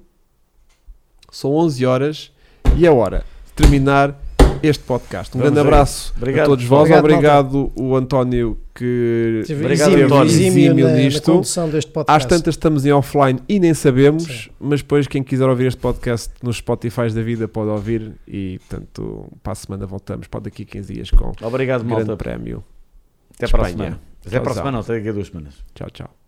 São 11 horas e é hora de terminar este podcast. Um
Vamos
grande
aí.
abraço
Obrigado.
a todos vós.
Obrigado,
Obrigado, o António que
Tive
Obrigado,
exímio,
António.
exímio
Exímio
na, na
nisto.
condução deste podcast.
às tantas estamos em offline e nem sabemos,
Sim.
mas depois quem quiser ouvir este podcast nos Spotify da vida pode ouvir e, portanto, para a semana voltamos, pode daqui a 15 dias com o
Obrigado,
grande
malta.
prémio.
Até para a
Espanha.
semana. Até para
Tchau,
a
tchau.
semana, não, até daqui a duas semanas.
Tchau, tchau.